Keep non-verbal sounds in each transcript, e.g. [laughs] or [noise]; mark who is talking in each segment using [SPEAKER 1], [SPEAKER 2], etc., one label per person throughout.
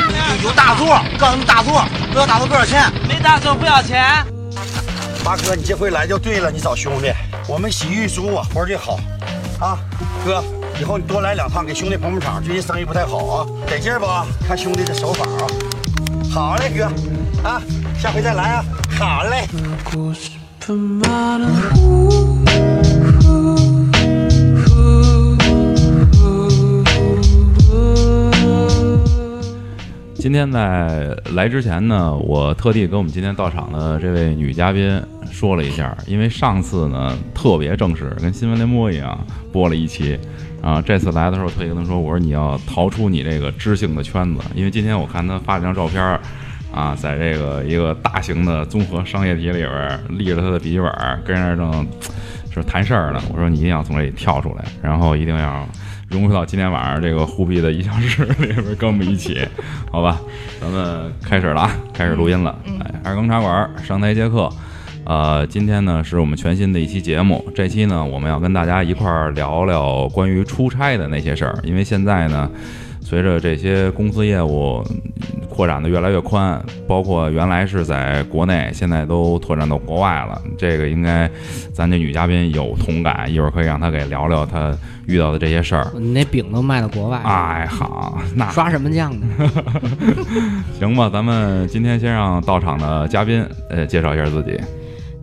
[SPEAKER 1] 座，告诉你打座，不要打座不要钱。
[SPEAKER 2] 没打错不要钱。
[SPEAKER 1] 八哥，你这回来就对了，你找兄弟，我们洗运输啊，活儿最好，啊，哥，以后你多来两趟，给兄弟捧捧场，最近生意不太好啊，得劲儿不？看兄弟的手法啊，好嘞，哥，啊，下回再来啊，好嘞。
[SPEAKER 3] 今天在来之前呢，我特地跟我们今天到场的这位女嘉宾说了一下，因为上次呢特别正式，跟新闻联播一样播了一期，啊，这次来的时候特意跟她说，我说你要逃出你这个知性的圈子，因为今天我看她发了张照片儿，啊，在这个一个大型的综合商业体里边儿立着她的笔记本儿，跟那儿正是谈事儿呢。我说你一定要从这里跳出来，然后一定要融入到今天晚上这个忽必的一小时里边，跟我们一起，好吧？咱们开始了啊，开始录音了。哎，二更茶馆上台接客。呃，今天呢是我们全新的一期节目。这期呢，我们要跟大家一块儿聊聊关于出差的那些事儿，因为现在呢，随着这些公司业务嗯扩展的越来越宽，包括原来是在国内，现在都拓展到国外了。这个应该咱这女嘉宾有同感，一会儿可以让她给聊聊她遇到的这些事儿。
[SPEAKER 4] 你那饼都卖到国
[SPEAKER 2] 啊
[SPEAKER 4] 外，
[SPEAKER 3] 哎，好，
[SPEAKER 4] [laughs]
[SPEAKER 3] 那
[SPEAKER 4] 刷什么酱呢？
[SPEAKER 3] 行吧，咱们今天先让到场的嘉宾呃介绍一下自己。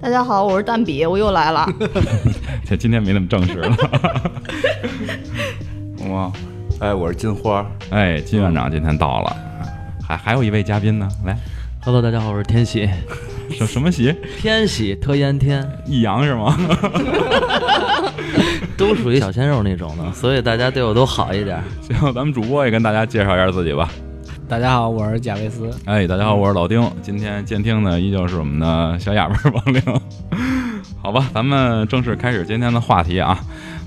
[SPEAKER 5] 大家好，我是蛋比，我又来了。
[SPEAKER 3] 这今天没那么正式了。
[SPEAKER 6] 哇，哎，我是金花，
[SPEAKER 3] 哎，金院长今天到了，还还有一位嘉宾呢，来，
[SPEAKER 2] Hello，大家好，我是天喜，
[SPEAKER 3] 什什么席？
[SPEAKER 2] 天喜特烟天，
[SPEAKER 3] 易阳是吗？ [laughs]
[SPEAKER 2] 都属于小鲜肉那种
[SPEAKER 4] [laughs]
[SPEAKER 2] 的，所以大家对我都好一点。
[SPEAKER 3] 行，咱们主播也跟大家介绍一下自己吧。
[SPEAKER 4] 大家好，我是贾维斯。
[SPEAKER 3] 哎，大家好，我是老丁，今天监听的依旧是我们的小哑巴王玲。好吧，咱们正式开始今天的话题啊。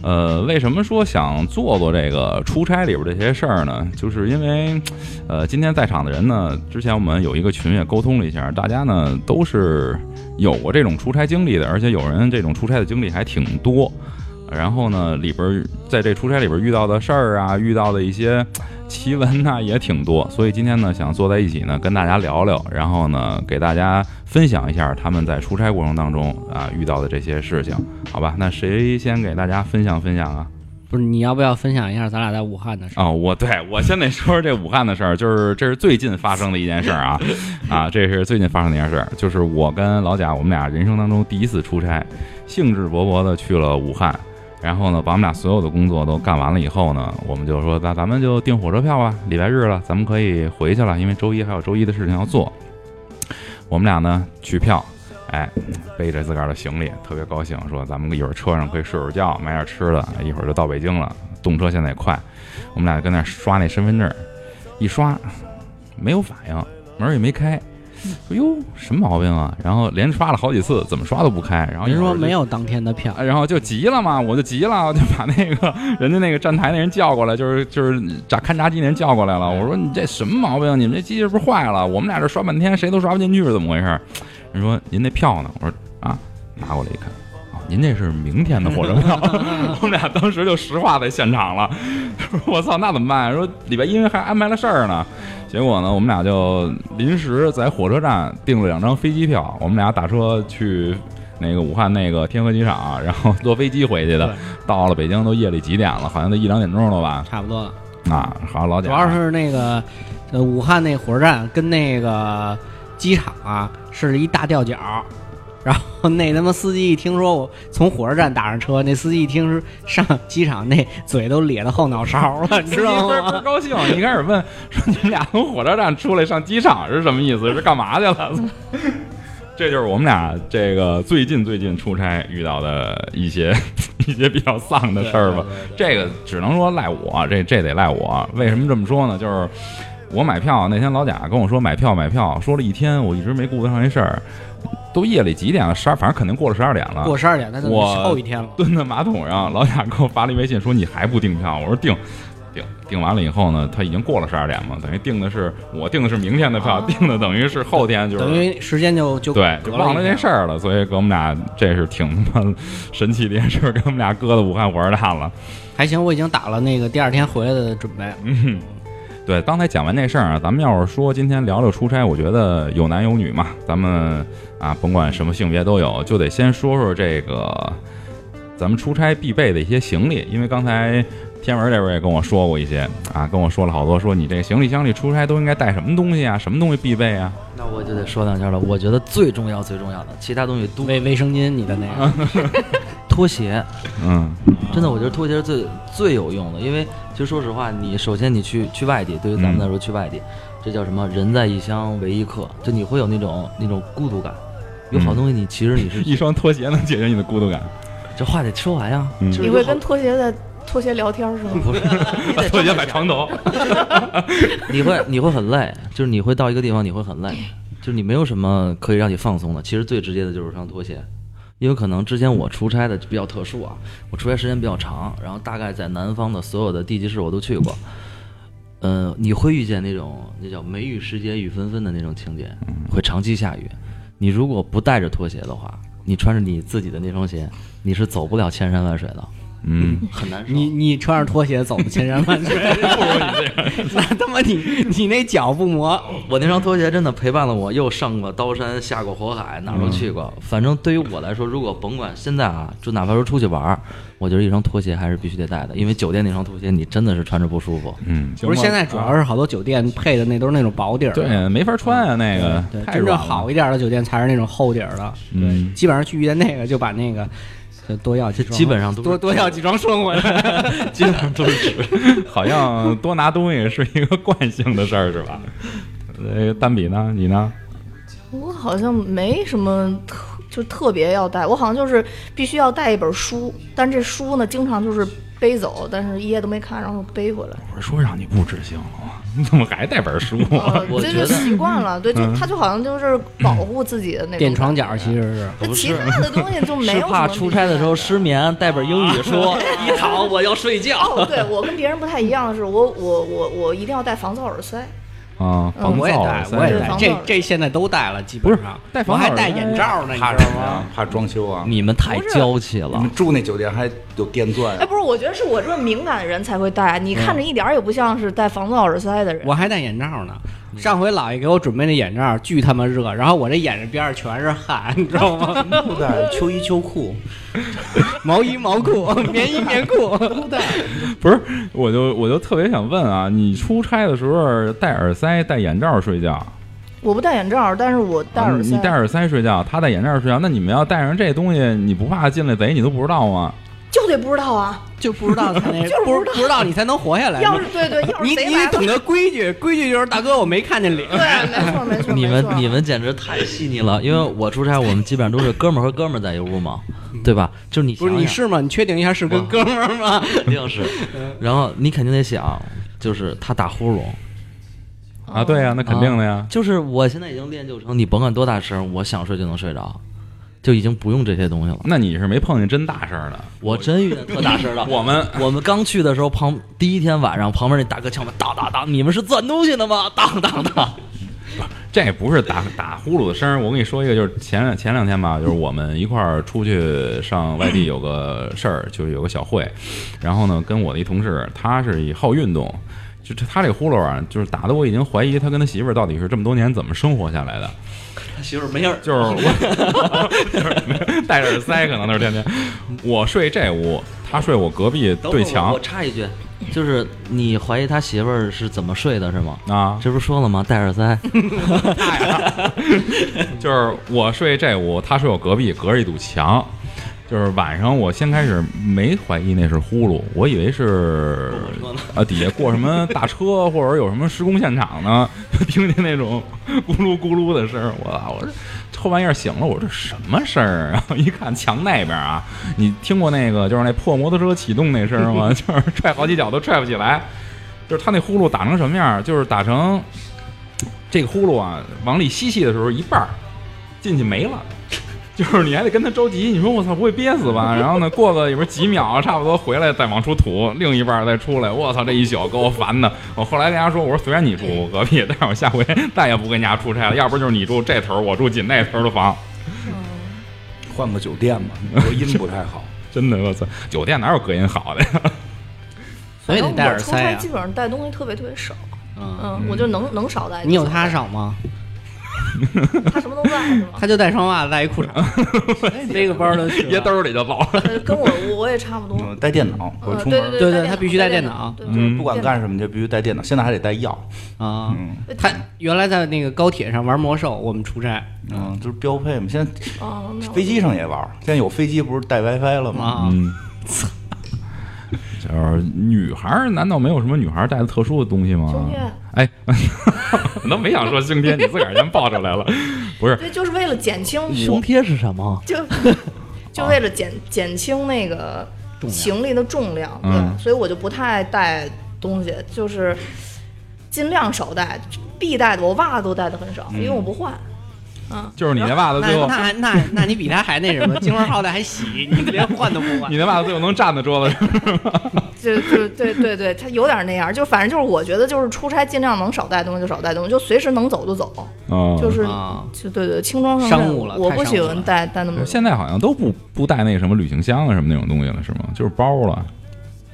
[SPEAKER 3] 呃，为什么说想做做这个出差里边这些事儿呢？就是因为，呃，今天在场的人呢，之前我们有一个群也沟通了一下，大家呢都是有过这种出差经历的，而且有人这种出差的经历还挺多。然后呢，里边儿在这出差里边儿遇到的事儿啊，遇到的一些奇闻呐、也挺多，所以今天呢想坐在一起呢跟大家聊聊，然后呢给大家分享一下他们在出差过程当中啊遇到的这些事情，好吧？那谁先给大家分享分享啊？
[SPEAKER 4] 不是你要不要分享一下咱俩在武汉的事？
[SPEAKER 3] 哦，我对我先得说说这武汉的事儿，就是这是最近发生的一件事儿啊，啊，这是最近发生的一件事儿，就是我跟老贾我们俩人生当中第一次出差，兴致勃勃的去了武汉，然后呢，把我们俩所有的工作都干完了以后呢，我们就说那咱们就订火车票吧，礼拜日了，咱们可以回去了，因为周一还有周一的事情要做。我们俩呢取票，哎，背着自个儿的行李，特别高兴，说咱们一会儿车上可以睡会儿觉，买点吃的，一会儿就到北京了，动车现在也快。我们俩跟那儿刷那身份证儿，一刷没有反应，门儿也没开，说哟什么毛病啊？然后连刷了好几次，怎么刷都不开。
[SPEAKER 2] 啊
[SPEAKER 3] 然后一
[SPEAKER 4] 您
[SPEAKER 3] 会儿
[SPEAKER 4] 说
[SPEAKER 3] 就
[SPEAKER 4] 没有当天的票
[SPEAKER 3] 啊，然后就急了嘛，我就急了，我就把那个人家那个站台那人叫过来，就是就是炸勘察机那人叫过来了。我说你这什么毛病？你们这机器是不是坏了？我们俩这刷半天，谁都刷不进去，怎么回事？人说您那票呢？我说啊，拿过来一看。啊，您这是明天的火车票， [laughs] 我们俩当时就石化在现场了。 [laughs] 我操，那怎么办？说礼拜一还安排了事儿呢。结果呢，我们俩就临时在火车站订了两张飞机票，我们俩打车去那个武汉那个天河机场，然后坐飞机回去的
[SPEAKER 4] 对。
[SPEAKER 3] 到了北京都夜里几点了？好像都一两点钟了吧？
[SPEAKER 4] 差不多了，
[SPEAKER 3] 啊，好老
[SPEAKER 4] 主
[SPEAKER 3] 贾，
[SPEAKER 4] 要是那个呃武汉那火车站跟那个机场啊是一大吊脚。然后那他妈司机一听说我从火车站打上车，那司机一听是上机场，那嘴都咧到后脑勺了， [laughs] 你知道
[SPEAKER 3] 倍儿倍
[SPEAKER 4] 吗
[SPEAKER 3] 儿？高兴，一开始问说你们俩从火车站出来上机场是什么意思？是干嘛去了？ [laughs] 这就是我们俩这个最近最近出差遇到的一些 [laughs] 一些比较丧的事儿吧。这个只能说赖我，这这得赖我。为什么这么说呢？就是我买票那天，老贾跟我说买票买票，说了一天，我一直没顾得上这事儿。都夜里几点了？十二，反正肯定过了十二点了。
[SPEAKER 4] 过十二点，那就
[SPEAKER 3] 啊我
[SPEAKER 4] 后一天了。
[SPEAKER 3] 蹲在马桶上，老贾给我发了一微信说你还不订票？我说订。订订完了以后呢，他已经过了十二点嘛，等于订的是我订的是明天的票，订的等于是后天，就是
[SPEAKER 4] 啊等于时间就就
[SPEAKER 3] 对，就
[SPEAKER 4] 隔
[SPEAKER 3] 忘了这
[SPEAKER 4] 一天
[SPEAKER 3] 事儿了，所以给我们俩这是挺他妈神奇的一件事，给我们俩搁到武汉火车站了。
[SPEAKER 4] 还行，我已经打了那个第二天回来的准备了。
[SPEAKER 3] 嗯， [laughs] 对，刚才讲完这事儿啊，咱们要是说今天聊聊出差，我觉得有男有女嘛，咱们啊，甭管什么性别都有，就得先说说这个咱们出差必备的一些行李，因为刚才天文这边也跟我说过一些啊，跟我说了好多，说你这个行李箱里出差都应该带什么东西啊，什么东西必备啊？
[SPEAKER 2] 那我就得说两下了。我觉得最重要、最重要的，其他东西都
[SPEAKER 4] 卫卫生巾你的那个，
[SPEAKER 2] 拖鞋，
[SPEAKER 3] 嗯，
[SPEAKER 2] 真的，我觉得拖鞋是最最有用的，因为其实说实话，你首先你去去外地，对于咱
[SPEAKER 3] 嗯
[SPEAKER 2] 们来说去外地，这叫什么？人在异乡为异客，就你会有那种那种孤独感。有好
[SPEAKER 3] 嗯
[SPEAKER 2] 东西，你其实
[SPEAKER 3] [laughs]
[SPEAKER 2] 你是
[SPEAKER 3] 一双拖鞋能解决你的孤独感，
[SPEAKER 2] 这话得说完呀。
[SPEAKER 3] 嗯
[SPEAKER 2] 就是
[SPEAKER 5] 你
[SPEAKER 2] 有
[SPEAKER 5] 会
[SPEAKER 2] 好
[SPEAKER 5] 跟拖鞋在拖鞋聊天是吗？
[SPEAKER 2] [laughs] 不是，你
[SPEAKER 3] 把
[SPEAKER 2] 得
[SPEAKER 3] 拖鞋
[SPEAKER 2] 这么
[SPEAKER 3] 摆
[SPEAKER 2] 想
[SPEAKER 3] 床头。
[SPEAKER 2] 你会你会很累，就是你会到一个地方你会很累，就是你没有什么可以让你放松的。其实最直接的就是双拖鞋，因为可能之前我出差的比较特殊啊，我出差时间比较长，然后大概在南方的所有的地级市我都去过。呃，你会遇见那种那叫梅雨时节雨纷纷的那种情节，会长期下雨。你如果不带着拖鞋的话，你穿着你自己的那双鞋，你是走不了千山万水的，
[SPEAKER 3] 嗯，
[SPEAKER 2] 很难受。
[SPEAKER 4] 你你穿着拖鞋走的千
[SPEAKER 3] [laughs]
[SPEAKER 4] 山万水， [laughs] 那他妈你你那脚不磨，
[SPEAKER 2] 我那双拖鞋真的陪伴了我，又上过刀山，下过火海，哪儿
[SPEAKER 4] 嗯
[SPEAKER 2] 都去过。反正对于我来说，如果甭管现在啊，就哪怕说出去玩儿，我觉得一双拖鞋还是必须得带的，因为酒店那双拖鞋你真的是穿着不舒服。
[SPEAKER 3] 嗯， [laughs] 行
[SPEAKER 4] 不是
[SPEAKER 3] 吧
[SPEAKER 4] 现在主要是好多酒店配的那都是那种薄底儿的，
[SPEAKER 3] 对没法穿啊，那个
[SPEAKER 4] 对，
[SPEAKER 3] 太
[SPEAKER 4] 真正
[SPEAKER 3] 软了
[SPEAKER 4] 好一点的酒店才是那种厚底儿的，
[SPEAKER 3] 嗯
[SPEAKER 4] 对，基本上去遇见那个就把那个就多要几双，
[SPEAKER 2] 基本上都是
[SPEAKER 4] 多多要几双顺
[SPEAKER 3] [laughs]
[SPEAKER 4] 回来。
[SPEAKER 2] 基本上都是纸。
[SPEAKER 3] 好像多拿东西是一个惯性的事儿，是吧？呃，单比呢？你呢？
[SPEAKER 5] 我好像没什么特，就特别要带，我好像就是必须要带一本书，但这书呢，经常就是背走，但是一页都没看，然后背回来。
[SPEAKER 3] 我说让你不执行了吗？你怎么还带本书？啊
[SPEAKER 5] [laughs] 呃
[SPEAKER 2] 啊我
[SPEAKER 5] 这
[SPEAKER 2] 觉
[SPEAKER 5] 就
[SPEAKER 2] 得嗯
[SPEAKER 5] 习惯了，对，就他就好像就是保护自己的那种。
[SPEAKER 4] 垫床角其实是
[SPEAKER 5] 他其他的东西就没有
[SPEAKER 2] 是
[SPEAKER 5] 什么啊
[SPEAKER 2] 怕出差的时候失眠，带本英语书，一躺我要睡觉。
[SPEAKER 5] 哦，对我跟别人不太一样的是，我我我我一定要戴防噪耳塞。
[SPEAKER 3] 啊，
[SPEAKER 5] 嗯
[SPEAKER 3] 防
[SPEAKER 4] 我也
[SPEAKER 3] 噪
[SPEAKER 4] 戴
[SPEAKER 3] 耳，塞
[SPEAKER 4] 我也
[SPEAKER 5] 是
[SPEAKER 4] 戴
[SPEAKER 5] 防，
[SPEAKER 4] 这
[SPEAKER 5] 噪耳
[SPEAKER 4] 这现在都戴了，基本上
[SPEAKER 3] 不是戴防
[SPEAKER 4] 我还
[SPEAKER 3] 噪
[SPEAKER 4] 戴
[SPEAKER 3] 耳
[SPEAKER 4] 眼
[SPEAKER 3] 塞
[SPEAKER 4] 罩呢，你
[SPEAKER 6] 怕
[SPEAKER 4] 知道
[SPEAKER 6] 什么
[SPEAKER 4] 吗
[SPEAKER 6] 呀？？怕装修啊！
[SPEAKER 2] 你们太娇气
[SPEAKER 6] 你
[SPEAKER 2] 了
[SPEAKER 4] 嗯
[SPEAKER 6] 们，住那酒店还有电钻啊
[SPEAKER 5] 哎，
[SPEAKER 1] [laughs]
[SPEAKER 5] 不是，我觉得是我这么敏感的人才会戴，你看着
[SPEAKER 2] 嗯
[SPEAKER 5] 一点儿也不像是戴防噪耳塞的人。
[SPEAKER 4] 我还戴眼罩呢。上回姥爷给我准备那眼罩，巨他妈热，然后我这眼睛边上全是汗，你知道吗？ [laughs]
[SPEAKER 6] 不带秋衣秋裤，
[SPEAKER 4] 毛衣毛裤、 [laughs] 棉衣棉裤都戴。
[SPEAKER 3] 不是，我就我就特别想问啊，你出差的时候戴耳塞、戴眼罩睡觉，
[SPEAKER 5] 我不戴眼罩，但是我戴耳
[SPEAKER 3] 啊
[SPEAKER 5] 塞。
[SPEAKER 3] 你戴耳塞睡觉，他戴眼罩睡觉，那你们要戴上这东西，你不怕进来贼，你都不知道吗？
[SPEAKER 5] 就得不知道啊，
[SPEAKER 4] [laughs] 就不知道才那，
[SPEAKER 5] 就是不知
[SPEAKER 4] 不
[SPEAKER 5] 道
[SPEAKER 4] 不知道你才能活下来。
[SPEAKER 5] 要是对对，要
[SPEAKER 4] 哎你
[SPEAKER 5] 是
[SPEAKER 4] 你
[SPEAKER 5] 贼
[SPEAKER 4] 你
[SPEAKER 5] 来
[SPEAKER 4] 得
[SPEAKER 5] 了
[SPEAKER 4] 懂得规矩，规矩就是大哥我没看见脸。
[SPEAKER 5] 对，没错没错。
[SPEAKER 2] 你
[SPEAKER 5] 没
[SPEAKER 2] 们
[SPEAKER 5] 错
[SPEAKER 2] 你们简直太细腻了，因为我出差，我们基本上都是哥们儿和哥们儿在一屋嘛，对吧？就是你
[SPEAKER 4] 嗯不是
[SPEAKER 2] 想
[SPEAKER 4] 你
[SPEAKER 2] 想
[SPEAKER 4] 是嗯吗？你确定一下是跟哥们儿吗？
[SPEAKER 2] 肯定是。然后你肯定得想，就是他打呼噜，
[SPEAKER 3] 啊，对呀、那肯定的呀。
[SPEAKER 2] 啊就是我现在已经练就成，你甭管多大声，我想睡就能睡着，就已经不用这些东西了。
[SPEAKER 3] 那你是没碰见真大事儿的，
[SPEAKER 2] 我真遇见特大声的。
[SPEAKER 3] [laughs] 我们
[SPEAKER 2] 我们刚去的时候，旁第一天晚上，旁边那大哥敲门，当当当，你们是钻东西的吗？ [laughs] 当当当。
[SPEAKER 3] 这不是打打呼噜的声儿，我跟你说一个，就是前两前两天吧，就是我们一块儿出去上外地有个事儿，就是有个小会，然后呢，跟我的一同事，他是以好运动，就这他这呼噜啊，就是打的我已经怀疑他跟他媳妇儿到底是这么多年怎么生活下来的，
[SPEAKER 2] 媳妇儿没事儿，
[SPEAKER 3] 就是我 [laughs] 就是戴着耳塞，可能都是天天，我睡这屋，他睡我隔壁
[SPEAKER 2] 等会儿
[SPEAKER 3] 对
[SPEAKER 2] 我
[SPEAKER 3] 墙
[SPEAKER 2] 我插一句，就是你怀疑他媳妇儿是怎么睡的，是吗？
[SPEAKER 3] 啊，
[SPEAKER 2] 这不是说了吗？戴
[SPEAKER 3] [laughs]
[SPEAKER 2] 耳塞，
[SPEAKER 3] 就是我睡这屋，他睡我隔壁，隔着一堵墙。就是晚上，我先开始没怀疑那是呼噜，我以为是
[SPEAKER 2] 过火车呢
[SPEAKER 3] 啊底下过什么大车，或者有什么施工现场呢， [laughs] 就听见那种咕噜咕噜的声儿。我操！我这后半夜醒了，我这什么声儿啊？然后一看墙那边啊，你听过那个就是那破摩托车启动那声儿吗？就是踹好几脚都踹不起来，就是他那呼噜打成什么样儿？就是打成这个呼噜啊，往里吸气的时候一半儿进去没了。 [laughs] 就是你还得跟他着急，你说我操不会憋死吧？然后呢，过个也不是几秒，差不多回来再往出吐，另一半儿再出来，我操这一宿给我烦的。我后来跟家说，我说虽然你住我隔壁， [laughs] 但是我下回再也不跟家出差了，要不就是你住这头儿，我住紧那头儿的房。
[SPEAKER 6] 换个酒店吧，你说音不
[SPEAKER 1] [laughs]
[SPEAKER 6] 太好。
[SPEAKER 3] 真的，我操，酒店哪有隔音好的呀？
[SPEAKER 4] [laughs] 所以得戴
[SPEAKER 5] 反正我
[SPEAKER 4] 耳塞
[SPEAKER 5] 出差
[SPEAKER 4] 啊
[SPEAKER 5] 基。本上带东西特别特别少，
[SPEAKER 4] 嗯，
[SPEAKER 5] 嗯，我就能能少带就
[SPEAKER 4] 你有
[SPEAKER 5] 少
[SPEAKER 4] 他
[SPEAKER 5] 带，
[SPEAKER 4] 少吗？
[SPEAKER 5] 他什么都带是
[SPEAKER 4] [laughs]
[SPEAKER 5] 吗？
[SPEAKER 4] 他就带双袜子，带一裤衩， [laughs] 背个包都去了
[SPEAKER 3] [laughs] 掖兜里就走了。
[SPEAKER 5] 呃跟我我我也差不多。
[SPEAKER 6] 嗯，带电脑，我
[SPEAKER 5] 呃
[SPEAKER 6] 出
[SPEAKER 5] 对
[SPEAKER 6] 门
[SPEAKER 5] 对对
[SPEAKER 4] 对对
[SPEAKER 5] 带
[SPEAKER 4] 他必须带
[SPEAKER 5] 带
[SPEAKER 4] 电脑
[SPEAKER 5] 对
[SPEAKER 3] 嗯
[SPEAKER 6] 不管干什么就必须带电脑，现在还得带药，
[SPEAKER 4] 啊。
[SPEAKER 6] 嗯
[SPEAKER 4] 他原来在那个高铁上玩魔兽，我们出差
[SPEAKER 6] 嗯，就是标配嘛。现在
[SPEAKER 5] 哦，那我
[SPEAKER 6] 飞机上也玩，现在有飞机不是带 WiFi 了吗？
[SPEAKER 4] 啊，
[SPEAKER 3] 嗯， [laughs] 就是女孩儿难道没有什么女孩儿带的特殊的东西吗
[SPEAKER 5] 胸贴？
[SPEAKER 3] 哎， [laughs] 我都没想说胸贴，你自个儿先爆出来了。 [laughs] 不是，
[SPEAKER 5] 对，就是为了减轻
[SPEAKER 2] 胸贴是什
[SPEAKER 5] [laughs]
[SPEAKER 2] 么？
[SPEAKER 5] 就就
[SPEAKER 3] 啊
[SPEAKER 5] 为了减减轻那个行李的重量，对，
[SPEAKER 3] 嗯
[SPEAKER 5] 所以我就不太爱带东西，就是尽量少带，必带的我袜子都带的很少，因为我不换。嗯，
[SPEAKER 3] 就是你那袜子
[SPEAKER 4] 那
[SPEAKER 3] 最后，
[SPEAKER 4] 那那那你比他还那什么，金花浩带还洗，你连换都不换
[SPEAKER 3] 你。那袜子最后能站在桌子上。
[SPEAKER 5] 就就对对对，它有点那样，就反正就是我觉得就是出差尽量能少带东西就少带东西，就随时能走就走，
[SPEAKER 3] 嗯
[SPEAKER 5] 就是
[SPEAKER 4] 啊
[SPEAKER 5] 就对对，轻装上
[SPEAKER 4] 商
[SPEAKER 5] 阵
[SPEAKER 4] 务了
[SPEAKER 5] 我
[SPEAKER 4] 太
[SPEAKER 5] 不
[SPEAKER 4] 商
[SPEAKER 5] 喜
[SPEAKER 4] 务
[SPEAKER 5] 欢
[SPEAKER 4] 了
[SPEAKER 5] 带带那么多。
[SPEAKER 3] 现在好像都不不带那个什么旅行箱了啊什么那种东西了，是吗？就是包了。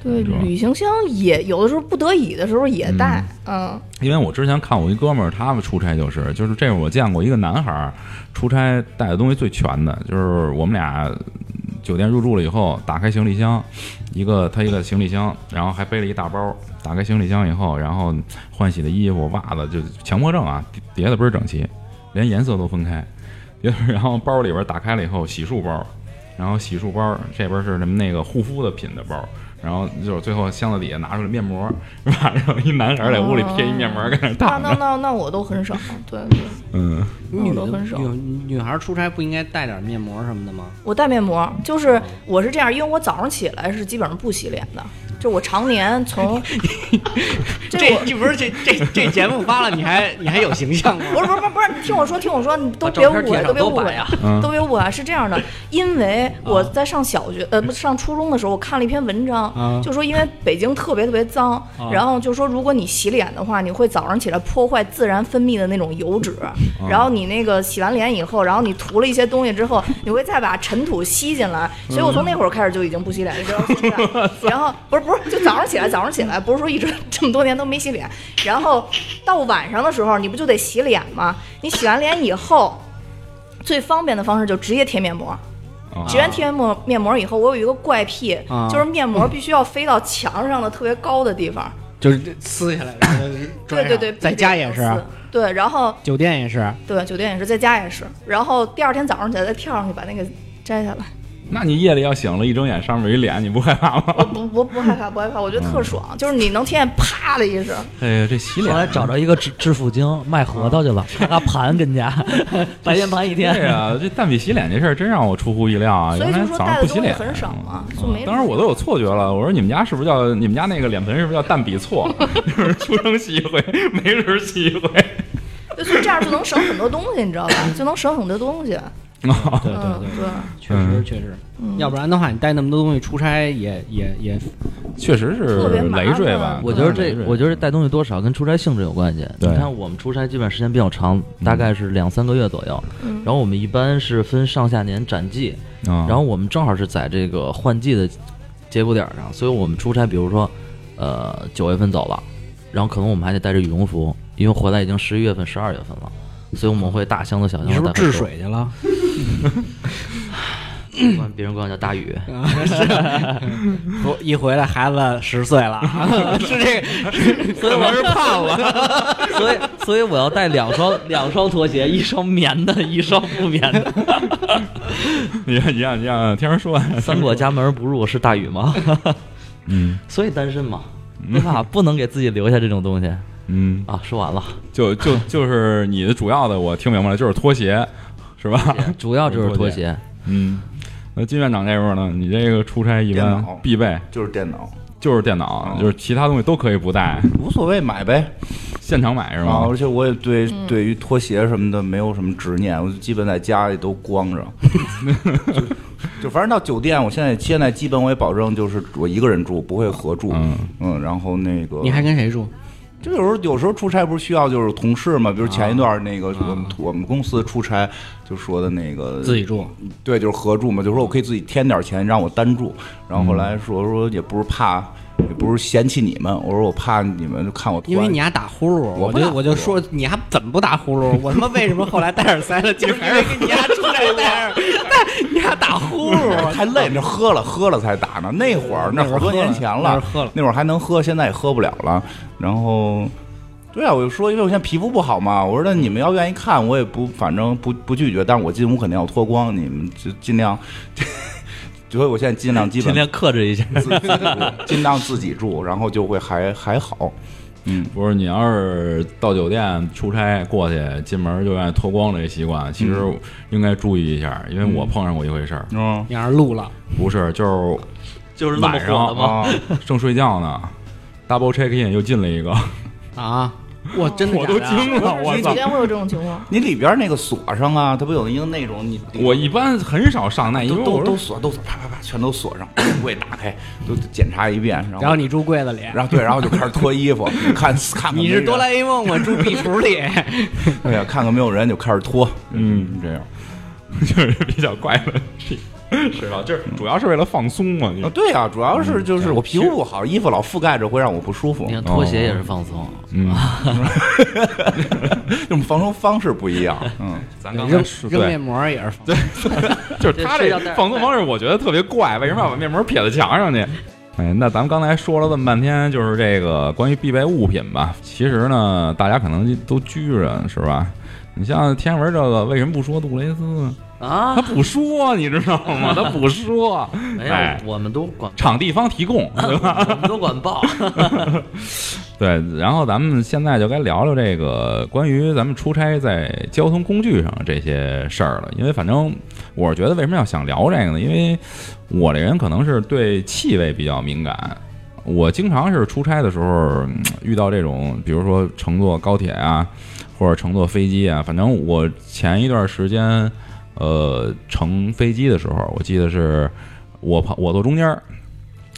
[SPEAKER 5] 对，
[SPEAKER 3] 是吧
[SPEAKER 5] 旅行箱也有的时候不得已的时候也带，嗯，
[SPEAKER 3] 因为我之前看我一哥们儿，他们出差就是，就是这是我见过一个男孩儿出差带的东西最全的，就是我们俩酒店入住了以后，打开行李箱，一个他一个行李箱，然后还背了一大包。打开行李箱以后，然后换洗的衣服、袜子，就强迫症啊，叠的倍儿整齐，连颜色都分开。 [laughs] 然后包里边打开了以后，洗漱包，然后洗漱包这边是什么那个护肤的品的包，然后就是最后箱子底下拿出来面膜， [laughs] 晚上一男孩在屋里贴一面膜跟那儿
[SPEAKER 5] 那
[SPEAKER 3] 躺
[SPEAKER 5] 那
[SPEAKER 3] [laughs] 着，
[SPEAKER 5] 那那我都很少，对对，
[SPEAKER 3] 嗯，
[SPEAKER 5] 那
[SPEAKER 4] 女
[SPEAKER 5] 我都很少
[SPEAKER 4] 女。女孩出差不应该带点面膜什么的吗？
[SPEAKER 5] 我戴面膜，就是我是这样，因为我早上起来是基本上不洗脸的，就我常年从这我
[SPEAKER 4] 这不是这这这节目发了，你还你还有形象吗？
[SPEAKER 5] [laughs] 不是不是不是不是，你听我说，听我说，你都
[SPEAKER 4] 把
[SPEAKER 5] 别
[SPEAKER 4] 照
[SPEAKER 5] 误
[SPEAKER 4] 片
[SPEAKER 5] 会，都
[SPEAKER 4] 贴上啊
[SPEAKER 5] 别误
[SPEAKER 4] 都摆
[SPEAKER 5] 会
[SPEAKER 4] 啊
[SPEAKER 3] 嗯
[SPEAKER 5] 都别误会啊！是这样的，因为我在上小学，呃，不是上初中的时候，我看了一篇文
[SPEAKER 4] 啊
[SPEAKER 5] 章，就说因为北京特别特别脏，然后就说如果你洗脸的话，你会早上起来破坏自然分泌的那种油脂，然后你那个洗完脸以后，然后你涂了一些东西之后，你会再把尘土吸进来，所以我从那会儿开始就已经不洗脸，一直到现在。然后不是不是，就早上起来，早上起来不是说一直这么多年都没洗脸，然后到晚上的时候，你不就得洗脸吗？你洗完脸以后。最方便的方式就直接贴面膜。
[SPEAKER 3] 哦
[SPEAKER 5] 直接贴面膜面膜以后，我有一个怪癖，
[SPEAKER 4] 啊
[SPEAKER 5] 就是面膜必须要飞到墙上的特别高的地方。
[SPEAKER 3] 嗯
[SPEAKER 4] 就是撕下来，然后拽
[SPEAKER 5] 对
[SPEAKER 4] 上
[SPEAKER 5] 对对，
[SPEAKER 4] 在家也
[SPEAKER 5] 必须
[SPEAKER 4] 是
[SPEAKER 5] 得，撕。对，然后
[SPEAKER 4] 酒店也是。
[SPEAKER 5] 对酒店也是，在家也是。然后第二天早上起来再跳上去把那个摘下来。
[SPEAKER 3] 那你夜里要醒了，一睁眼上面有一脸，你不害怕吗？
[SPEAKER 5] 我不不不害怕，不害怕，我觉得特爽，
[SPEAKER 3] 嗯
[SPEAKER 5] 就是你能听见啪的一声。
[SPEAKER 3] 哎呀，这洗
[SPEAKER 2] 后
[SPEAKER 3] 脸
[SPEAKER 2] 来找着一个致致富经卖核桃去了，
[SPEAKER 3] 啊
[SPEAKER 2] 拿盘跟家， [laughs] 白天盘一天。
[SPEAKER 3] 对啊，这蛋比洗脸这事儿真让我出乎意料啊！
[SPEAKER 5] 所以
[SPEAKER 3] 原来
[SPEAKER 5] 就说
[SPEAKER 3] 早上
[SPEAKER 5] 带的
[SPEAKER 3] 不洗
[SPEAKER 5] 东西
[SPEAKER 3] 脸
[SPEAKER 5] 很少嘛，就
[SPEAKER 3] 嗯
[SPEAKER 5] 没。
[SPEAKER 3] 当时我都有错觉了，我说你们家是不是叫你们家那个脸盆是不是叫蛋比错？ [laughs] 就是出生洗一回，没准儿洗一回。
[SPEAKER 5] 对，所以这样就能省很多东西，你知道吧？就能省很多东
[SPEAKER 3] [laughs]
[SPEAKER 5] 西。
[SPEAKER 4] 对
[SPEAKER 5] 嗯，对。嗯
[SPEAKER 4] 确实确实，要不然的话，你带那么多东西出差也也也
[SPEAKER 3] 确实是
[SPEAKER 5] 特别麻
[SPEAKER 3] 累赘吧
[SPEAKER 5] 烦？
[SPEAKER 2] 我觉得这
[SPEAKER 3] 累，赘
[SPEAKER 2] 我
[SPEAKER 4] 嗯
[SPEAKER 2] 觉得这带东西多少跟出差性质有关系。
[SPEAKER 3] 对
[SPEAKER 2] 你看我们出差基本时间比较长，大概
[SPEAKER 4] 嗯
[SPEAKER 2] 是两三个月左右。然后我们一般是分上下年展季，
[SPEAKER 3] 嗯
[SPEAKER 2] 然后我们正好是在这个换季的节骨点儿上，所以我们出差，比如说，呃，九月份走了，然后可能我们还得带着羽绒服，因为回来已经十一月份、十二月份了，所以我们会大箱子、小箱
[SPEAKER 4] 你
[SPEAKER 2] 子
[SPEAKER 4] 是不是
[SPEAKER 2] 带回
[SPEAKER 4] 治
[SPEAKER 2] 去？
[SPEAKER 4] 水去了？
[SPEAKER 2] 管别人管我叫大雨。
[SPEAKER 4] 嗯 [laughs] 不，一回来孩子十岁 [laughs] 了，是这个，是 [laughs] 所以我是胖了。
[SPEAKER 2] 所以，所以我要带两双两双拖鞋，一双棉的，一双不棉的。
[SPEAKER 3] 你看，你让你让天儿说 [laughs] 完，
[SPEAKER 2] 三过家门不入是大雨吗？
[SPEAKER 3] 嗯
[SPEAKER 2] [laughs] 所以单身嘛，对吧？不能给自己留下这种东西
[SPEAKER 3] 嗯，
[SPEAKER 2] 啊。说完了，
[SPEAKER 3] 就就就是你的主要的，我听明白了，就是拖鞋，是吧？
[SPEAKER 2] 主要就是
[SPEAKER 3] 拖
[SPEAKER 2] 拖
[SPEAKER 3] 鞋
[SPEAKER 2] 鞋。
[SPEAKER 3] 嗯，那金院长这边儿呢，你这个出差一
[SPEAKER 6] 电
[SPEAKER 3] 般
[SPEAKER 6] 脑
[SPEAKER 3] 必备
[SPEAKER 6] 就是电脑，
[SPEAKER 3] 就是电
[SPEAKER 6] 嗯
[SPEAKER 3] 脑，就是其他东西都可以不带，
[SPEAKER 6] 无所谓，买呗。
[SPEAKER 3] 现场买是
[SPEAKER 6] 啊，
[SPEAKER 3] 吗
[SPEAKER 6] 而？且我也对对于拖鞋什么的没有什么执念，我就基本在家里都光
[SPEAKER 4] [laughs]
[SPEAKER 6] 着。就就反正到酒店，我现在现在基本我也保证就是我一个人住，不会合住。
[SPEAKER 3] 嗯
[SPEAKER 6] 嗯，然后那个
[SPEAKER 4] [laughs] 你还跟谁住？
[SPEAKER 6] 就有时候有时候出差不是需要就是同事嘛，比如前一
[SPEAKER 4] 啊
[SPEAKER 6] 段那个我们我们公司出差就说的那个
[SPEAKER 4] 自己住，
[SPEAKER 6] 对，就是合住嘛，就说我可以自己添点钱让我单住，然后后来说说也不是怕，也不是嫌弃你们，我说我怕你们就看我脱。
[SPEAKER 4] 因为你还打呼噜，
[SPEAKER 6] 我
[SPEAKER 4] 我
[SPEAKER 6] 不打
[SPEAKER 4] 就我就说你还怎么不打呼噜？我他妈为什么后来戴耳塞 [laughs] 了？就是因为你还出来戴耳， [laughs] 戴你还打呼 [laughs] 噜。
[SPEAKER 6] 太累，那喝了喝了才打呢。那会儿那
[SPEAKER 4] 那会
[SPEAKER 6] 好
[SPEAKER 4] 儿
[SPEAKER 6] 多
[SPEAKER 4] 喝了
[SPEAKER 6] 年前
[SPEAKER 4] 那会儿
[SPEAKER 6] 了
[SPEAKER 4] 喝了，
[SPEAKER 6] 那会儿还能喝，现在也喝不了了。然后，对啊，我就说，因为我现在皮肤不好嘛，我说那你们要愿意看，我也不反正不不拒绝，但我进屋肯定要脱光，你们就尽量。 [laughs] 所以我现在尽量基
[SPEAKER 7] 尽
[SPEAKER 6] 本
[SPEAKER 7] 量克制一下。
[SPEAKER 6] 自己住尽量自己住，然后就会还还好。嗯，
[SPEAKER 3] 不是你要是到酒店出差过去，进门就爱脱光这个习惯，其实应该注意一下，因为我碰上过一回事儿，
[SPEAKER 6] 嗯
[SPEAKER 4] 你要是录了，
[SPEAKER 3] 不是就是
[SPEAKER 7] 就是那么
[SPEAKER 3] 晚
[SPEAKER 7] 火的
[SPEAKER 3] 上
[SPEAKER 7] 吗？
[SPEAKER 6] 啊，
[SPEAKER 3] 正睡
[SPEAKER 6] [laughs]
[SPEAKER 3] 觉呢，double check in 又进了一个，
[SPEAKER 4] 啊！我真的假的
[SPEAKER 3] 了
[SPEAKER 5] 你酒店会有这种情况？
[SPEAKER 6] [laughs] 你里边那个锁上啊，它不有一个那种你哎
[SPEAKER 3] 我一般很少上那，因
[SPEAKER 6] 都
[SPEAKER 3] 为
[SPEAKER 6] 都
[SPEAKER 3] 我
[SPEAKER 6] 都
[SPEAKER 3] 说
[SPEAKER 6] 锁都锁，啪啪啪全都锁上，柜打开都检查一遍，然后
[SPEAKER 4] 然后你住柜子里，
[SPEAKER 6] 然后对，然后就开始脱衣服， [laughs] 看看看
[SPEAKER 4] 你是哆啦
[SPEAKER 6] 来
[SPEAKER 4] A 梦，我住壁橱 [laughs] 里。
[SPEAKER 6] 对呀，看看没有人就开始脱，
[SPEAKER 3] 嗯
[SPEAKER 6] 这样
[SPEAKER 3] [laughs] 就是比较怪的事， [laughs] 是吧？就是主要是为了放松嘛。
[SPEAKER 6] 啊，对啊，主要是就是我皮肤不好，衣服老覆盖着会让我不舒服
[SPEAKER 2] 你，看拖鞋也是放松，
[SPEAKER 3] 嗯，
[SPEAKER 6] 这种防松方式不一样，嗯，
[SPEAKER 3] 咱刚才
[SPEAKER 4] 扔
[SPEAKER 3] 说
[SPEAKER 4] 扔
[SPEAKER 3] 对
[SPEAKER 4] 面，膜也是放，
[SPEAKER 3] 就是他这放松方式，我觉得特别怪，为什么要把面膜撇到墙上去？哎，那咱们刚才说了这么半天，就是这个关于必备物品吧。其实呢，大家可能都拘着，是吧？你像天文这个，为什么不说杜蕾斯呢？
[SPEAKER 2] 啊
[SPEAKER 3] 他，不说，你知道吗？他不说。
[SPEAKER 2] 没
[SPEAKER 3] 哎
[SPEAKER 2] 有，我们都
[SPEAKER 3] [laughs]
[SPEAKER 2] 管，
[SPEAKER 3] 场地方提供，对吧？
[SPEAKER 2] 我们都管爆，
[SPEAKER 3] 对，然后咱们现在就该聊聊这个关于咱们出差在交通工具上这些事儿了，因为反正我是觉得为什么要想聊这个呢？因为我这人可能是对气味比较敏感，我经常是出差的时候嗯遇到这种，比如说乘坐高铁啊，或者乘坐飞机啊，反正我前一段时间，呃，乘飞机的时候，我记得是我旁我坐中间儿，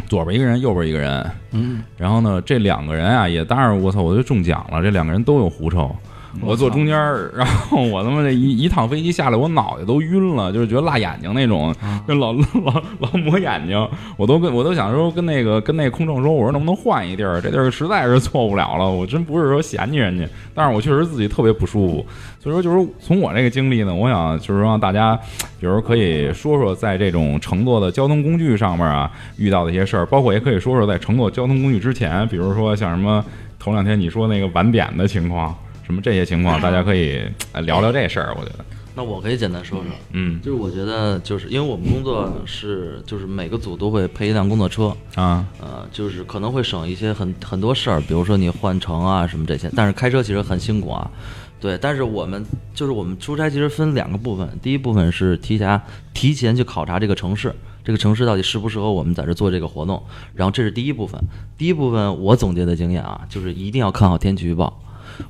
[SPEAKER 3] 左边一个人，右边一个人，
[SPEAKER 2] 嗯，
[SPEAKER 3] 然后呢，这两个人啊，也当然我操，我就中奖了，这两个人都有狐臭。我坐中间儿，然后我他妈这一一趟飞机下来，我脑袋都晕了，就是觉得辣眼睛那种，就老 [laughs] 老老抹眼睛，我都跟我都想说跟那个跟那空乘说，我说能不能换一地儿，这地儿实在是坐不了了，我真不是说嫌弃人家，但是我确实自己特别不舒服，所以说就是从我这个经历呢，我想就是让大家，比如可以说说在这种乘坐的交通工具上面啊遇到的一些事儿，包括也可以说说在乘坐交通工具之前，比如说像什么头两天你说那个晚点的情况。什么这些情况，大家可以呃聊聊这事儿，我觉得，
[SPEAKER 2] 那我可以简单说说，
[SPEAKER 3] 嗯
[SPEAKER 2] 就是我觉得就是因为我们工作是就是每个组都会配一辆工作车，
[SPEAKER 3] 啊，
[SPEAKER 2] 呃，就是可能会省一些很很多事儿，比如说你换乘啊什么这些，但是开车其实很辛苦啊。对，但是我们就是我们出差其实分两个部分，第一部分是提前提前去考察这个城市，这个城市到底适不适合我们在这做这个活动，然后这是第一部分。第一部分我总结的经验啊，就是一定要看好天气预报。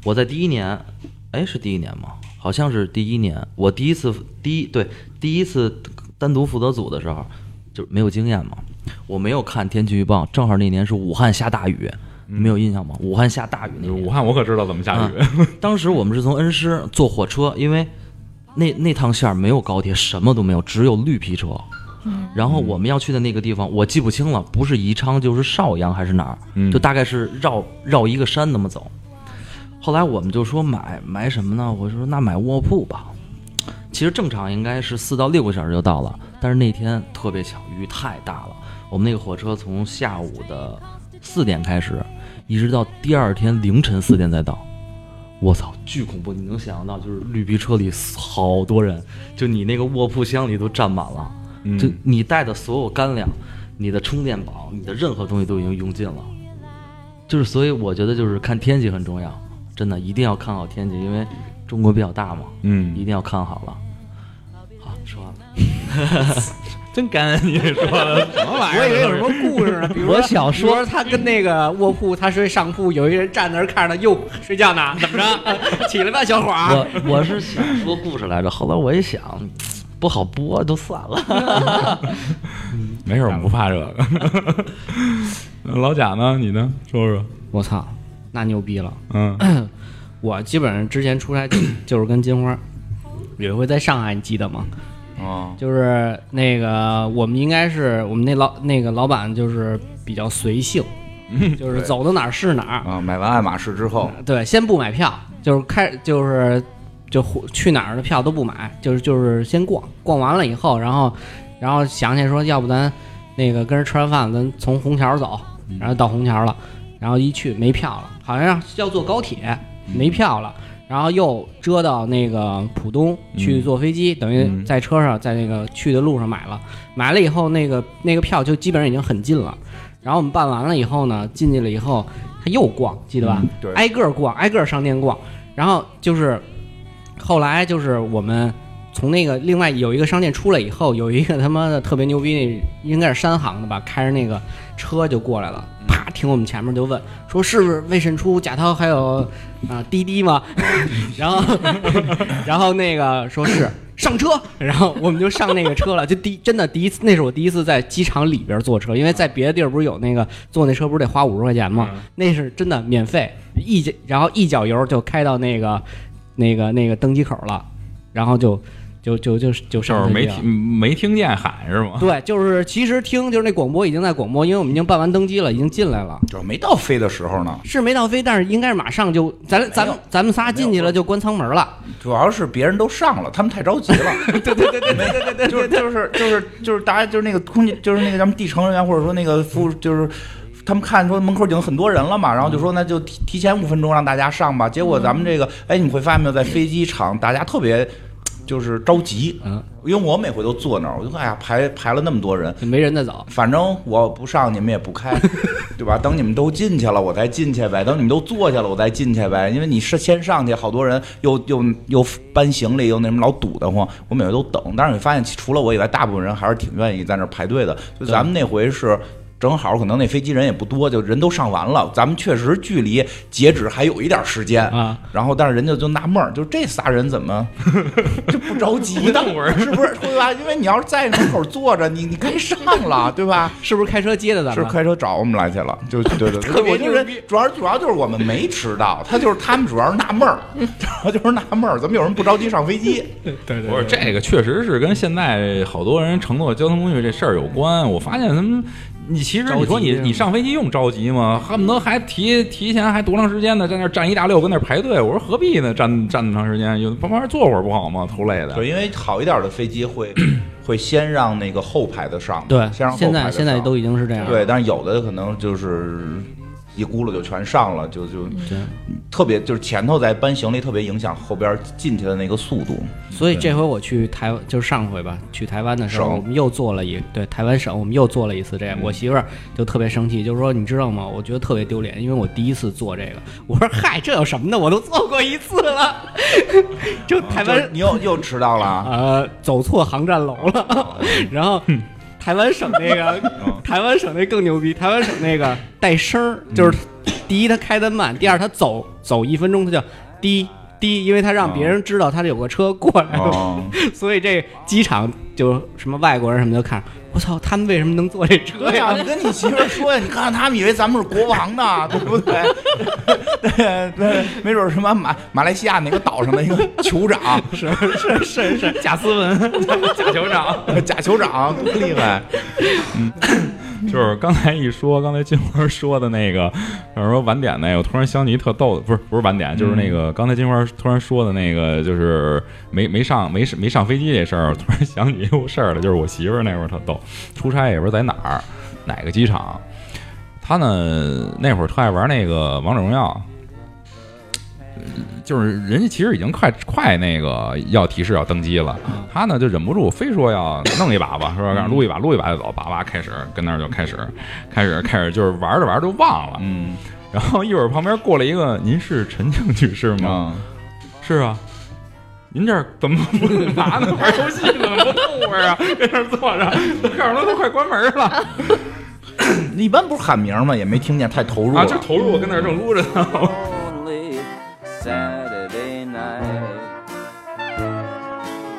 [SPEAKER 2] 我在第一年，哎，是第一年吗？好像是第一年，我第一次第一对第一次单独负责组的时候，就没有经验嘛，我没有看天气预报，正好那年是武汉下大雨，你们有印象吗？武汉下大雨那
[SPEAKER 3] 就是嗯
[SPEAKER 2] 年，
[SPEAKER 3] 武汉我可知道怎么下雨，
[SPEAKER 2] [laughs] 当时我们是从恩施坐火车，因为那那趟线儿没有高铁，什么都没有，只有绿皮车。然后我们要去的那个地方，我记不清了，不是宜昌就是邵阳还是哪儿，
[SPEAKER 3] 嗯
[SPEAKER 2] 就大概是绕绕一个山那么走。后来我们就说买买什么呢？我说那买卧铺吧。其实正常应该是四到六个小时就到了，但是那天特别巧，雨太大了。我们那个火车从下午的四点开始，一直到第二天凌晨四点才到。我操，巨恐怖！你能想象到，就是绿皮车里好多人，就你那个卧铺箱里都站满了，
[SPEAKER 7] 嗯
[SPEAKER 2] 就你带的所有干粮、你的充电宝、你的任何东西都已经用尽了。就是，所以我觉得就是看天气很重要，真的一定要看好天气，因为中国比较大嘛，一
[SPEAKER 3] 嗯，
[SPEAKER 2] 定要看好了。好，说完了。 [laughs]
[SPEAKER 7] 真干，你这说的什么玩意
[SPEAKER 4] 我以为有什么故 [laughs] 事呢？比如
[SPEAKER 2] 我想
[SPEAKER 4] 说，比如他跟那个卧铺，他睡上铺，有一个人站那儿看着他，哟，睡觉呢，怎么着？ [laughs] 起来吧，小伙儿。
[SPEAKER 2] 我我是想说故事来着，后来我一想，不好播，就算了。
[SPEAKER 3] [laughs]
[SPEAKER 2] [laughs]
[SPEAKER 3] 没事，我们不怕这个。 [laughs] 老贾呢？你呢？说说，
[SPEAKER 4] 我操，那牛逼了！
[SPEAKER 3] 嗯，
[SPEAKER 4] 我基本上之前出差就就是跟金花，有一回在上海，你记得吗？
[SPEAKER 6] 啊，
[SPEAKER 4] 就是那个我们应该是我们那老那个老板就是比较随性，就是走到哪儿是哪儿。
[SPEAKER 6] 啊，买完爱马仕之后，
[SPEAKER 4] 对，先不买票，就是开就是就去哪儿的票都不买，就是就是先逛，逛完了以后，然后然后想起说，要不咱那个跟人吃完饭，咱从虹桥走，然后到虹桥了，然后一去没票了，好像要坐高铁，没票了。然后又折到那个浦东去坐飞机，等于在车上，在那个去的路上买了，买了以后那个那个票就基本上已经很近了。然后我们办完了以后呢，进去了以后，他又逛，记得吧？
[SPEAKER 6] 对
[SPEAKER 4] 挨个儿逛，挨个儿商店逛。然后就是后来就是我们从那个另外有一个商店出来以后，有一个他妈的特别牛逼，应该是山航的吧，开着那个车就过来了，啪停我们前面就问说是不是魏慎初、贾涛还有啊、滴滴吗？ [laughs] 然后然后那个说是。上车，然后我们就上那个车了。就第真的第一次，那是我第一次在机场里边坐车，因为在别的地儿不是有那个坐那车不是得花五十块钱吗？
[SPEAKER 3] 嗯
[SPEAKER 4] 那是真的免费，一脚然后一脚油就开到那个那个那个登机口了，然后就就就就就
[SPEAKER 3] 就
[SPEAKER 4] 上
[SPEAKER 3] 是
[SPEAKER 4] 飞
[SPEAKER 3] 没
[SPEAKER 4] 机了
[SPEAKER 3] 听没听见喊是吗？
[SPEAKER 4] 对，就是其实听就是那广播已经在广播，因为我们已经办完登机了，已经进来了。
[SPEAKER 6] 主要没到飞的时候呢，
[SPEAKER 4] 是没到飞，但是应该是马上就咱咱们咱们仨进去了就关舱门了。
[SPEAKER 6] 主要是别人都上了，他们太着急了。 [laughs] 对对对对对对对，就是就是就是就是大家就是那个空姐，就是那个咱们地城人员或者说那个服务就是。他们看说门口已经很多人了嘛，然后就说那就提提前五分钟让大家上吧。结果咱们这个，哎，你们会发现没有，在飞机场大家特别就是着急，
[SPEAKER 4] 嗯，
[SPEAKER 6] 因为我每回都坐那儿，我就说哎呀排排了那么多人，
[SPEAKER 4] 就没人再走，
[SPEAKER 6] 反正我不上，你们也不开，对吧？等你们都进去了，我再进去呗；等你们都坐下了，我再进去呗。因为你是先上去，好多人又又又搬行李，又那什么，老堵得慌。我每回都等，但是你发现除了我以外，大部分人还是挺愿意在那儿排队的。就咱们那回是。正好可能那飞机人也不多，就人都上完了，咱们确实距离截止还有一点时间
[SPEAKER 4] 啊。
[SPEAKER 6] 然后，但是人家就纳闷儿，就这仨人怎么就不着急呢？是不是？对吧？因为你要是在门口坐着，你你该上了，对吧？
[SPEAKER 4] 是不是开车接的咱
[SPEAKER 6] 是
[SPEAKER 4] 们？
[SPEAKER 6] 开车找我们来去了，就
[SPEAKER 4] [laughs]
[SPEAKER 6] 对对，
[SPEAKER 4] 特别
[SPEAKER 6] 我就是主要主要就是我们没迟到，他就是他们主要是纳
[SPEAKER 4] [laughs]
[SPEAKER 6] 闷儿，主要就是纳闷儿，怎么有人不着急上飞机？
[SPEAKER 3] 不是这个，确实是跟现在好多人乘坐交通工具这事儿有关。我发现他们，你其实你说你你上飞机用着急吗？恨不得还提提前还多长时间呢，在那儿站一大溜，跟那儿排队。我说何必呢？站站那么长时间，有慢慢坐会儿不好吗？头累的。
[SPEAKER 6] 对，因为好一点的飞机 [clears throat] 会会先让那个后排的上，
[SPEAKER 4] 对，
[SPEAKER 6] 先让后
[SPEAKER 4] 现
[SPEAKER 6] 排
[SPEAKER 4] 在
[SPEAKER 6] 的
[SPEAKER 4] 现在
[SPEAKER 6] 上
[SPEAKER 4] 都已经是这样了。
[SPEAKER 6] 对，但是有的可能就是一咕噜就全上了，就
[SPEAKER 4] 嗯
[SPEAKER 6] 就特别就是前头在搬行李，特别影响后边进去的那个速度。
[SPEAKER 4] 所以这回我去台湾，就是上回吧，去台湾的时候，
[SPEAKER 6] 省嗯
[SPEAKER 4] 我们又做了一对台湾省，我们又做了一次这个。我媳妇儿就特别生气，就是说你知道吗？我觉得特别丢脸，因为我第一次做这个。我说嗨，这有什么的？我都做过一次了， [laughs] 就台湾、
[SPEAKER 6] 就是你又又迟到了
[SPEAKER 4] [laughs]
[SPEAKER 6] 啊，
[SPEAKER 4] 呃走错航站楼 [laughs] 了，然后。台湾省那 [laughs] 个，台湾省那更牛逼。台湾省那个带声儿，就是第一它开得慢，第二它走走一分钟它就滴滴，因为它让别人知道它有个车过来了。
[SPEAKER 6] 哦，
[SPEAKER 4] [laughs] 所以这机场就什么外国人什么就看，我操，他们为什么能坐这 [laughs] 车
[SPEAKER 6] 对呀、啊
[SPEAKER 4] 呀？
[SPEAKER 6] 你跟你媳妇儿说呀，你看他们以为咱们是国王呢，对不对？ [laughs] 对对，没准儿什么马马来西亚哪个岛上的一个酋长，是是是是
[SPEAKER 7] 贾斯文，贾酋长，
[SPEAKER 6] [laughs] 假酋长，多厉害！
[SPEAKER 3] 就是刚才一说，刚才金花说的那个，就是说晚点那个，我突然想起一特逗的，不是不是晚点，就是那个、刚才金花突然说的那个，就是没没上没没上飞机这事儿，我突然想起一个事儿来，就是我媳妇儿那会儿特逗，出差也不知道在哪儿哪个机场，她呢那会儿特爱玩那个王者荣耀。就是人家其实已经快快那个要提示要登机了，
[SPEAKER 6] 嗯
[SPEAKER 3] 他呢就忍不住非说要弄一把吧，说让撸一把撸一把就走，叭叭开始跟那儿就开始开始开始就是玩着玩着就忘了，
[SPEAKER 6] 嗯
[SPEAKER 3] 然后一会儿旁边过来一个，您是陈静女士吗？
[SPEAKER 6] 啊，
[SPEAKER 3] 是啊。您这儿怎么 [laughs] 不拿呢？玩游戏呢？不动会儿 [laughs] 啊？跟那儿坐着，都告诉他都快关门了
[SPEAKER 6] 一般不是喊名吗？也没听见，太投入了。
[SPEAKER 3] 啊！就投入跟那儿正撸着呢。
[SPEAKER 8] lonely Saturday night.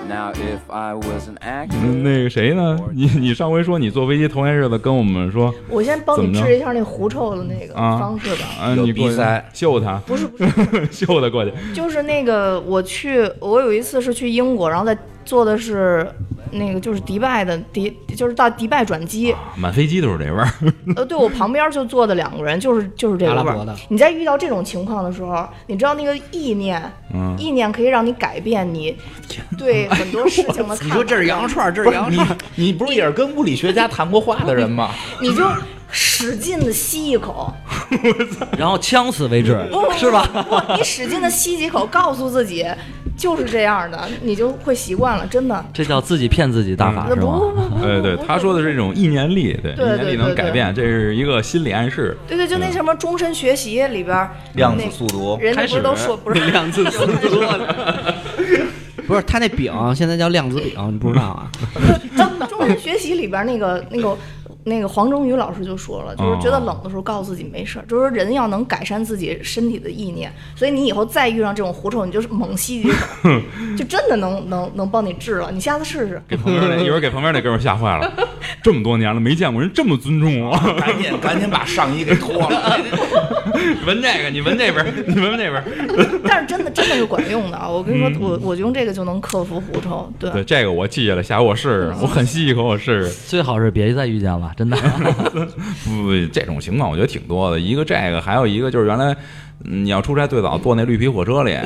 [SPEAKER 8] Now, if I was an actor,
[SPEAKER 3] [laughs] 那个谁呢？你你上回说你坐飞机头些日子跟我们说
[SPEAKER 5] 我先帮
[SPEAKER 3] 怎
[SPEAKER 5] 你
[SPEAKER 3] 么着
[SPEAKER 5] 治一下那狐臭的那个
[SPEAKER 3] 啊
[SPEAKER 5] 方式吧。
[SPEAKER 3] 啊，
[SPEAKER 6] 有
[SPEAKER 3] 你过
[SPEAKER 6] 鼻
[SPEAKER 3] 去
[SPEAKER 6] 塞
[SPEAKER 3] 秀他，
[SPEAKER 5] 不是不是。
[SPEAKER 3] [laughs]
[SPEAKER 5] [laughs]
[SPEAKER 3] 秀他过去。
[SPEAKER 5] 就是那个，我去，我有一次是去英国，然后在坐的是那个就是迪拜的迪，就是到迪拜转机，
[SPEAKER 3] 满飞机都是这
[SPEAKER 5] [laughs]
[SPEAKER 3] 味儿。
[SPEAKER 5] 呃，对我旁边就坐的两个人，就是就是这
[SPEAKER 4] 阿
[SPEAKER 5] 个
[SPEAKER 4] 拉
[SPEAKER 5] 味
[SPEAKER 4] 伯
[SPEAKER 5] 儿
[SPEAKER 4] 的。
[SPEAKER 5] 你在遇到这种情况的时候，你知道那个意念，
[SPEAKER 3] 嗯
[SPEAKER 5] 意念可以让你改变你对很多事情
[SPEAKER 3] [laughs]
[SPEAKER 5] 的看法。
[SPEAKER 4] 你说这是羊肉串儿，这是羊肉串儿，
[SPEAKER 6] 你不是也是跟物理学家谈过话的人吗？
[SPEAKER 5] 你就使劲的吸一
[SPEAKER 4] [laughs]
[SPEAKER 5] 口，
[SPEAKER 2] 然后呛死为止，
[SPEAKER 5] 不
[SPEAKER 2] 是吧？？
[SPEAKER 5] 不，不你使劲的吸几口，告诉自己就是这样的，你就会习惯了，真的。
[SPEAKER 2] 这叫自己骗自己大
[SPEAKER 3] 啊
[SPEAKER 2] 法
[SPEAKER 5] 不
[SPEAKER 2] 是
[SPEAKER 5] 嗯不 [laughs]
[SPEAKER 2] 吗？
[SPEAKER 5] 不不，
[SPEAKER 3] 对哎对，他说的是这种意念力，
[SPEAKER 5] 对
[SPEAKER 3] 对，意念力
[SPEAKER 5] 对
[SPEAKER 3] 能
[SPEAKER 5] 对
[SPEAKER 3] 改
[SPEAKER 5] 对
[SPEAKER 3] 变，这是一个心理暗示。
[SPEAKER 5] 对对，就那什么终身学习里边儿，
[SPEAKER 6] 量子
[SPEAKER 5] 那
[SPEAKER 6] 速读
[SPEAKER 5] 人家不
[SPEAKER 3] 嗯开始
[SPEAKER 5] 是都说不是
[SPEAKER 3] [laughs]
[SPEAKER 4] 量子
[SPEAKER 5] 速读
[SPEAKER 4] 不是他那饼现在叫量子饼，你不知道 [laughs] 啊？
[SPEAKER 5] 终身学习里边那个那个那个黄征宇老师就说了，就是
[SPEAKER 3] 哦
[SPEAKER 5] 觉得冷的时候告诉自己没事儿，就是人要能改善自己身体的意念，所以你以后再遇上这种狐臭，你就是猛吸几口，就真的能能能帮你治了，你下次试试。
[SPEAKER 3] 给旁边那一会儿给旁边那哥们儿吓坏
[SPEAKER 5] [laughs]
[SPEAKER 3] 了，这么多年了没见过人这么尊重我。 [laughs]
[SPEAKER 6] 赶紧赶紧把上衣给脱了，
[SPEAKER 3] 闻这个，你闻这边儿，你闻这边儿。
[SPEAKER 5] 但是真的真的是管用的啊！我跟你说，
[SPEAKER 3] 嗯
[SPEAKER 5] 我我用这个就能克服狐臭，对。
[SPEAKER 3] 对，这个我记下来，下回我试试，我狠吸一口，我试试。
[SPEAKER 2] [laughs] 最好是别再遇见了，
[SPEAKER 4] [laughs]
[SPEAKER 2] 真的。
[SPEAKER 3] 不不，这种情况我觉得挺多的。一个这个，还有一个就是原来嗯你要出差最早坐那绿皮火车里，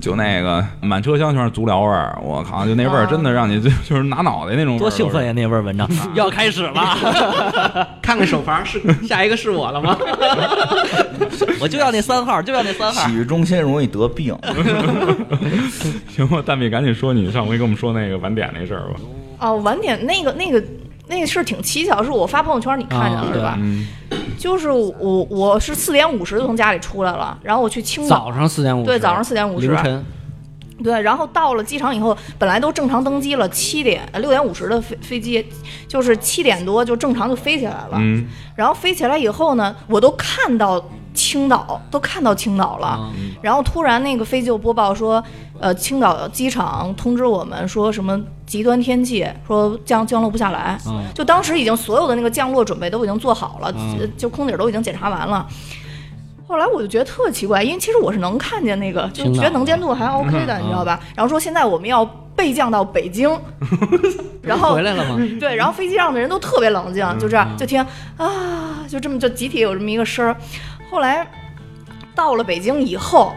[SPEAKER 3] 就那个满车厢全是足疗味儿，我靠，就那味儿真的让你就就是拿脑袋那种味儿。
[SPEAKER 2] 多兴奋呀！那味儿闻着要开始了，
[SPEAKER 4] [laughs] 看看手牌是下一个是我了吗？
[SPEAKER 2] 我就要那三号，就要那三号
[SPEAKER 6] 洗。浴中心容易得病。
[SPEAKER 3] 行吧，蛋比赶紧说你上回跟我们说那个晚点那事儿吧。
[SPEAKER 5] 哦，晚点那个那个那个事儿挺蹊跷，是我发朋友圈你看见了、
[SPEAKER 4] 啊
[SPEAKER 5] 是吧？就是我我是四点五十就从家里出来了，然后我去青岛
[SPEAKER 4] 早上四点五十，
[SPEAKER 5] 对早上4:50
[SPEAKER 4] 凌晨
[SPEAKER 5] 对，然后到了机场以后，本来都正常登机了，七点六点五十的飞飞机，就是七点多就正常就飞起来了。
[SPEAKER 3] 嗯，
[SPEAKER 5] 然后飞起来以后呢，我都看到青岛，都看到青岛了。
[SPEAKER 4] 嗯
[SPEAKER 5] 然后突然那个飞机就播报说，呃，青岛机场通知我们说什么极端天气，说降降落不下来。就当时已经所有的那个降落准备都已经做好了，
[SPEAKER 4] 嗯
[SPEAKER 5] 呃就空姐都已经检查完了。后来我就觉得特奇怪，因为其实我是能看见那个，就
[SPEAKER 4] 青岛嗯
[SPEAKER 5] 觉得能见度还 OK 的，你知道吧？然后说现在我们要备降到北
[SPEAKER 4] [laughs]
[SPEAKER 5] 京，然后
[SPEAKER 4] 回来了吗？
[SPEAKER 5] 嗯对，然后飞机上的人都特别冷静，就这
[SPEAKER 2] 嗯
[SPEAKER 5] 样就听啊，就这么就集体有这么一个声儿。后来到了北京以后，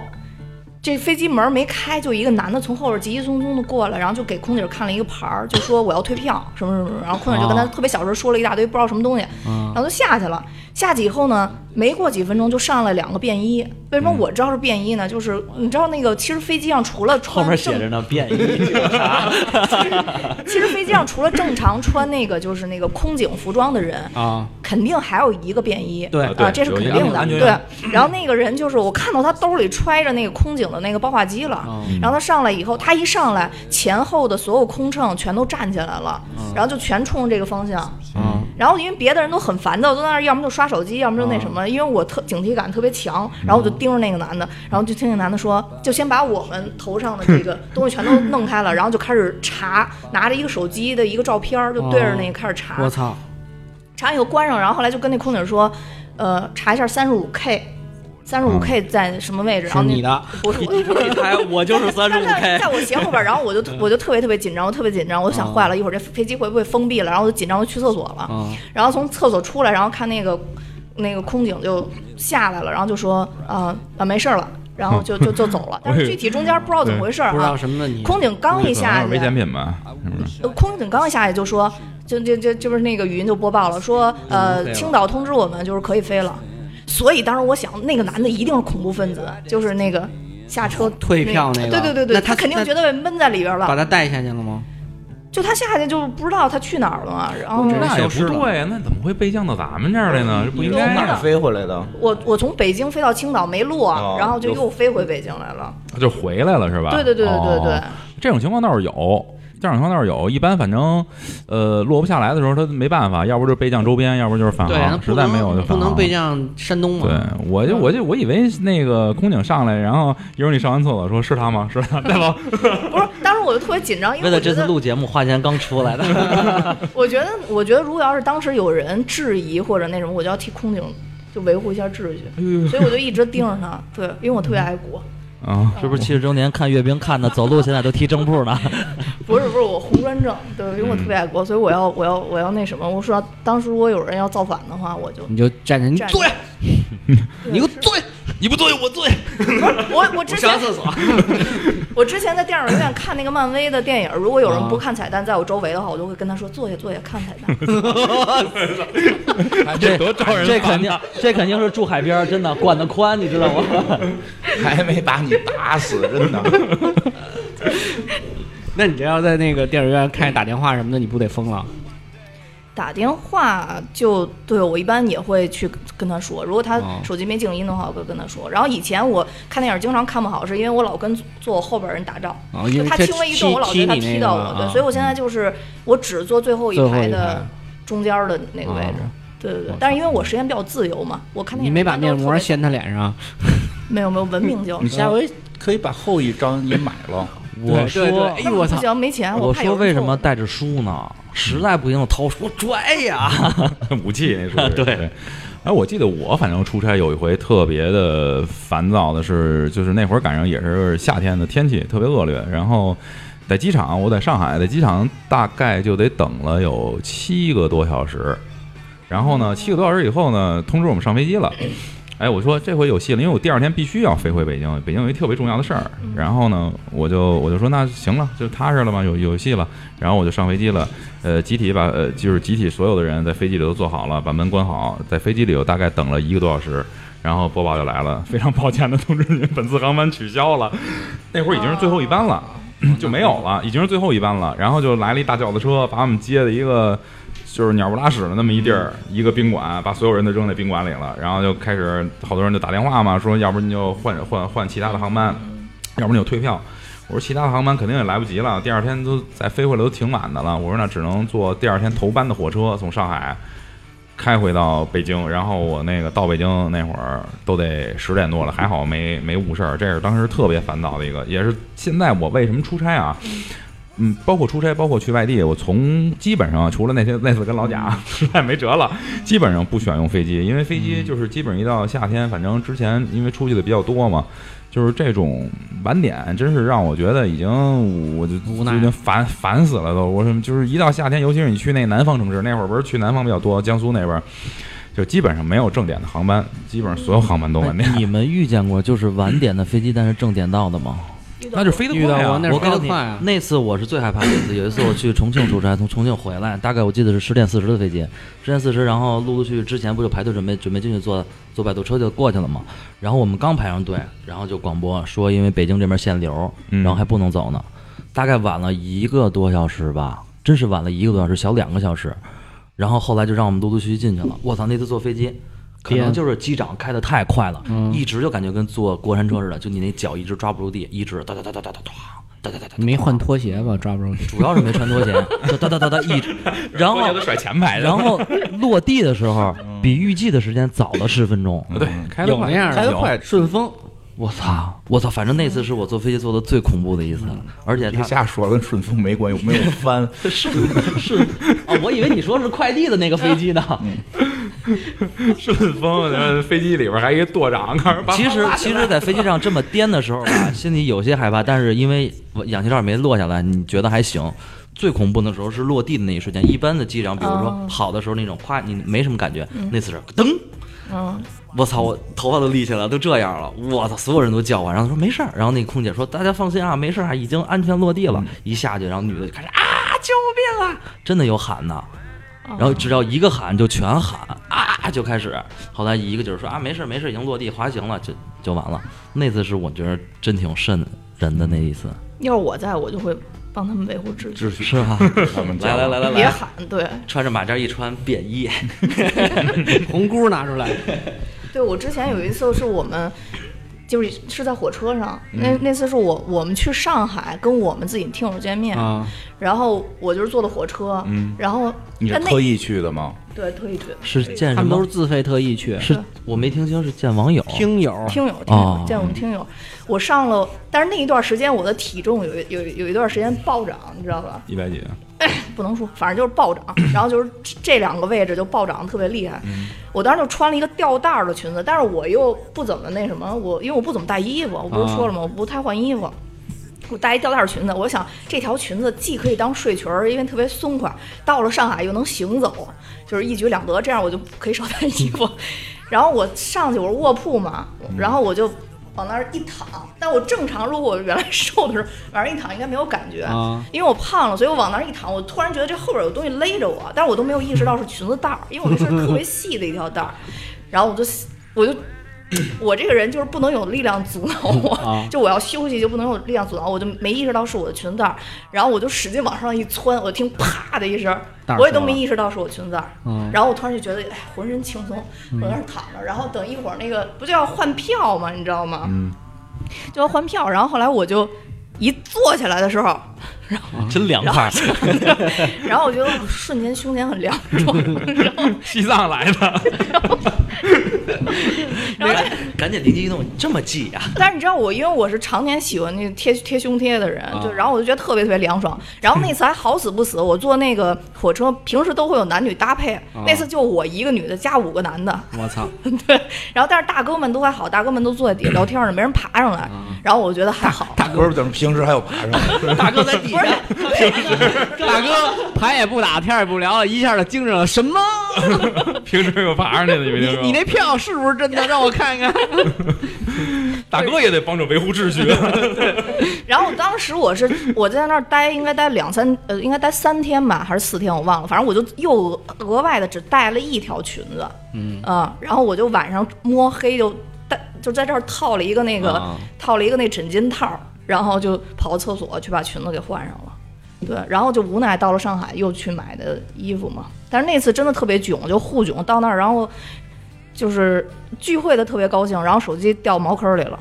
[SPEAKER 5] 这飞机门没开，就一个男的从后边急急匆匆的过来，然后就给空姐看了一个牌儿，就说我要退票什么什么什么，然后空姐就跟他
[SPEAKER 4] 哦
[SPEAKER 5] 特别小声说了一大堆不知道什么东西，
[SPEAKER 2] 嗯
[SPEAKER 5] 然后就下去了。下去以后呢，没过几分钟就上来两个便衣。为什
[SPEAKER 2] 嗯
[SPEAKER 5] 么我知道是便衣呢？就是你知道那个，其实飞机上除了
[SPEAKER 2] 后
[SPEAKER 5] 穿
[SPEAKER 2] 面
[SPEAKER 5] 正
[SPEAKER 2] 写着呢，便衣。
[SPEAKER 5] 嗯其实飞机上除了正常穿那个就是那个空警服装的人，
[SPEAKER 4] 啊，
[SPEAKER 5] 肯定还有一个便衣。
[SPEAKER 4] 对
[SPEAKER 5] 啊，这是肯定的。对，然后那个人就是我看到他兜里揣着那个空警的那个包话机了，
[SPEAKER 4] 嗯
[SPEAKER 5] 然后他上来以后，他一上来，前后的所有空乘全都站起来了，然后就全冲这个方向。
[SPEAKER 4] 嗯，
[SPEAKER 5] 然后因为别的人都很烦躁，都在那儿要么就刷手机，要么就那什
[SPEAKER 4] 嗯
[SPEAKER 5] 么。因为我特警惕感特别强，然后我就盯着那个男的，然后就听那男的说，就先把我们头上的这个东西全都弄开了，然后就开始查，拿着一个手机的一个照片儿，就对着
[SPEAKER 4] 哦
[SPEAKER 5] 那个开始查。
[SPEAKER 4] 我操，
[SPEAKER 5] 查完以后关上，然后后来就跟那空姐说，呃，查一下三十五 K，三十五 K 在什么位置？然
[SPEAKER 4] 嗯是
[SPEAKER 5] 后那
[SPEAKER 4] 你的，
[SPEAKER 5] 不是我。
[SPEAKER 4] 哎
[SPEAKER 2] 还我就
[SPEAKER 4] [laughs]
[SPEAKER 2] 是三十
[SPEAKER 5] 但
[SPEAKER 2] 五
[SPEAKER 5] 是在
[SPEAKER 2] K，
[SPEAKER 5] 在我斜后边儿，然后我
[SPEAKER 4] 嗯
[SPEAKER 5] 就我就特别特别紧张，我特别紧张，我就想坏了，一会儿这飞机会不会封闭了？然后我就紧张，我就去厕所了。
[SPEAKER 4] 嗯，
[SPEAKER 5] 然后从厕所出来，然后看那个那个空警就下来了，然后就说啊啊没事儿了，然后
[SPEAKER 4] 嗯
[SPEAKER 5] 就就就走了。但是具体中间不知道怎么回事儿
[SPEAKER 4] 不知道
[SPEAKER 5] 啊。
[SPEAKER 4] 什么问题。
[SPEAKER 5] 空警刚一下
[SPEAKER 3] 可能
[SPEAKER 5] 去
[SPEAKER 3] 是危，险品吧，是不是？
[SPEAKER 5] 呃空警刚一下去就说，就就就就是那个语音就播报了，说呃
[SPEAKER 4] 嗯
[SPEAKER 5] 青岛通知我们就是可以飞了。所以当时我想，那个男的一定是恐怖分子，就是那个下车
[SPEAKER 4] 哦退票那
[SPEAKER 5] 那
[SPEAKER 4] 个
[SPEAKER 5] 对对对对，
[SPEAKER 4] 那他
[SPEAKER 5] 肯定
[SPEAKER 4] 那
[SPEAKER 5] 觉得被闷在里边
[SPEAKER 4] 把
[SPEAKER 5] 了。
[SPEAKER 4] 他带下去了吗？
[SPEAKER 5] 就他下去就不知道他去哪儿了嘛，然后
[SPEAKER 3] 那也
[SPEAKER 4] 消失
[SPEAKER 3] 不
[SPEAKER 4] 了
[SPEAKER 3] 对，啊那怎么会被降到咱们这儿来呢？这不应
[SPEAKER 5] 你
[SPEAKER 3] 该啊
[SPEAKER 5] 从
[SPEAKER 6] 哪
[SPEAKER 3] 呀
[SPEAKER 6] 儿飞回来的？
[SPEAKER 5] 我我从北京飞到青岛没路啊
[SPEAKER 6] 哦，
[SPEAKER 5] 然后就
[SPEAKER 6] 就
[SPEAKER 5] 又飞回北京来了。
[SPEAKER 3] 就回来了是吧？
[SPEAKER 5] 对对对对对对
[SPEAKER 3] 哦，这种情况倒是有，这种情况倒是有。一般反正，呃，落不下来的时候，他没办法，要不就备降周边，要不就是返
[SPEAKER 4] 对，那
[SPEAKER 3] 航，
[SPEAKER 4] 不
[SPEAKER 3] 实在
[SPEAKER 4] 能
[SPEAKER 3] 没有就
[SPEAKER 4] 不
[SPEAKER 3] 返
[SPEAKER 4] 能
[SPEAKER 3] 航。
[SPEAKER 4] 备降山东
[SPEAKER 3] 对
[SPEAKER 4] 嘛？，
[SPEAKER 3] 我就我就我以为那个空警上来，然后一会儿你上完厕所说是他吗？是他，对
[SPEAKER 4] [laughs]
[SPEAKER 3] 吧？
[SPEAKER 5] 不是，当时我就特别紧张，因
[SPEAKER 2] [laughs] 为
[SPEAKER 5] 为
[SPEAKER 2] 了
[SPEAKER 5] 我
[SPEAKER 2] 这
[SPEAKER 5] 觉
[SPEAKER 2] 次
[SPEAKER 5] 得，
[SPEAKER 2] 录节目，花钱刚出来的。
[SPEAKER 5] [laughs] 我觉得，我觉得，如果要是当时有人质疑或者那什么，我
[SPEAKER 4] 哎 [laughs]
[SPEAKER 5] 就要替空警就维护一下秩序，所以我就一直盯着他。对，因为我特别爱国，
[SPEAKER 3] 啊，
[SPEAKER 2] 这不是七十周年看阅兵看的，走路现在都踢正步呢。
[SPEAKER 5] 不是不是，我红专政，对，因为我特别爱
[SPEAKER 4] 嗯
[SPEAKER 5] 国，所以我要我要我要那什么，我说当时如果有人要造反的话，我就
[SPEAKER 4] 你就站着，你
[SPEAKER 5] 站着
[SPEAKER 4] 对，你给我
[SPEAKER 5] 对
[SPEAKER 4] 对，你不对我对，
[SPEAKER 5] 我我之前
[SPEAKER 4] 上厕所。 [laughs]
[SPEAKER 5] 我之前在电影院看那个漫威的电影，如果有人
[SPEAKER 4] 啊
[SPEAKER 5] 不看彩蛋，在我周围的话，我就会跟他说坐下坐下看彩蛋。
[SPEAKER 2] 这
[SPEAKER 7] 多招人
[SPEAKER 2] 这
[SPEAKER 7] 烦
[SPEAKER 2] 肯定，这肯定是住海边儿，真的管得宽，你知道吗？ [laughs]
[SPEAKER 6] 还没把你打死，真的。
[SPEAKER 4] 那你这要在那个电影院看见打电话什么的，你不得疯了？
[SPEAKER 5] 打电话就对我一般也会去跟他说，如果他
[SPEAKER 4] 哦
[SPEAKER 5] 手机没静音的话，我会跟他说。然后以前我看电影经常看不好，是因为我老跟坐我后边人打仗，
[SPEAKER 4] 啊，因为
[SPEAKER 5] 他
[SPEAKER 4] 这
[SPEAKER 5] 轻微一动，我老觉
[SPEAKER 4] 踢
[SPEAKER 5] 得他
[SPEAKER 4] 你那
[SPEAKER 5] 踢
[SPEAKER 4] 个
[SPEAKER 5] 到
[SPEAKER 4] 嘛
[SPEAKER 5] 我，对，
[SPEAKER 4] 啊
[SPEAKER 5] 所以我现在就是我只坐最后一
[SPEAKER 4] 最后
[SPEAKER 5] 排
[SPEAKER 4] 一
[SPEAKER 5] 的
[SPEAKER 4] 排
[SPEAKER 5] 中间的那个位置
[SPEAKER 4] 啊。
[SPEAKER 5] 对对对，但是因为我时间比较自由嘛，我看电
[SPEAKER 4] 你
[SPEAKER 5] 影
[SPEAKER 4] 没把
[SPEAKER 5] 一般
[SPEAKER 4] 面
[SPEAKER 5] 都是
[SPEAKER 4] 膜
[SPEAKER 5] 特别
[SPEAKER 4] 掀他嗯脸上，啊
[SPEAKER 5] 没有没有文明就
[SPEAKER 6] 你下回可以把后一张也买 [laughs] 了，
[SPEAKER 2] 我
[SPEAKER 4] 对对，
[SPEAKER 2] 说
[SPEAKER 4] 哎， [laughs] 呦我操
[SPEAKER 5] 不！行没钱，
[SPEAKER 2] 我
[SPEAKER 5] 怕有
[SPEAKER 2] 说
[SPEAKER 5] 人
[SPEAKER 2] 为什么
[SPEAKER 5] 揍我
[SPEAKER 2] 带着书呢？实在不行我掏书我拽呀。
[SPEAKER 3] [laughs] 武器那说
[SPEAKER 2] 对
[SPEAKER 3] 对。哎，我记得我反正出差有一回特别的烦躁的是，就是那会儿赶上也是夏天的天气特别恶劣，然后在机场，我在上海，在机场大概就得等了有七个多小时，然后呢，七个多小时以后呢，通知我们上飞机了。哎，我说这回有戏了，因为我第二天必须要飞回北京，北京有一特别重要的事儿。然后呢，我就我就说那行了，就踏实了嘛，有有戏了。然后我就上飞机了，呃，集体把呃就是集体所有的人在飞机里都坐好了，把门关好，在飞机里又大概等了一个多小时。然后播报就来了，非 [laughs] 常抱歉的通知您，本次航班取消了。那会儿已经是最后一班了，就没有了，已经是最后一班了。然后就来了一大轿子车，把我们接的一个就是鸟不拉屎的那么一地儿，一个宾馆，把所有人都扔在宾馆里了，然后就开始好多人就打电话嘛，说要不你就换换换其他的航班，要不你就退票。我说其他的航班肯定也来不及了，第二天都再飞回来都挺晚的了。我说那只能坐第二天头班的火车从上海开回到北京，然后我那个到北京那会儿都得十点多了，还好没没误事儿，这是当时特别烦躁的一个，也是现在我为什么出差啊？嗯，包括出差，包括去外地，我从基本上除了那天那次跟老贾实在没辙了，基本上不喜欢用飞机，因为飞机就是基本上一到夏天，反正之前因为出去的比较多嘛，就是这种晚点，真是让我觉得已经我就
[SPEAKER 4] 无奈
[SPEAKER 3] 就已经烦烦死了都。我说就是一到夏天，尤其是你去那南方城市，那会儿不是去南方比较多，江苏那边儿，就基本上没有正点的航班，基本上所有航班都晚 [laughs] 点。
[SPEAKER 2] 你们遇见过就是晚点的飞机，但是正点到的吗？
[SPEAKER 5] 遇到
[SPEAKER 3] 那就飞得
[SPEAKER 4] 遇到
[SPEAKER 3] 快
[SPEAKER 4] 过
[SPEAKER 3] 啊！
[SPEAKER 4] 那是
[SPEAKER 2] 我
[SPEAKER 4] 飞
[SPEAKER 2] 告
[SPEAKER 4] 得
[SPEAKER 2] 诉你
[SPEAKER 4] 快啊，，
[SPEAKER 2] 那次我是最害怕的一次。有一次我去重庆出差，从重庆回来，大概我记得是十点四十的飞机，十点四十，然后陆陆续续之前不就排队准备准备进去坐坐摆渡车就过去了嘛。然后我们刚排上队，然后就广播说因为北京这边限流，
[SPEAKER 3] 嗯
[SPEAKER 2] 然后还不能走呢，大概晚了一个多小时吧，真是晚了一个多小时，小两个小时。然后后来就让我们陆陆续续进去了。我操，那次坐飞机。可能
[SPEAKER 4] 颠
[SPEAKER 2] 就是机长开的太快了，一直就感觉跟坐过山车似的，就你那脚一直抓不住地，一直哒哒哒哒哒哒哒哒哒哒哒。
[SPEAKER 4] 你没换拖鞋吧？抓不住你。
[SPEAKER 2] 主要是没穿拖鞋，
[SPEAKER 3] [laughs]
[SPEAKER 2] 就哒哒哒哒一直，然后
[SPEAKER 3] 都甩前排的，
[SPEAKER 2] 然后落地的时
[SPEAKER 3] [laughs]
[SPEAKER 2] 候比预计的时间早了十分钟。
[SPEAKER 3] 嗯对开得
[SPEAKER 4] 有
[SPEAKER 3] 快
[SPEAKER 4] 那样
[SPEAKER 6] 开
[SPEAKER 4] 的
[SPEAKER 6] 得快
[SPEAKER 4] 顺丰，
[SPEAKER 2] 我操，我操，反正那次是我坐飞机坐的最恐怖的一
[SPEAKER 3] 嗯
[SPEAKER 2] 次，而且
[SPEAKER 6] 别
[SPEAKER 2] 他
[SPEAKER 6] 瞎说了，跟顺丰没关系，我没有翻。
[SPEAKER 2] 是是啊，我以为你说是快递的那个
[SPEAKER 3] [laughs]
[SPEAKER 2] 飞机
[SPEAKER 3] 啊
[SPEAKER 2] 呢。
[SPEAKER 3] 顺风，然后飞机里边还一个舵长，看着把
[SPEAKER 2] 其实其实，在飞机上这么颠的时候
[SPEAKER 3] [laughs]
[SPEAKER 2] 吧，心里有些害怕，但是因为氧气罩没落下来，你觉得还行。最恐怖的时候是落地的那一瞬间，一般的机长，比如说
[SPEAKER 5] 哦
[SPEAKER 2] 好的时候那种，夸你没什么感觉，那次是噔，
[SPEAKER 5] 嗯，
[SPEAKER 2] 我操，我头发都立起来了，都这样了，我操，所有人都叫我，然后说没事儿，然后那空姐说大家放心啊，没事儿啊，已经安全落地了。一下去，然后女的就开始啊，救命啊，真的有喊呐，
[SPEAKER 5] 哦
[SPEAKER 2] 然后只要一个喊就全喊啊，就开始。后来一个就是说啊，没事儿没事儿，已经落地滑行了，就就完了。那次是我觉得真挺瘆人的那一次，
[SPEAKER 5] 要是我在，我就会帮他们维护秩序，
[SPEAKER 2] 是吧？来来来来
[SPEAKER 5] 别
[SPEAKER 2] 来，
[SPEAKER 5] 喊。对，
[SPEAKER 2] 穿着马扎一穿便衣，
[SPEAKER 4] 红箍拿出来，
[SPEAKER 5] 对我之前有一次是我们。就是是在火车上，
[SPEAKER 6] 嗯
[SPEAKER 5] 那那次是我我们去上海跟我们自己听友见面，
[SPEAKER 4] 啊
[SPEAKER 5] 然后我就是坐的火车，然后
[SPEAKER 6] 嗯你是
[SPEAKER 5] 但那
[SPEAKER 6] 特意去的吗？啊
[SPEAKER 5] 对，特意去
[SPEAKER 2] 是见
[SPEAKER 4] 他
[SPEAKER 2] 什
[SPEAKER 4] 们都
[SPEAKER 2] 么
[SPEAKER 4] 是？自费特意去，
[SPEAKER 2] 是我没听清，是见网友。
[SPEAKER 4] 听友
[SPEAKER 5] 嗯听友，听友
[SPEAKER 2] 哦，
[SPEAKER 5] 见我
[SPEAKER 6] 嗯
[SPEAKER 5] 们听友，我上了，但是那一段时间我的体重有一有有一段时间暴涨，你知道吧？ [clears throat]
[SPEAKER 3] 一百几，
[SPEAKER 5] 不能说，反正就是暴涨，然后就是这这两个位置就暴涨得特别厉害。
[SPEAKER 6] 嗯
[SPEAKER 5] 我当时就穿了一个吊带儿的裙子，但是我又不怎么那什么，我因为我不怎么带衣服，我不
[SPEAKER 6] 啊
[SPEAKER 5] 是说了吗？我不太换衣服。我带一吊带儿裙子，我想这条裙子既可以当睡裙儿，因为特别松快，到了上海又能行走，就是一举两得，这样我就可以少带衣服。 [laughs] 然后我上去，我是卧铺嘛，然后我就往那儿一躺。但我正常，如果我原来 [laughs] 瘦的时候往那儿一躺，应该没有感觉，
[SPEAKER 4] 啊
[SPEAKER 5] 因为我胖了，所以我往那儿一躺，我突然觉得这后边有东西勒着我，但是我都没有意识到是裙子带儿，因为我这是特别细的一条带儿。然后我就我
[SPEAKER 4] [clears throat]
[SPEAKER 5] 就我这个人就是不能有力量阻挠我，[laughs]
[SPEAKER 4] 啊
[SPEAKER 5] 就我要休息就不能有力量阻挠，我就没意识到是我的裙子带儿，然后我就使劲往上一窜，我听啪的一声
[SPEAKER 4] 带儿，
[SPEAKER 5] 我也都
[SPEAKER 4] 松了
[SPEAKER 5] 没意识到是我裙子带儿，
[SPEAKER 4] 嗯
[SPEAKER 5] 然后我突然就觉得哎浑身轻松，我在那儿躺着，然后等一会儿那个不就要换票吗？你知道吗？
[SPEAKER 4] 嗯
[SPEAKER 5] 就要换票，然后后来我就一坐起来的时候，
[SPEAKER 7] 真凉快，
[SPEAKER 5] 然后我觉得我瞬间胸前很凉爽，然后
[SPEAKER 7] 西藏来
[SPEAKER 5] [laughs]
[SPEAKER 7] 的，
[SPEAKER 5] [laughs] 然后。
[SPEAKER 2] [laughs] 赶紧灵机一动，这么记啊呀、
[SPEAKER 5] [laughs] 但是你知道我，因为我是常年喜欢那个贴贴胸贴的人，就然后我就觉得特别特别凉爽。然后那次还好死不死，我坐那个火车，平时都会有男女搭配，那次就我一个女的加五个男的，
[SPEAKER 4] 我操，
[SPEAKER 5] [laughs] 对。然后但是大哥们都还好，大哥们都坐在底下聊天呢，没人爬上来。然后我觉得还好，
[SPEAKER 6] [laughs] 大哥怎么平时还有啊爬上来？
[SPEAKER 4] 大哥在地上，大哥牌也不打，天也不聊了，一下就精神了。什么？
[SPEAKER 3] 平时有爬上去的，你 [laughs] 没听
[SPEAKER 4] 你
[SPEAKER 3] 说？
[SPEAKER 4] 你那票是不是真的？让我看 [laughs] 看。
[SPEAKER 3] 大哥也得帮着维护秩序。
[SPEAKER 5] 然后当时我是我在那儿待，应该待两三呃，应该待三天吧，还是四天，我忘了。反正我就又额额外的只带了一条裙子，嗯然后我就晚上摸黑就带就在这儿套了一个那个、
[SPEAKER 2] 啊
[SPEAKER 5] 套了一个那枕巾套，然后就跑到厕所去把裙子给换上了。对，然后就无奈到了上海又去买的衣服嘛，但是那次真的特别囧，就互囧到那儿，然后就是聚会的特别高兴，然后手机掉茅坑
[SPEAKER 3] [laughs]
[SPEAKER 5] 里了。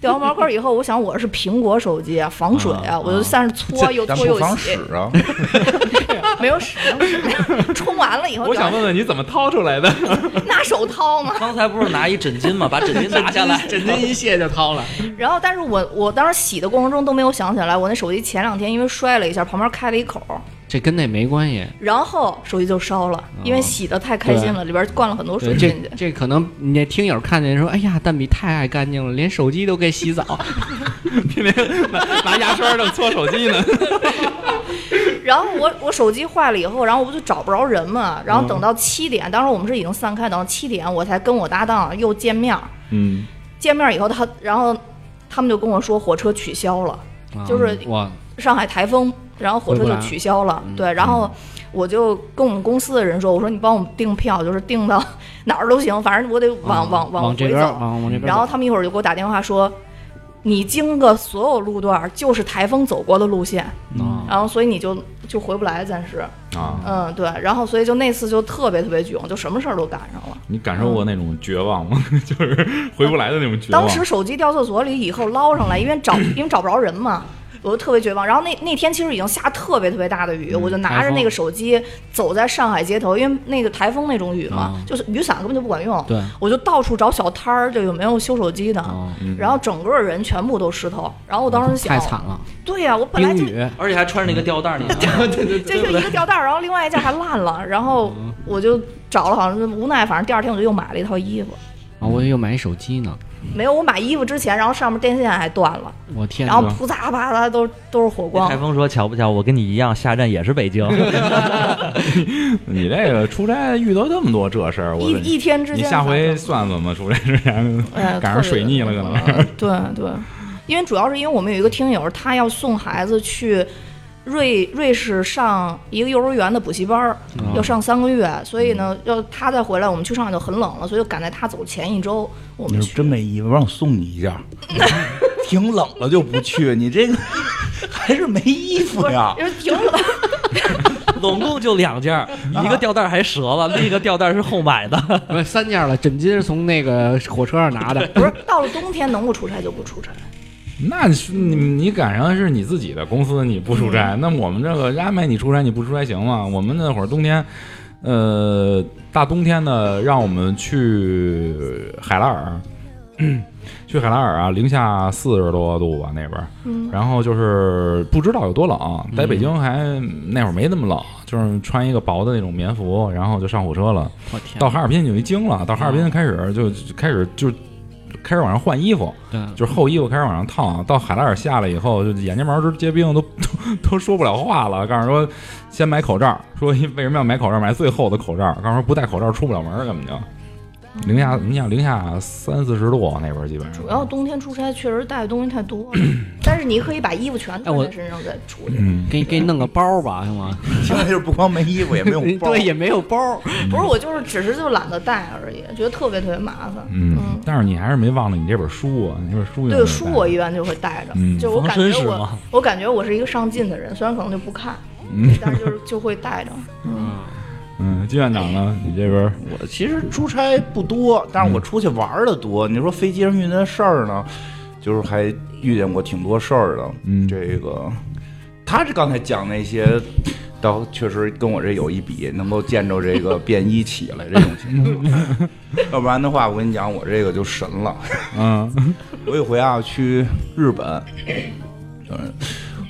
[SPEAKER 5] 掉完茅坑以后，我想我是苹果手机啊，防水啊，我就在那搓
[SPEAKER 3] [laughs]
[SPEAKER 5] 又
[SPEAKER 6] 咱
[SPEAKER 5] 搓
[SPEAKER 6] 不
[SPEAKER 5] 又
[SPEAKER 6] 妨
[SPEAKER 5] 洗
[SPEAKER 6] 使，啊！
[SPEAKER 5] 没有使，没有使冲完了以后，
[SPEAKER 3] 啊我想问问你怎么掏出来的？
[SPEAKER 5] [laughs] 拿手掏嘛。
[SPEAKER 2] [laughs] 刚才不是拿一枕巾吗？把枕
[SPEAKER 4] [laughs]
[SPEAKER 2] 巾拿下来，
[SPEAKER 4] 枕巾一卸就掏了，
[SPEAKER 5] 然后，但是我我当时洗的过程中都没有想起来，我那手机前两天因为摔了一下，旁边开了一口，
[SPEAKER 4] 这跟那没关系。
[SPEAKER 5] 然后手机就烧了，因为洗的太开心了，里边灌了很多
[SPEAKER 4] 对，
[SPEAKER 5] 水进去
[SPEAKER 4] 这。这可能你那听友看见说，哎呀，蛋比太爱干净了，连手机都给洗澡。 [laughs]
[SPEAKER 3] 天天拿拿牙刷正搓手机呢。
[SPEAKER 5] 然后我我手机坏了以后，然后我不就找不着人嘛，然后等到七点，当时我们是已经散开，等到七点我才跟我搭档又见面儿，
[SPEAKER 3] [laughs] 嗯，
[SPEAKER 5] 见面以后他然后他们就跟我说火车取消了，
[SPEAKER 4] 啊
[SPEAKER 5] 就是
[SPEAKER 4] 哇，
[SPEAKER 5] 上海台风，然后火车就取消了。
[SPEAKER 4] 嗯
[SPEAKER 5] 对，然后我就跟我们公司的人说，我说你帮我们订票，就是订到 [laughs] 哪儿都行，反正我得往、往
[SPEAKER 4] 嗯往这
[SPEAKER 5] 回
[SPEAKER 4] 边儿，
[SPEAKER 5] 走。
[SPEAKER 4] 往往这边儿走。
[SPEAKER 5] 然后他们一会儿就给我打电话说。你经过所有路段，就是台风走过的路线，
[SPEAKER 4] 啊
[SPEAKER 5] 然后所以你就就回不来，暂时，
[SPEAKER 3] 啊，
[SPEAKER 5] 嗯，对，然后所以就那次就特别特别囧，就什么事儿都赶上了。
[SPEAKER 3] 你感受过那种绝望 [laughs] 吗？就是回不来的那种绝望。
[SPEAKER 5] 当时手机掉厕所里以后捞上来，因为
[SPEAKER 4] [clears throat]
[SPEAKER 5] 找因为找不着人嘛，我就特别绝望。然后那那天其实已经下特别特别大的雨，我就拿
[SPEAKER 4] 台
[SPEAKER 5] 着
[SPEAKER 4] 风
[SPEAKER 5] 那个手机走在上海街头，因为那个台风那种雨嘛，
[SPEAKER 4] 啊
[SPEAKER 5] 就是雨伞根本就不管用。
[SPEAKER 4] 对哦
[SPEAKER 5] 我就到处找小摊儿，就有没有修手机的。然后整个人全部都湿透，然后我当时想，
[SPEAKER 4] 嗯太惨了，
[SPEAKER 5] 对呀、我本来
[SPEAKER 4] 冰
[SPEAKER 5] 就
[SPEAKER 4] 雨。啊
[SPEAKER 2] 而且还穿着那个吊带
[SPEAKER 4] [laughs]
[SPEAKER 2] 儿，你
[SPEAKER 5] 这就一个吊带儿，然后另外一件还烂
[SPEAKER 4] 嗯
[SPEAKER 5] 了，然后我就找了，好像是无奈，反正第二天我就又买了一套衣服。
[SPEAKER 4] 啊，我又买手机呢，
[SPEAKER 5] 没有，我买衣服之前，然后上面电线还断了，
[SPEAKER 4] 我天
[SPEAKER 5] 然
[SPEAKER 3] 嗯
[SPEAKER 5] 后
[SPEAKER 4] 哪！
[SPEAKER 5] 扑嚓啪嚓都都是火光
[SPEAKER 2] 台。风说巧不巧，我跟你一样，下站也是北
[SPEAKER 4] [laughs]
[SPEAKER 2] 京。
[SPEAKER 3] 你这个出差遇到这么多这事儿，我
[SPEAKER 5] 一
[SPEAKER 3] 问你
[SPEAKER 5] 一天之
[SPEAKER 3] 你
[SPEAKER 5] 间
[SPEAKER 3] 下
[SPEAKER 5] 发生，
[SPEAKER 3] 回算算吧，出差之前
[SPEAKER 5] 哎
[SPEAKER 3] 赶上水逆了，可能。。 [laughs]
[SPEAKER 5] 特别的对对，因为主要是因为我们有一个听友，他要送孩子去。瑞瑞士上一个幼儿园的补习班儿，
[SPEAKER 3] 嗯
[SPEAKER 5] 要上三个月，所以呢，要他再回来，我们去上海就很冷了，所以就赶在他走前一周，我
[SPEAKER 6] 你
[SPEAKER 5] 们
[SPEAKER 6] 说
[SPEAKER 5] 去。
[SPEAKER 6] 真没衣服，让我送你一 [laughs] 件儿。挺冷了就不去，你这个 [laughs] 还是没衣服 [laughs] 呀？
[SPEAKER 5] 因为挺冷，
[SPEAKER 7] 总共就两件儿，一个吊带儿还折了，
[SPEAKER 4] [laughs]
[SPEAKER 7] 另一个吊带儿是后买的。
[SPEAKER 4] 不是三件了，枕巾是从那个火车上 [laughs] 拿的。
[SPEAKER 5] 不是到了冬天能不出差就不出差。
[SPEAKER 3] 那是你你赶上是你自己的公司，你不出差，那我们这个安排你出差你不出差行吗？我们那会儿冬天，呃，大冬天的，让我们去海拉尔，嗯去海拉尔啊，零下四十多度吧那边儿，然后就是不知道有多冷，在北京还那会儿没那么冷，就是穿一个薄的那种棉服，然后就上火车了。
[SPEAKER 7] 我天，
[SPEAKER 3] 到哈尔滨你就一惊了，到哈尔滨开始就就开始就开始往上换衣服，
[SPEAKER 7] 对
[SPEAKER 3] 就是厚衣服开始往上烫。到海拉尔下来以后，就眼睫毛都结冰，都都都说不了话了。告诉说先买口罩，说为什么要买口罩，买最厚的口罩。告诉说不戴口罩出不了门儿，根本就零下，你想零下三四十度啊那边儿基本上
[SPEAKER 5] 主要冬天出差确实带的东西太多
[SPEAKER 3] [clears throat]
[SPEAKER 5] 了，但是你可以把衣服全
[SPEAKER 4] 哎
[SPEAKER 5] 套
[SPEAKER 4] 我
[SPEAKER 5] 在身上再出去。
[SPEAKER 3] 嗯。
[SPEAKER 4] 给给你弄个包吧，行吗？
[SPEAKER 6] 现在就是不光没衣服，也没有包。
[SPEAKER 4] 对，也没有包，
[SPEAKER 5] 不是，我就是只是就懒得带而已，觉得特别特别麻烦。
[SPEAKER 3] 嗯，但是你还是没忘了你这本书啊，你这本书有没
[SPEAKER 5] 对
[SPEAKER 3] 有
[SPEAKER 5] 书
[SPEAKER 3] 带
[SPEAKER 5] 我一般就会带着，
[SPEAKER 3] 嗯
[SPEAKER 5] 就是我感
[SPEAKER 7] 防身
[SPEAKER 5] 觉
[SPEAKER 7] 是
[SPEAKER 5] 我
[SPEAKER 7] 吗
[SPEAKER 5] [laughs] 我感觉我是一个上进的人，虽然可能就不看，但是就是就会
[SPEAKER 3] [laughs]
[SPEAKER 5] 带着。
[SPEAKER 3] 嗯，金院长呢？你这边儿
[SPEAKER 6] 我其实出差不多，但是
[SPEAKER 3] 嗯
[SPEAKER 6] 我出去玩儿的多。你说飞机上遇见事儿呢，就是还遇见过挺多事儿的。
[SPEAKER 3] 嗯
[SPEAKER 6] 这个他是刚才讲那些，倒确实跟我这有一比，能够见着这个便衣起来这种情况。
[SPEAKER 3] [laughs]
[SPEAKER 6] 要不然的话，我跟你讲，我这个就神了。
[SPEAKER 3] 嗯
[SPEAKER 6] [laughs] 我有一回啊去日本，嗯，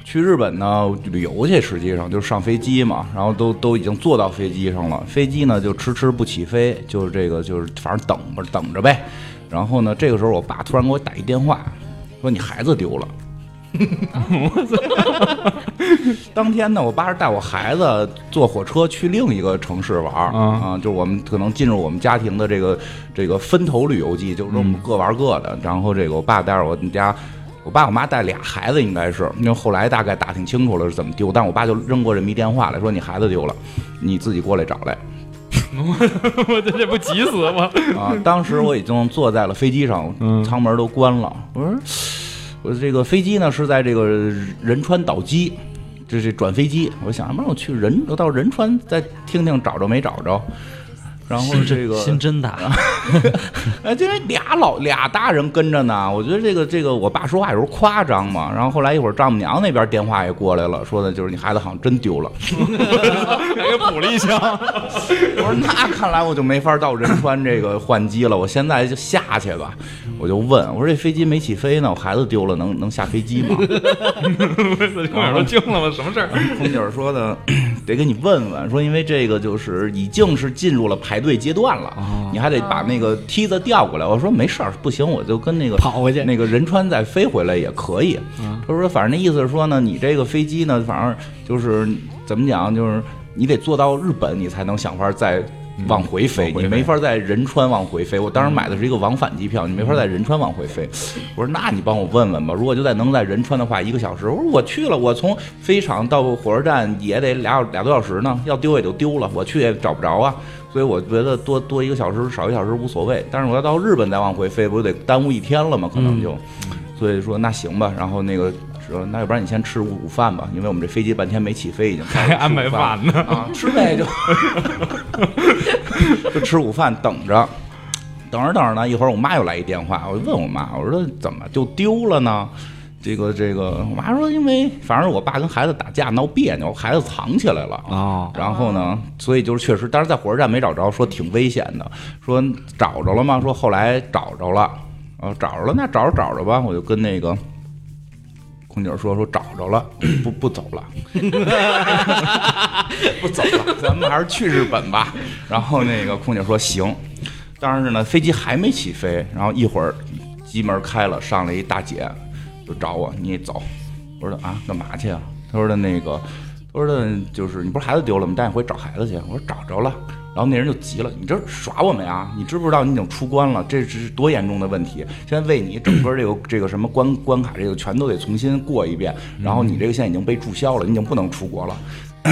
[SPEAKER 6] 去日本呢旅游去，实际上就是上飞机嘛，然后都都已经坐到飞机上了，飞机呢就迟迟不起飞，就是这个就是反正等吧等着呗。然后呢，这个时候我爸突然给我打一电话，说你孩子丢了。 [laughs] 当天呢，我爸是带我孩子坐火车去另一个城市玩儿、
[SPEAKER 3] 嗯
[SPEAKER 6] 啊，就是我们可能进入我们家庭的这个这个分头旅游季，就是说我们各玩各的。然后这个我爸带着我们家，我爸我妈带俩孩子，应该是因为后来大概打听清楚了是怎么丢，但我爸就扔过这么一电话来说你孩子丢了，你自己过来找来。
[SPEAKER 3] 我这这不急死吗？
[SPEAKER 6] 啊，当时我已经坐在了飞机上
[SPEAKER 3] 嗯，
[SPEAKER 6] 舱门都关了。我说，我这个飞机呢是在这个仁川岛机，这是转飞机。我想，要不然我去仁，我到仁川再听听找着没找着。然后这
[SPEAKER 2] [laughs]
[SPEAKER 6] 个
[SPEAKER 2] 心真大，
[SPEAKER 6] 哎，这俩老俩大人跟着呢，我觉得这个这个，我爸说话有时候夸张嘛。然后后来一会儿丈母娘那边电话也过来了，说的就是你孩子好像真丢了。
[SPEAKER 3] 给补了一枪。
[SPEAKER 6] 我说那看来我就没法到仁川这个换机了，我现在就下去吧。我就问我说这飞机没起飞呢，我孩子丢了，能能下飞机吗？
[SPEAKER 3] 我耳朵惊了吗？什么事儿？
[SPEAKER 6] 空姐儿说的，得给你问问，说因为这个就是已经是进入了排队阶段了，
[SPEAKER 3] 哦
[SPEAKER 6] 你还得把那个梯子调过来。我说没事儿，不行我就跟那个
[SPEAKER 4] 跑回去
[SPEAKER 6] 那个仁川再飞回来也可以。他说反正那意思是说呢，你这个飞机呢，反正就是怎么讲，就是你得坐到日本，你才能想法再。往回飞，
[SPEAKER 3] 回
[SPEAKER 6] 你
[SPEAKER 3] 飞
[SPEAKER 6] 没法在仁川往回飞。我当时买的是一个往返机票，你没法在仁川往回飞。我说那你帮我问问吧，如果就在能在仁川的话，一个小时。我说我去了，我从飞场到火车站也得俩俩多小时呢，要丢也就丢了，我去也找不着啊。所以我觉得多多一个小时少一小时无所谓，但是我要到日本再往回飞，不就得耽误一天了吗？可能就，
[SPEAKER 3] 嗯
[SPEAKER 6] 所以说那行吧。然后那个说那要不然你先吃午饭吧，因为我们这飞机半天没起飞，已
[SPEAKER 3] [laughs]
[SPEAKER 6] 经
[SPEAKER 3] 还安排饭呢 [laughs]
[SPEAKER 6] [laughs] 啊，吃呗就。就吃午饭等着，等着等着呢，一会儿我妈又来一电话，我就问我妈，我说怎么就丢了呢？这个这个，我妈说因为反正我爸跟孩子打架闹别扭，孩子藏起来了
[SPEAKER 4] 哦，
[SPEAKER 6] 然后呢，所以就是确实，当时在火车站没找着，说挺危险的，说找着了吗？说后来找着了，呃，找着了，那找着找着吧，我就跟那个。空姐说说找着了， [coughs] 不不走了，不走了，咱们还是去日本吧。然后那个空姐说行，但是呢，飞机还没起飞，然后一会儿机门开了，上来一大姐就找我，你走。我说啊，干嘛去啊？她说的那个，她说的就是你不是孩子丢了吗？带你回去找孩子去。我说找着了。然后那人就急了，你这耍我们呀？你知不知道你已经出关了？这是多严重的问题！现在为你整个这 [laughs] 个这个什么关关卡这个全都得重新过一遍，然后你这个现在已经被注销了，你已经不能出国了。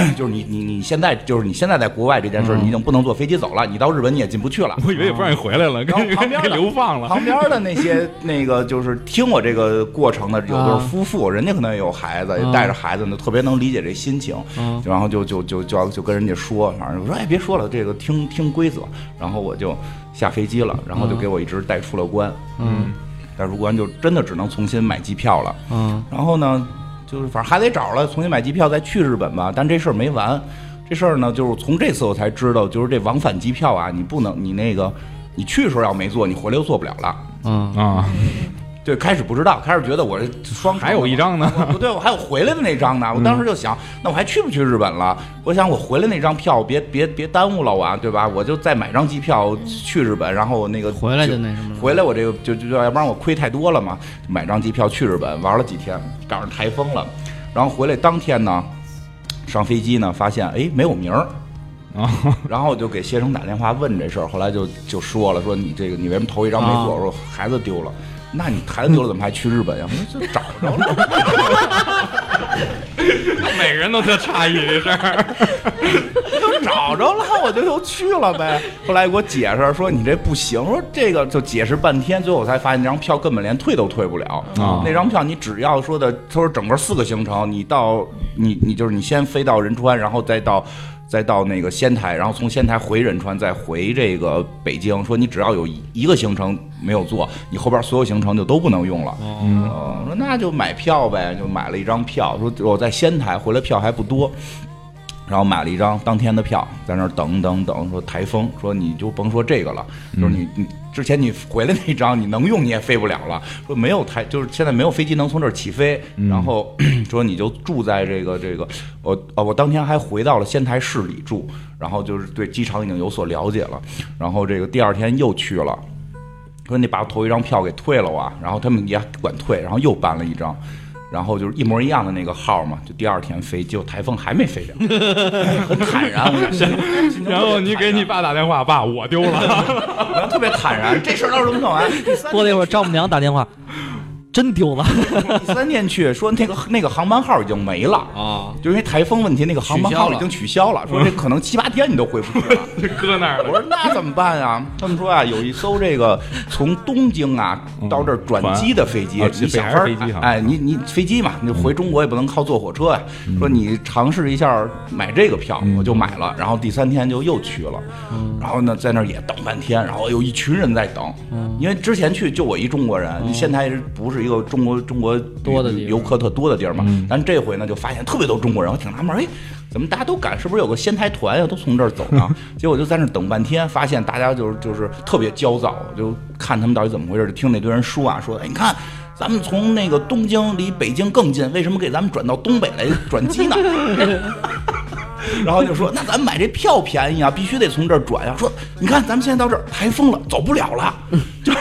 [SPEAKER 6] [coughs] 就是你你你现在就是你现在在国外这件事儿，你已经不能坐飞机走了，你到日本你也进不去了。
[SPEAKER 3] 我以为也不让你回来了，
[SPEAKER 6] 然后
[SPEAKER 3] 给
[SPEAKER 6] 旁边
[SPEAKER 3] 给
[SPEAKER 6] 的
[SPEAKER 3] 流放了。
[SPEAKER 6] 旁边的那
[SPEAKER 7] [laughs]
[SPEAKER 6] 些那个就是听我这个过程的，有
[SPEAKER 7] 啊
[SPEAKER 6] 对夫妇，人家可能也有孩子，也带着孩子呢，特别能理解这心情。
[SPEAKER 7] 啊
[SPEAKER 6] 然后就就就就要就跟人家说，反正我说哎别说了，这个听听规则。然后我就下飞机了，然后就给我一直带出了关。
[SPEAKER 7] 啊嗯
[SPEAKER 6] 带出关就真的只能重新买机票了。
[SPEAKER 7] 嗯
[SPEAKER 6] 然后呢，就是反正还得找了，重新买机票再去日本吧。但这事儿没完，这事儿呢，就是从这次我才知道，就是这往返机票啊，你不能你那个你去的时候要没做，你回来就做不了了。
[SPEAKER 2] 嗯，
[SPEAKER 3] 啊，
[SPEAKER 6] 对，开始不知道，开始觉得我这双
[SPEAKER 3] 还有一张呢，嗯
[SPEAKER 6] 不 [laughs] 对，我还有回来的那张呢。我当时就想，那我还去不去日本了？我想我回来那张票别别别耽误了我啊，对吧？我就再买张机票去日本，然后那个
[SPEAKER 4] 回来就那什么了
[SPEAKER 6] 回来我这个就就要不然我亏太多了嘛。买张机票去日本玩了几天，赶上台风了，然后回来当天呢，上飞机呢发现哎没有名儿。
[SPEAKER 3] 啊，
[SPEAKER 6] [laughs] 然后我就给先生打电话问这事儿，后来就就说了，说你这个你为什么头一张没做？我说孩子丢了。那你孩子丢了怎么还去日本呀？我说这找着了，
[SPEAKER 3] 每个人都特诧异这
[SPEAKER 6] [laughs]
[SPEAKER 3] 事儿。
[SPEAKER 6] 就找着了，我就又去了呗。后来给我解释说你这不行，我说这个就解释半天，最后我才发现那张票根本连退都退不了。
[SPEAKER 3] 啊
[SPEAKER 6] 那张票你只要说的，他说整个四个行程，你到你你就是你先飞到仁川，然后再到。再到那个仙台，然后从仙台回仁川，再回这个北京。说你只要有一一个行程没有做，你后边所有行程就都不能用了。嗯，我说那就买票呗，就买了一张票。说我在仙台回来票还不多，然后买了一张当天的票，在那儿等等等，说台风，说你就甭说这个了，就是你你之前你回来那张你能用你也飞不了了，说没有台，就是现在没有飞机能从这儿起飞，然后 [clears throat] 说你就住在这个这个，我啊我当天还回到了仙台市里住，然后就是对机场已经有所了解了，然后这个第二天又去了。说你把我头一张票给退了啊，然后他们也管退，然后又办了一张，然后就是一模一样的那个号嘛，就第二天飞，结果台风还没飞了，很坦然，我就
[SPEAKER 3] [laughs] 然后你给你爸打电话，爸，我丢
[SPEAKER 6] [laughs]
[SPEAKER 3] 了。
[SPEAKER 6] 然后特别坦然，这事儿到时候能弄完。第三
[SPEAKER 7] 过了一会儿，丈母娘打电话，真丢了
[SPEAKER 6] 第三天去说那个那个航班号已经没了
[SPEAKER 7] 啊！
[SPEAKER 6] 就因为台风问题，那个航班号已经取消了，说这可能七八天你都回不去了。
[SPEAKER 3] 这搁那儿
[SPEAKER 6] 我说那怎么办啊？他们说啊，有一艘这个从东京啊到这儿转机的飞机，
[SPEAKER 3] 嗯船啊
[SPEAKER 6] 你想法
[SPEAKER 3] 北航飞机
[SPEAKER 6] 儿
[SPEAKER 3] 哈
[SPEAKER 6] 哎，你你飞机嘛，你回中国也不能靠坐火车呀、
[SPEAKER 3] 嗯
[SPEAKER 6] 说你尝试一下买这个票，我就买了，然后第三天就又去了，
[SPEAKER 3] 嗯
[SPEAKER 6] 然后呢在那儿也等半天，然后有一群人在等，
[SPEAKER 3] 嗯
[SPEAKER 6] 因为之前去就我一中国人，现在不是一个中国中国
[SPEAKER 7] 多的地方
[SPEAKER 6] 游客特多的地儿嘛，
[SPEAKER 3] 嗯
[SPEAKER 6] 但这回呢就发现特别多中国人，我挺纳闷儿，哎。怎么大家都赶？是不是有个仙台团呀？都从这儿走呢？结果就在那儿等半天，发现大家就是就是特别焦躁，就看他们到底怎么回事，就听那堆人说啊，说哎，你看。咱们从那个东京离北京更近，为什么给咱们转到东北来转机呢？然后就说，那咱们买这票便宜啊，必须得从这儿转呀、说，你看咱们现在到这儿，台风了，走不了 [laughs] 了，就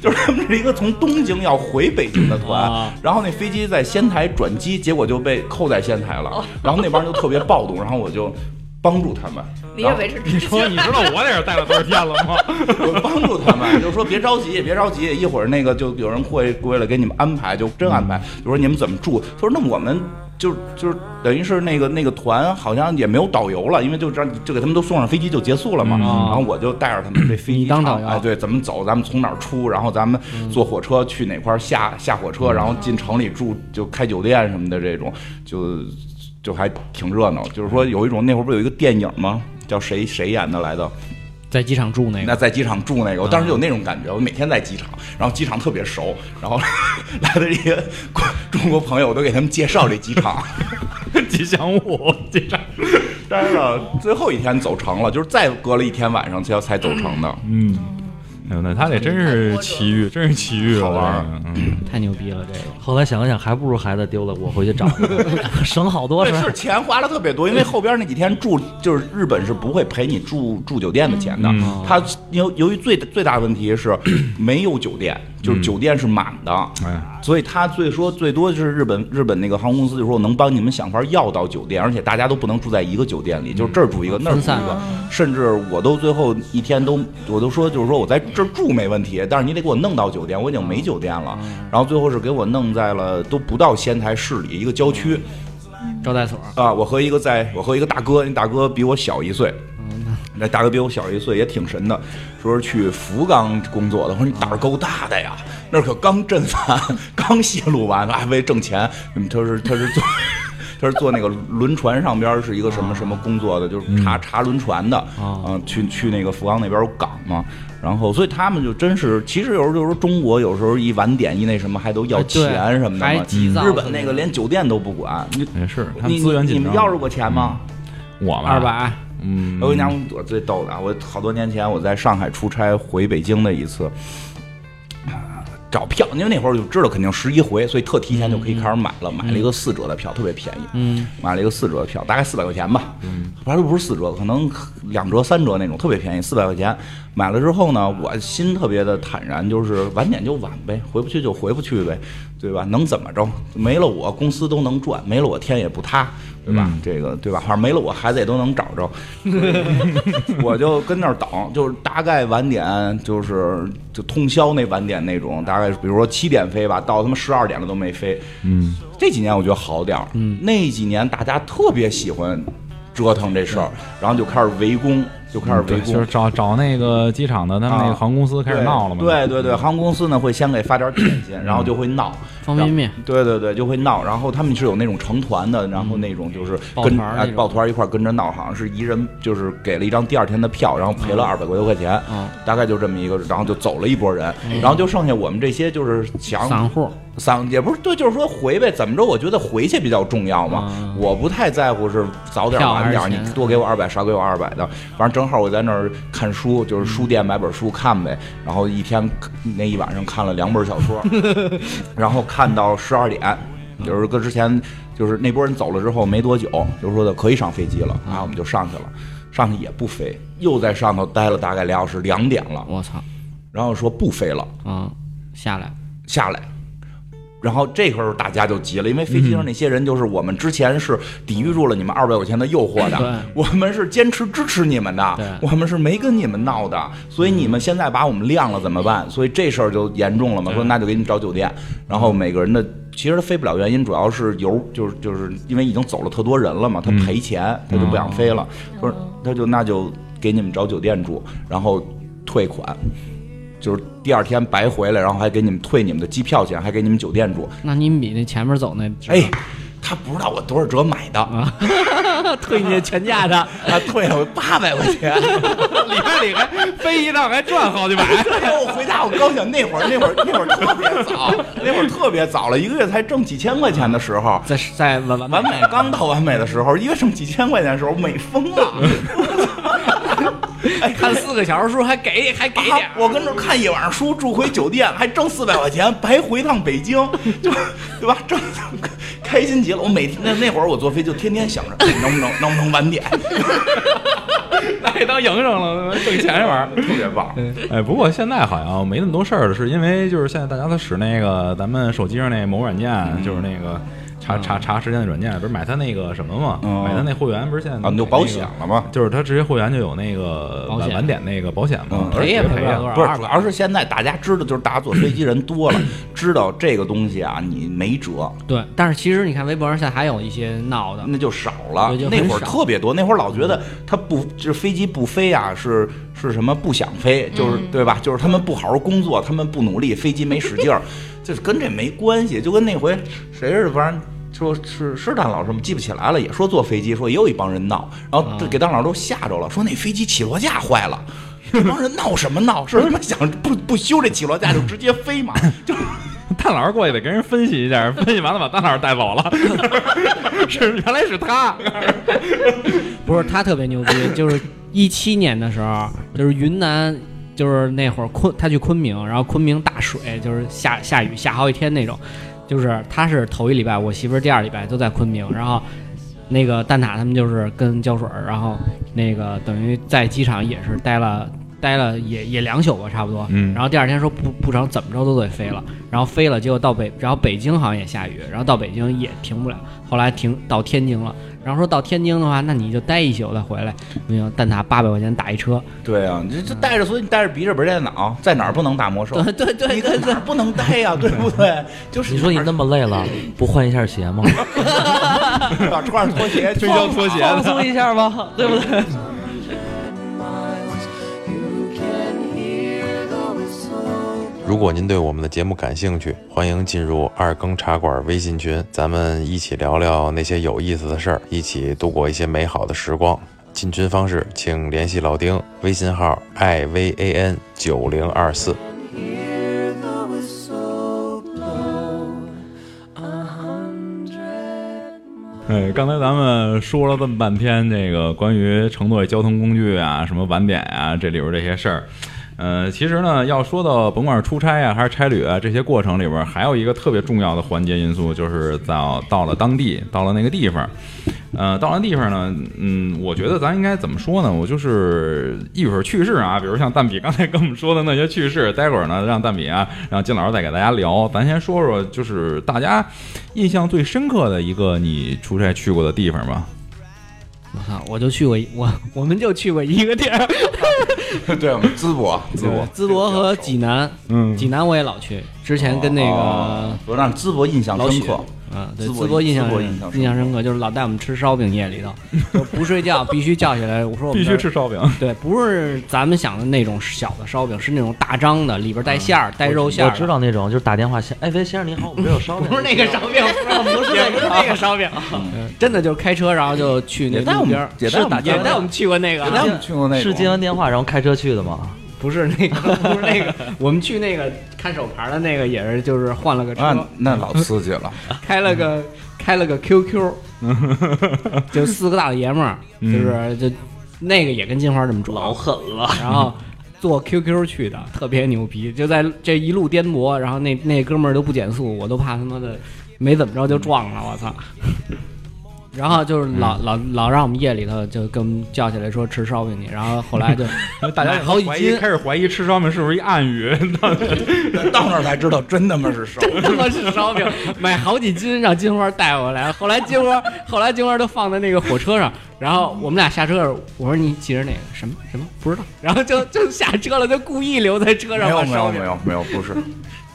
[SPEAKER 6] 就是他们是一个从东京要回北京的团，然后那飞机在仙台转机，结果就被扣在仙台了，然后那帮人就特别暴动，然后我就帮助他们，
[SPEAKER 5] 你
[SPEAKER 6] 然
[SPEAKER 5] 也
[SPEAKER 6] 后
[SPEAKER 5] 维持
[SPEAKER 3] 你说你知道我在这儿待了多少天了吗？
[SPEAKER 6] 我帮助他们，就说别着急，别着急，一会儿那个就有人会过来给你们安排，就真安排，
[SPEAKER 4] 嗯
[SPEAKER 6] 就说你们怎么住，他说那我们。就就是等于是那个那个团好像也没有导游了，因为就让就给他们都送上飞机就结束了嘛。然后我就带着他们这飞机
[SPEAKER 4] 嗯你当
[SPEAKER 6] 场
[SPEAKER 4] 导游嗯
[SPEAKER 6] 哎，对，怎么走，咱们从哪儿出，然后咱们坐火车去哪块儿下下火车，然后进城里住，就开酒店什么的这种，就就还挺热闹。就是说有一种那会儿不是有一个电影吗？叫谁谁演的来的？
[SPEAKER 4] [laughs] 在机场住那
[SPEAKER 6] 那
[SPEAKER 4] 个，
[SPEAKER 6] 在机场住那个，我当时有那种感觉，我每天在机场，然后机场特别熟，然后 [laughs] 来的这些中国朋友，我都给他们介绍这机场。
[SPEAKER 3] 吉祥物，机长。
[SPEAKER 6] [laughs] 但是呢， [laughs] 最后一天走成了，就是再隔了一天晚上才才走成的。
[SPEAKER 3] 嗯，哎呦，那他得真是奇遇，真是奇遇了。
[SPEAKER 6] 好玩
[SPEAKER 3] 嗯，
[SPEAKER 4] 太牛逼了，这个
[SPEAKER 7] 后来想了想，还不如孩子丢了，我回去
[SPEAKER 4] [laughs]
[SPEAKER 7] 找去，省好多事
[SPEAKER 6] 对，
[SPEAKER 7] 儿
[SPEAKER 6] 是。钱花了特别多，因为后边那几天住就是日本是不会赔你住住酒店的钱的。
[SPEAKER 3] 嗯
[SPEAKER 6] 他由由于最最大的问题
[SPEAKER 3] [clears throat]
[SPEAKER 6] 是没有酒店，就是酒店是满的。
[SPEAKER 3] 哎，
[SPEAKER 6] 所以他最说最多就是日本日本那个航空公司就说我能帮你们想法要到酒店，而且大家都不能住在一个酒店里，就是这儿住一个那儿住一
[SPEAKER 4] 分散
[SPEAKER 6] 个，甚至我都最后一天都我都说就是说我在这儿住没问题，但是你得给我弄到酒店，我已经没酒店了。然后最后是给我弄在了都不到仙台市里一个郊区
[SPEAKER 4] 招待所，
[SPEAKER 6] 啊，我和一个在我和一个大哥，那大哥比我小一岁。
[SPEAKER 4] 嗯
[SPEAKER 6] 那大哥比我小一岁，也挺神的，说是去福冈工作的。我说你胆儿够大的呀，那儿可刚震完， [laughs] 刚泄露完，还为挣钱，嗯，他是他是做。 [laughs] 他是做那个轮船上边儿是一个
[SPEAKER 4] 啊
[SPEAKER 6] 什么什么工作的，
[SPEAKER 4] 嗯
[SPEAKER 6] 就是查查轮船的，嗯，去去那个福冈那边有港嘛，然后所以他们就真是，其实有时候就是说中国有时候一晚点一那什么还都要
[SPEAKER 4] 哎对
[SPEAKER 6] 钱什么的
[SPEAKER 4] 还
[SPEAKER 6] 嘛，
[SPEAKER 4] 急躁
[SPEAKER 6] 日本那个连酒店都不管，你
[SPEAKER 3] 也是，他们
[SPEAKER 6] 你
[SPEAKER 3] 资源
[SPEAKER 6] 你
[SPEAKER 3] 紧张。嗯
[SPEAKER 6] 们要着过钱吗？哎
[SPEAKER 3] 我吧，
[SPEAKER 4] 二，
[SPEAKER 6] 啊
[SPEAKER 4] 百，
[SPEAKER 3] 嗯，
[SPEAKER 6] 我跟你讲，我最逗的啊，我好多年前我在上海出差回北京的一次，找票，因为那会儿我就知道肯定十一回，所以特提前就可以开始买了，买了一个四折的票，特别便宜，嗯，买了一个四折的票，大概四百块钱吧，嗯，反正不是四折，可能两折、三折那种，特别便宜，四百块钱。买了之后呢，我心特别的坦然，就是晚点就晚呗，回不去就回不去呗，对吧？能怎么着？没了我公司都能赚，没了我天也不塌，对吧？这个对吧？反正没了我孩子也都能找着，我就跟那儿等，就是大概晚点，就是就通宵那晚点那种，大概比如说七点飞吧，到他妈十二点了都没飞。嗯，这几年我觉得好点儿。嗯，那几年大家特别喜欢折腾这事儿，然后就开始围攻，就开始围
[SPEAKER 3] 对，
[SPEAKER 6] 攻。
[SPEAKER 3] 就是找找那个机场的他们那个航空公司开始闹了嘛，
[SPEAKER 6] 啊对对对，航空公司呢会先给发点点心，
[SPEAKER 3] [coughs]
[SPEAKER 6] 然后就会闹
[SPEAKER 7] 嗯
[SPEAKER 4] 方便面。
[SPEAKER 6] 对对对，就会闹。然后他们是有那种成团的，然
[SPEAKER 3] 嗯
[SPEAKER 6] 后那种就是
[SPEAKER 7] 抱
[SPEAKER 6] 跟
[SPEAKER 7] 团儿那
[SPEAKER 6] 哎
[SPEAKER 7] 种
[SPEAKER 6] 抱团儿一块儿跟着闹，好像是一人就是给了一张第二天的票，然后赔
[SPEAKER 3] 嗯
[SPEAKER 6] 了二百多块钱，
[SPEAKER 7] 嗯
[SPEAKER 6] 大概就这么一个，然后就走了一波人，然后就剩下我们这些就是想
[SPEAKER 4] 散户，
[SPEAKER 6] 散也不是对，就是说回呗，怎么着？我觉得回去比较重要嘛，我不太在乎是早点
[SPEAKER 4] 嗯票
[SPEAKER 6] 晚点儿，
[SPEAKER 4] 还是钱
[SPEAKER 6] 你多给我二百，少给我二百的，反正正好我在那儿看书，就是书店买本书看呗，然后一天那一晚上看了两本小
[SPEAKER 4] [laughs]
[SPEAKER 6] 说，然后看到十二点，就是跟之前就是那波人走了之后没多久，就说的可以上飞机了，然后我们就上去了，上去也不飞，又在上头待了大概俩小时，两点了，
[SPEAKER 4] 我操，
[SPEAKER 6] 然后说不飞了。
[SPEAKER 4] 嗯，下来，
[SPEAKER 6] 下来。然后这会儿大家就急了，因为飞机上那些人就是我们之前是抵御住了你们二百块钱的诱惑的，我们是坚持支持你们
[SPEAKER 7] 对
[SPEAKER 6] 的，我们是没跟你们闹的，所以你们现在把我们晾了怎么办？所以这事儿就严重了嘛，说那就给你们找酒店，然后每个人的其实飞不了原因主要是油，就是就是因为已经走了特多人了嘛，他赔钱，他就不想飞了，他说他就那就给你们找酒店住，然后退款。就是第二天白回来，然后还给你们退你们的机票钱，还给你们酒店住。
[SPEAKER 4] 那您比那前面走那
[SPEAKER 6] 哎，他不知道我多少折买的，
[SPEAKER 4] 啊 [laughs] 退你全价
[SPEAKER 6] [laughs]
[SPEAKER 4] 的，
[SPEAKER 6] 他退了我八百块钱。
[SPEAKER 7] 里边里还飞一趟还赚好几百，
[SPEAKER 6] 哎呦，我回家我高兴，那会儿那会儿那会儿特别早，那会儿特别早了，一个月才挣几千块钱的时候。
[SPEAKER 4] 在在完完
[SPEAKER 6] 完美刚到完美的时候，一个月挣几千块钱的时候，美疯
[SPEAKER 4] [laughs]
[SPEAKER 6] 了。哎，
[SPEAKER 4] 看四个小时书还给还给点
[SPEAKER 6] 啊，我跟着看一晚上书，住回酒店，还挣四百块钱，白回趟北京， [laughs] 就对吧？挣 [laughs] 开心极了。我每天那那会儿我坐飞机就天天想着哎能不能能不能晚
[SPEAKER 4] [laughs]
[SPEAKER 6] 点，
[SPEAKER 7] 那也当营生了，挣钱这玩意儿。
[SPEAKER 6] 特别棒。
[SPEAKER 4] 嗯
[SPEAKER 3] [laughs] 哎，不过现在好像没那么多事儿了，是因为就是现在大家都使那个咱们手机上那某软件，就是那个查查查时间的软件，不是买它那个什么嘛，
[SPEAKER 6] 哦
[SPEAKER 3] 买它那会员不是现在、那
[SPEAKER 6] 啊你就
[SPEAKER 3] 个
[SPEAKER 6] 保险了吗
[SPEAKER 3] 就是它直接会员就有那个
[SPEAKER 4] 保
[SPEAKER 3] 晚
[SPEAKER 4] 险
[SPEAKER 3] 晚点那个保险嘛
[SPEAKER 6] 嗯，
[SPEAKER 3] 而
[SPEAKER 4] 赔
[SPEAKER 3] 且
[SPEAKER 4] 也
[SPEAKER 3] 直
[SPEAKER 4] 赔
[SPEAKER 3] 接
[SPEAKER 4] 不
[SPEAKER 3] 赔
[SPEAKER 4] 了
[SPEAKER 3] 啊
[SPEAKER 4] 多少，
[SPEAKER 6] 不是，主
[SPEAKER 4] 二百
[SPEAKER 6] 要是现在大家知道，就是大家坐飞机人多了，知道这个东西啊，你没辙，
[SPEAKER 4] 对，但是其实你看微博上现在还有一些闹的，
[SPEAKER 6] 那就少了
[SPEAKER 4] 对就。很
[SPEAKER 6] 那会儿
[SPEAKER 4] 少嗯
[SPEAKER 6] 特别多，那会儿老觉得他不就是飞机不飞啊，是是什么不想飞，就是、对吧？就是他们不好好工作，他们不努力，飞机没使劲儿， [laughs] 就是跟这没关系。就跟那回谁是反正。说是是蛋老师吗？记不起来了，也说坐飞机，说也有一帮人闹，然
[SPEAKER 4] 啊
[SPEAKER 6] 后给蛋老师都吓着了，说那飞机起落架坏了， [laughs] 这帮人闹什么闹？是他妈想不不修这起落架就直接飞嘛？ [laughs] 就
[SPEAKER 3] [laughs] 大老师过去得跟人分析一下，分析完了把大老师带走了， [laughs] 是原来是他，
[SPEAKER 4] 不是他特别牛逼，就是一七年的时候，就是云南，就是那会儿昆他去昆明，然后昆明大水，就是下下雨下好几天那种，就是他是头一礼拜，我媳妇儿第二礼拜都在昆明，然后那个蛋挞他们就是跟胶水儿，然后那个等于在机场也是待了。 [laughs] 待了也也两宿吧，差不多。
[SPEAKER 3] 嗯
[SPEAKER 4] 然后第二天说不不成，怎么着都得飞了。然后飞了，结果到北，然后北京好像也下雨，然后到北京也停不了，后来停到天津了。然后说到天津的话，那你就待一宿再回来，不行，蛋挞八百块钱打一车，
[SPEAKER 6] 对啊，你这这带着，所以你带着鼻着本电脑，在哪儿不能打魔兽？对对对，你在哪儿不能待呀、对不
[SPEAKER 4] [laughs]
[SPEAKER 6] 对？就是
[SPEAKER 2] 你说你那么累了，不换一下鞋吗？
[SPEAKER 6] 哪儿穿上拖鞋，
[SPEAKER 3] 推销拖鞋
[SPEAKER 7] 放
[SPEAKER 3] 的。
[SPEAKER 7] 松一下吧，对不对？
[SPEAKER 8] miles. You can hear the whistle.
[SPEAKER 9] 如果您对我们的节目感兴趣，欢迎进入二更茶馆微信群，咱们一起聊聊那些有意思的事儿，一起度过一些美好的时光。进群方式，请联系老丁，微信号 i v a n 九零二四。
[SPEAKER 8] Hear the whistle blow a hundred miles.
[SPEAKER 3] 哎，刚才咱们说了这么半天，这个关于乘坐交通工具啊，什么晚点啊，这里边这些事儿，呃，其实呢，要说到甭管是出差啊，还是差旅啊，这些过程里边，还有一个特别重要的环节因素，就是到到了当地，到了那个地方，呃，到了地方呢，嗯，我觉得咱应该怎么说呢？我就是一会儿趣事啊，比如像蛋比刚才跟我们说的那些趣事，待会儿呢让蛋比啊，让金老师再给大家聊。咱先说说，就是大家印象最深刻的一个你出差去过的地方吧。
[SPEAKER 4] 我操，我就去过一我我们就去过一个地儿，
[SPEAKER 6] [laughs] 对，我们淄博，啊淄博，
[SPEAKER 4] 淄博和济南，
[SPEAKER 3] 嗯
[SPEAKER 4] 济南我也老去，之前跟那个
[SPEAKER 6] 哦我让淄博印象
[SPEAKER 4] 老
[SPEAKER 6] 深
[SPEAKER 4] 许
[SPEAKER 6] 刻。
[SPEAKER 4] 啊，对，
[SPEAKER 6] 淄博
[SPEAKER 4] 淄博印象
[SPEAKER 6] 淄博印象深刻
[SPEAKER 4] 印象深刻，就是老带我们吃烧饼，夜
[SPEAKER 6] [laughs]
[SPEAKER 4] 里头就不睡觉，必须叫起来。我说我们
[SPEAKER 3] 必
[SPEAKER 4] 这
[SPEAKER 3] 须
[SPEAKER 4] 儿
[SPEAKER 3] 吃。烧饼，
[SPEAKER 4] 对，不是咱们想的那种小的烧饼，是那种大张的，里边带馅儿、
[SPEAKER 6] 嗯
[SPEAKER 4] 带肉馅
[SPEAKER 2] 我
[SPEAKER 4] 儿。
[SPEAKER 2] 知，道那种，就是打电话先，哎喂，先生您好，我们这有烧饼，
[SPEAKER 4] 不是那个烧饼，不是那个那个烧饼，真的就是开车，然后就去那
[SPEAKER 6] 嗯也带我
[SPEAKER 4] 路
[SPEAKER 6] 们
[SPEAKER 4] 边儿，
[SPEAKER 6] 也带
[SPEAKER 4] 是
[SPEAKER 6] 我们
[SPEAKER 4] 也带我们去过
[SPEAKER 6] [laughs]
[SPEAKER 4] 那个啊，
[SPEAKER 6] 们去过那
[SPEAKER 2] 是接完电话然后开车去的吗？
[SPEAKER 4] 不是那个，不是那个，我们去那个看手牌的那个也是，就是换了个
[SPEAKER 6] 那
[SPEAKER 4] 车，
[SPEAKER 6] 啊那老刺激
[SPEAKER 4] [laughs]
[SPEAKER 6] 了，
[SPEAKER 4] 开了个开了个 QQ，就四个大老爷们儿，就是就那个也跟金花这么撞，
[SPEAKER 7] 老狠了。
[SPEAKER 4] 然后坐 QQ 去的，特别牛逼，就在这一路颠簸，然后那那哥们儿都不减速，我都怕他妈的没怎么着就撞了，我操！然后就是老、老老让我们夜里头就跟我们叫起来说吃烧饼去，然后后来就
[SPEAKER 3] 大家 [laughs]
[SPEAKER 4] 买好几
[SPEAKER 3] 怀疑
[SPEAKER 4] 斤，
[SPEAKER 3] 开始怀疑吃烧饼是不是一暗语， [laughs]
[SPEAKER 6] 到那儿才知道真他妈是烧。
[SPEAKER 4] [laughs] 真他妈是烧饼，买好几斤让金花带回来。后来金花，后来金花都放在那个火车上，然后我们俩下车的时候，我说你骑着那个什么什么不知道，然后就就下车了，就故意留在车
[SPEAKER 6] 没
[SPEAKER 4] 上
[SPEAKER 6] 有
[SPEAKER 4] 把
[SPEAKER 6] 没
[SPEAKER 4] 烧
[SPEAKER 6] 有
[SPEAKER 4] 饼
[SPEAKER 6] 没。有没有，不是，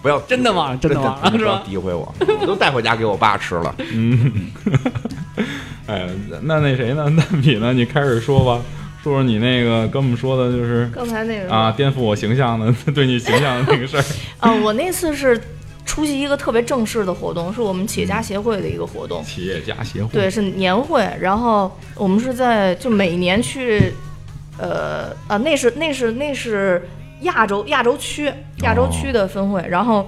[SPEAKER 6] 不要
[SPEAKER 4] 真的吗真
[SPEAKER 6] 真
[SPEAKER 4] 的吗
[SPEAKER 6] 不
[SPEAKER 4] 是
[SPEAKER 6] 要
[SPEAKER 4] 吧
[SPEAKER 6] 诋毁我，我都带回家给我爸吃了。
[SPEAKER 3] 哎，那那谁呢？ [laughs] 蛋比呢？你开始说吧，说说你那个跟我们说的就是
[SPEAKER 5] 刚才那个
[SPEAKER 3] 啊，颠覆我形象的， [laughs] 对你形象的那个事儿。
[SPEAKER 5] 啊，我那次是出席一个特别正式的活动，是我们企业家协会的一个活动，
[SPEAKER 3] [laughs] 企业家协会，
[SPEAKER 5] 对，是年会。然后我们是在就每年去，呃啊，那是那是那是亚洲亚洲区亚洲区的分会，然后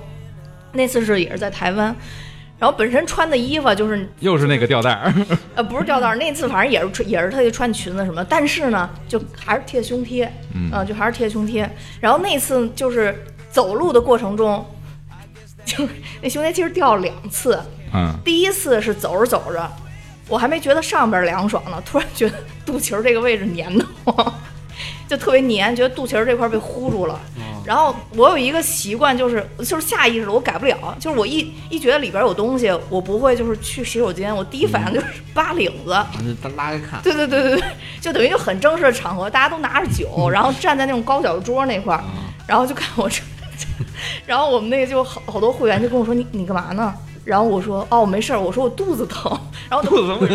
[SPEAKER 5] 那次是也是在台湾。然后本身穿的衣服啊就是
[SPEAKER 3] 又是那个吊
[SPEAKER 5] [laughs]
[SPEAKER 3] 带儿，
[SPEAKER 5] 呃，不是吊带儿，那次反正也是穿也是特意穿裙子什么，但是呢，就还是贴胸贴，嗯、就还是贴胸贴。然后那次就是走路的过程中， [laughs] 就是那胸贴其实掉了两次，
[SPEAKER 3] 嗯，
[SPEAKER 5] 第一次是走着走着，我还没觉得上边凉爽呢，突然觉得肚脐儿这个位置粘的慌， [laughs] 就特别粘，觉得肚脐儿这块儿被糊住了。然后我有一个习惯，就是就是下意识的，我改不了，就是我一一觉得里边有东西，我不会就是去洗手间，我第一反应就是扒领子。
[SPEAKER 4] 就拉开看，
[SPEAKER 5] 对对对对对，就等于就很正式的场合，大家都拿着酒，然后站在那种高脚桌那块儿，然后就看我这， [laughs] 然后我们那个就好好多会员就跟我说你你干嘛呢？然后我说哦没事儿，我说我肚子疼，然后肚子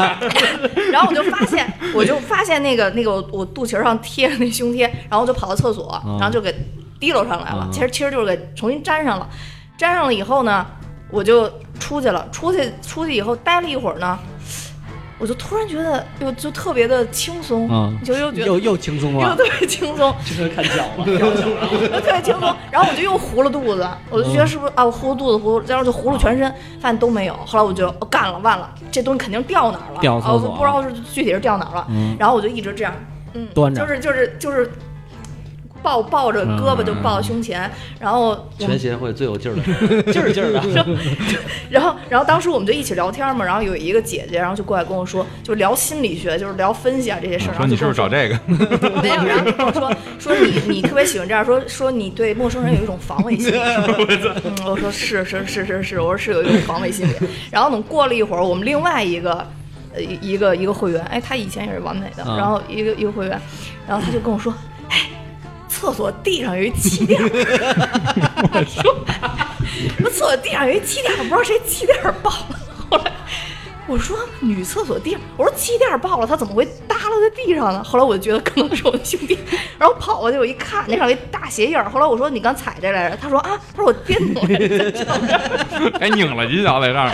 [SPEAKER 5] [laughs] 然后我就发现我就发现那个那个我我肚脐儿上贴着那胸贴，然后我就跑到厕所，然后就给提溜上来了，其实其实就是给重新粘上了，粘上了以后呢，我就出去了，出去出去以后待了一会儿呢。我就突然觉得又就特别的轻松，
[SPEAKER 4] 嗯
[SPEAKER 5] 就又觉得
[SPEAKER 4] 又又轻松
[SPEAKER 5] 又
[SPEAKER 4] 了。
[SPEAKER 5] 特别轻
[SPEAKER 4] [laughs]
[SPEAKER 5] 松，
[SPEAKER 7] 这看脚了，
[SPEAKER 5] 又特别轻松。然后我就又糊了肚子，我
[SPEAKER 4] 嗯
[SPEAKER 5] 就觉得是不是啊？我糊了肚子，糊了，然后就糊了全身，发现都没有。后来我就、哦干了，完了，这东西肯定掉哪儿了，
[SPEAKER 4] 掉
[SPEAKER 5] 啊
[SPEAKER 4] 厕所
[SPEAKER 5] 我不知道是具体是掉哪儿了。然后我就一直这样，嗯，
[SPEAKER 4] 端着嗯
[SPEAKER 5] 就是就是就是抱抱着胳膊就抱到胸前，然后我们
[SPEAKER 2] 全协会最有劲儿
[SPEAKER 7] [laughs]
[SPEAKER 2] 的，
[SPEAKER 7] 劲儿劲儿的。
[SPEAKER 5] 然后，然后当时我们就一起聊天嘛，然后有一个姐姐，然后就过来跟我说，就聊心理学，就是聊分析啊这些事儿。然
[SPEAKER 3] 说
[SPEAKER 5] 后
[SPEAKER 3] 你
[SPEAKER 5] 就是跟我
[SPEAKER 3] 不是找
[SPEAKER 5] [laughs]
[SPEAKER 3] 这个？
[SPEAKER 5] 没有，然后就跟我说说你你特别喜欢这样，说说你对陌生人有一种防卫心理。嗯，我说是是是是是，我说是有一种防卫心理。然后等过了一会儿，我们另外一个呃一个一个会员，哎，他以前也是完美的，然后一个一个会员，然后他就跟我说，哎，厕所地上有一气垫儿。 [laughs] 我说，我厕所地上有一气垫儿，不知道谁气垫儿爆了。 [laughs] 后来。我说女厕所地上，我说气垫爆了，它怎么会耷拉在地上呢？后 [laughs] 来我就觉得可能是我的兄弟，然后跑过去我一看，那上有一大鞋印儿。后来我说你刚踩这来着，他说啊，他说我颠倒来着。
[SPEAKER 3] 哎，拧了几脚在这儿，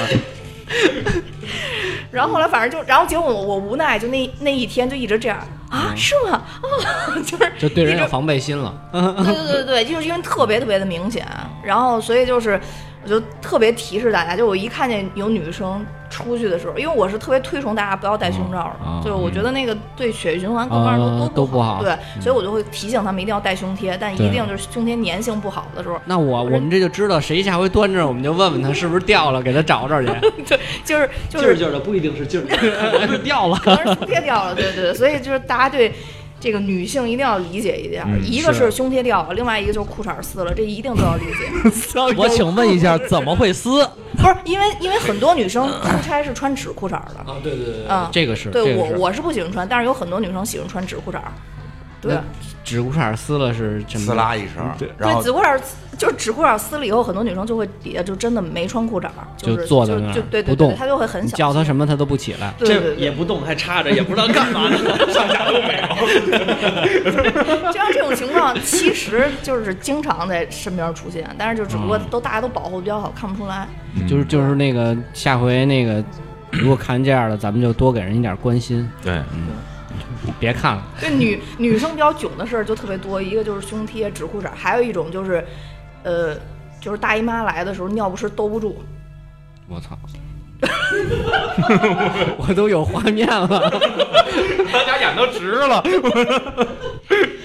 [SPEAKER 5] [laughs] 然后后来反正就，然后结果我我无奈，就那那一天就一直这样啊，是吗？啊， [laughs] 就是
[SPEAKER 4] 就对人
[SPEAKER 5] 一
[SPEAKER 4] 有
[SPEAKER 5] 直
[SPEAKER 4] 防备心了，
[SPEAKER 5] 对对对对，就是因为特别特别的明显，然后所以就是，我就特别提示大家，就我一看见有女生出去的时候，因为我是特别推崇大家不要戴胸罩的，
[SPEAKER 7] 啊啊
[SPEAKER 5] 就是我觉得那个对血液循环各方面
[SPEAKER 4] 哦嗯啊
[SPEAKER 5] 都
[SPEAKER 4] 都不
[SPEAKER 5] 不
[SPEAKER 4] 好
[SPEAKER 5] 对，所以我就会提醒他们一定要戴胸贴，但
[SPEAKER 4] 对
[SPEAKER 5] 一定就是胸贴粘性不好的
[SPEAKER 4] [laughs]
[SPEAKER 5] 时候，
[SPEAKER 4] 那我我们这就知道谁下回端着，我们就问问他是不是掉了，给他找找去。
[SPEAKER 5] 就是就
[SPEAKER 7] 劲儿
[SPEAKER 5] 是
[SPEAKER 7] 劲儿的不一定是劲儿，可能是掉了。
[SPEAKER 5] 可能是胸贴掉了，对对对，所以就是大家对。这个女性一定要理解一点，
[SPEAKER 4] 嗯
[SPEAKER 5] 一个是胸贴掉了，另外一个就是裤衩撕了，这一定都要理解。
[SPEAKER 4] [laughs]
[SPEAKER 7] 我请问一下，怎么会撕？ [laughs]
[SPEAKER 5] 不是因为因为很多女生出差是穿纸裤衩的，
[SPEAKER 7] 啊，对对对
[SPEAKER 5] 嗯，
[SPEAKER 4] 这个是
[SPEAKER 5] 对
[SPEAKER 4] 这个
[SPEAKER 5] 我
[SPEAKER 4] 是
[SPEAKER 5] 我是不喜欢穿，但是有很多女生喜欢穿纸裤衩儿。对
[SPEAKER 4] 那，纸裤衩撕了是什么？
[SPEAKER 6] 撕拉一声，然
[SPEAKER 5] 对，
[SPEAKER 6] 后
[SPEAKER 5] 纸裤衩儿就是纸裤衩儿撕了以后，很多女生就会底下就真的没穿裤衩儿，
[SPEAKER 4] 就是坐在
[SPEAKER 5] 就
[SPEAKER 4] 那儿
[SPEAKER 5] 就对
[SPEAKER 4] 不
[SPEAKER 5] 对
[SPEAKER 4] 动
[SPEAKER 5] 对，她就会很
[SPEAKER 4] 你
[SPEAKER 5] 小
[SPEAKER 4] 叫他什么他都不起来。
[SPEAKER 5] 对对对，
[SPEAKER 7] 也不动，还插着，也不知道干嘛呢， [laughs] 上下都没
[SPEAKER 5] [laughs] 这样这种情况其实就是经常在身边出现，但是就只不
[SPEAKER 4] 嗯
[SPEAKER 5] 过都大家都保护比较好，看不出来。
[SPEAKER 4] 就是就是那个下回那个，如果看见这样的，咱们就多给人一点关心，
[SPEAKER 3] 对，嗯
[SPEAKER 4] 别看了。
[SPEAKER 5] 对女女生比较囧的事儿就特别多，一个就是胸贴、纸裤衩，还有一种就是，呃，就是大姨妈来的时候尿不湿兜不住。
[SPEAKER 4] 我操！我都有画面了，
[SPEAKER 3] 大家眼都直了。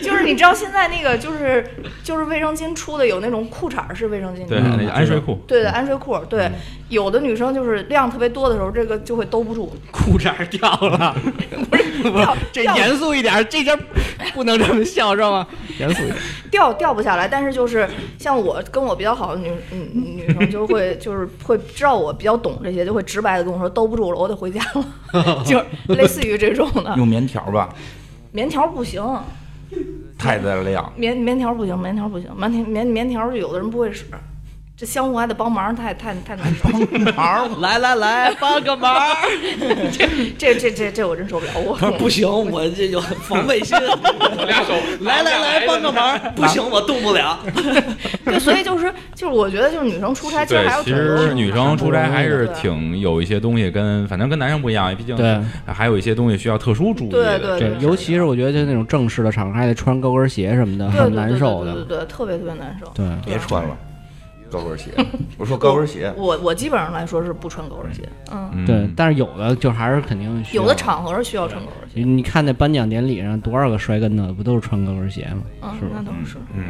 [SPEAKER 5] 就是你知道现在那个就是就是卫生巾出的有那种裤衩儿式卫生巾，
[SPEAKER 3] 对，嗯那个安睡裤，
[SPEAKER 5] 对的，安睡裤，对，有的女生就是量特别多的时候，这个就会兜不住，
[SPEAKER 4] 裤衩掉
[SPEAKER 5] [laughs]
[SPEAKER 4] 了。 [laughs]
[SPEAKER 5] 掉
[SPEAKER 4] 这
[SPEAKER 5] 掉
[SPEAKER 4] 严肃一点，这家不能这么笑，知道吗？严肃一点。
[SPEAKER 5] 掉掉不下来。但是就是像我跟我比较好的女女女生，就会就是会知道我比较懂这些，就会直白的跟我说兜不住了，我得回家了， [laughs] 就是类似于这种的。
[SPEAKER 6] 用棉条吧，
[SPEAKER 5] 棉条不行，
[SPEAKER 6] 太在亮。
[SPEAKER 5] 棉棉条不行，棉条不行，棉条棉棉条有的人不会使，这相互还得帮忙，太太太难受了。
[SPEAKER 6] 毛
[SPEAKER 7] 来来来，帮个
[SPEAKER 4] [laughs]
[SPEAKER 7] 忙。
[SPEAKER 5] 这这这这我真受不了，我
[SPEAKER 7] 不行，我这有防备心。我 [laughs] 俩手，来来来，帮个忙。不行，我动不了。
[SPEAKER 5] 对，所以就是就是，我觉得就是女生出差其实
[SPEAKER 3] 对
[SPEAKER 5] 还有，
[SPEAKER 3] 其
[SPEAKER 5] 挺多
[SPEAKER 3] 实女生出差还是
[SPEAKER 5] 对
[SPEAKER 3] 挺有一些东西跟，反正跟男生不一样，毕竟
[SPEAKER 4] 对
[SPEAKER 3] 还有一些东西需要特殊注意的。
[SPEAKER 5] 对对
[SPEAKER 4] 对，尤其是我觉得就那种正式的场合，还得穿高跟鞋什么的，
[SPEAKER 5] 对
[SPEAKER 4] 很难受
[SPEAKER 5] 对对
[SPEAKER 4] 的。
[SPEAKER 5] 对对对，特别特别难受。
[SPEAKER 4] 对，
[SPEAKER 6] 别穿了，高跟鞋。我说高跟
[SPEAKER 4] [laughs]
[SPEAKER 6] 鞋，
[SPEAKER 5] 我我基本上来说是不穿高跟鞋，嗯，
[SPEAKER 3] 嗯
[SPEAKER 4] 对，但是有的就还是肯定需要
[SPEAKER 5] 有的，场合是需要穿高跟鞋，
[SPEAKER 4] 你看那颁奖典礼上多少个摔跟头的，不都是穿高跟鞋吗？是
[SPEAKER 5] 嗯，
[SPEAKER 4] 吧
[SPEAKER 5] 那倒是，嗯，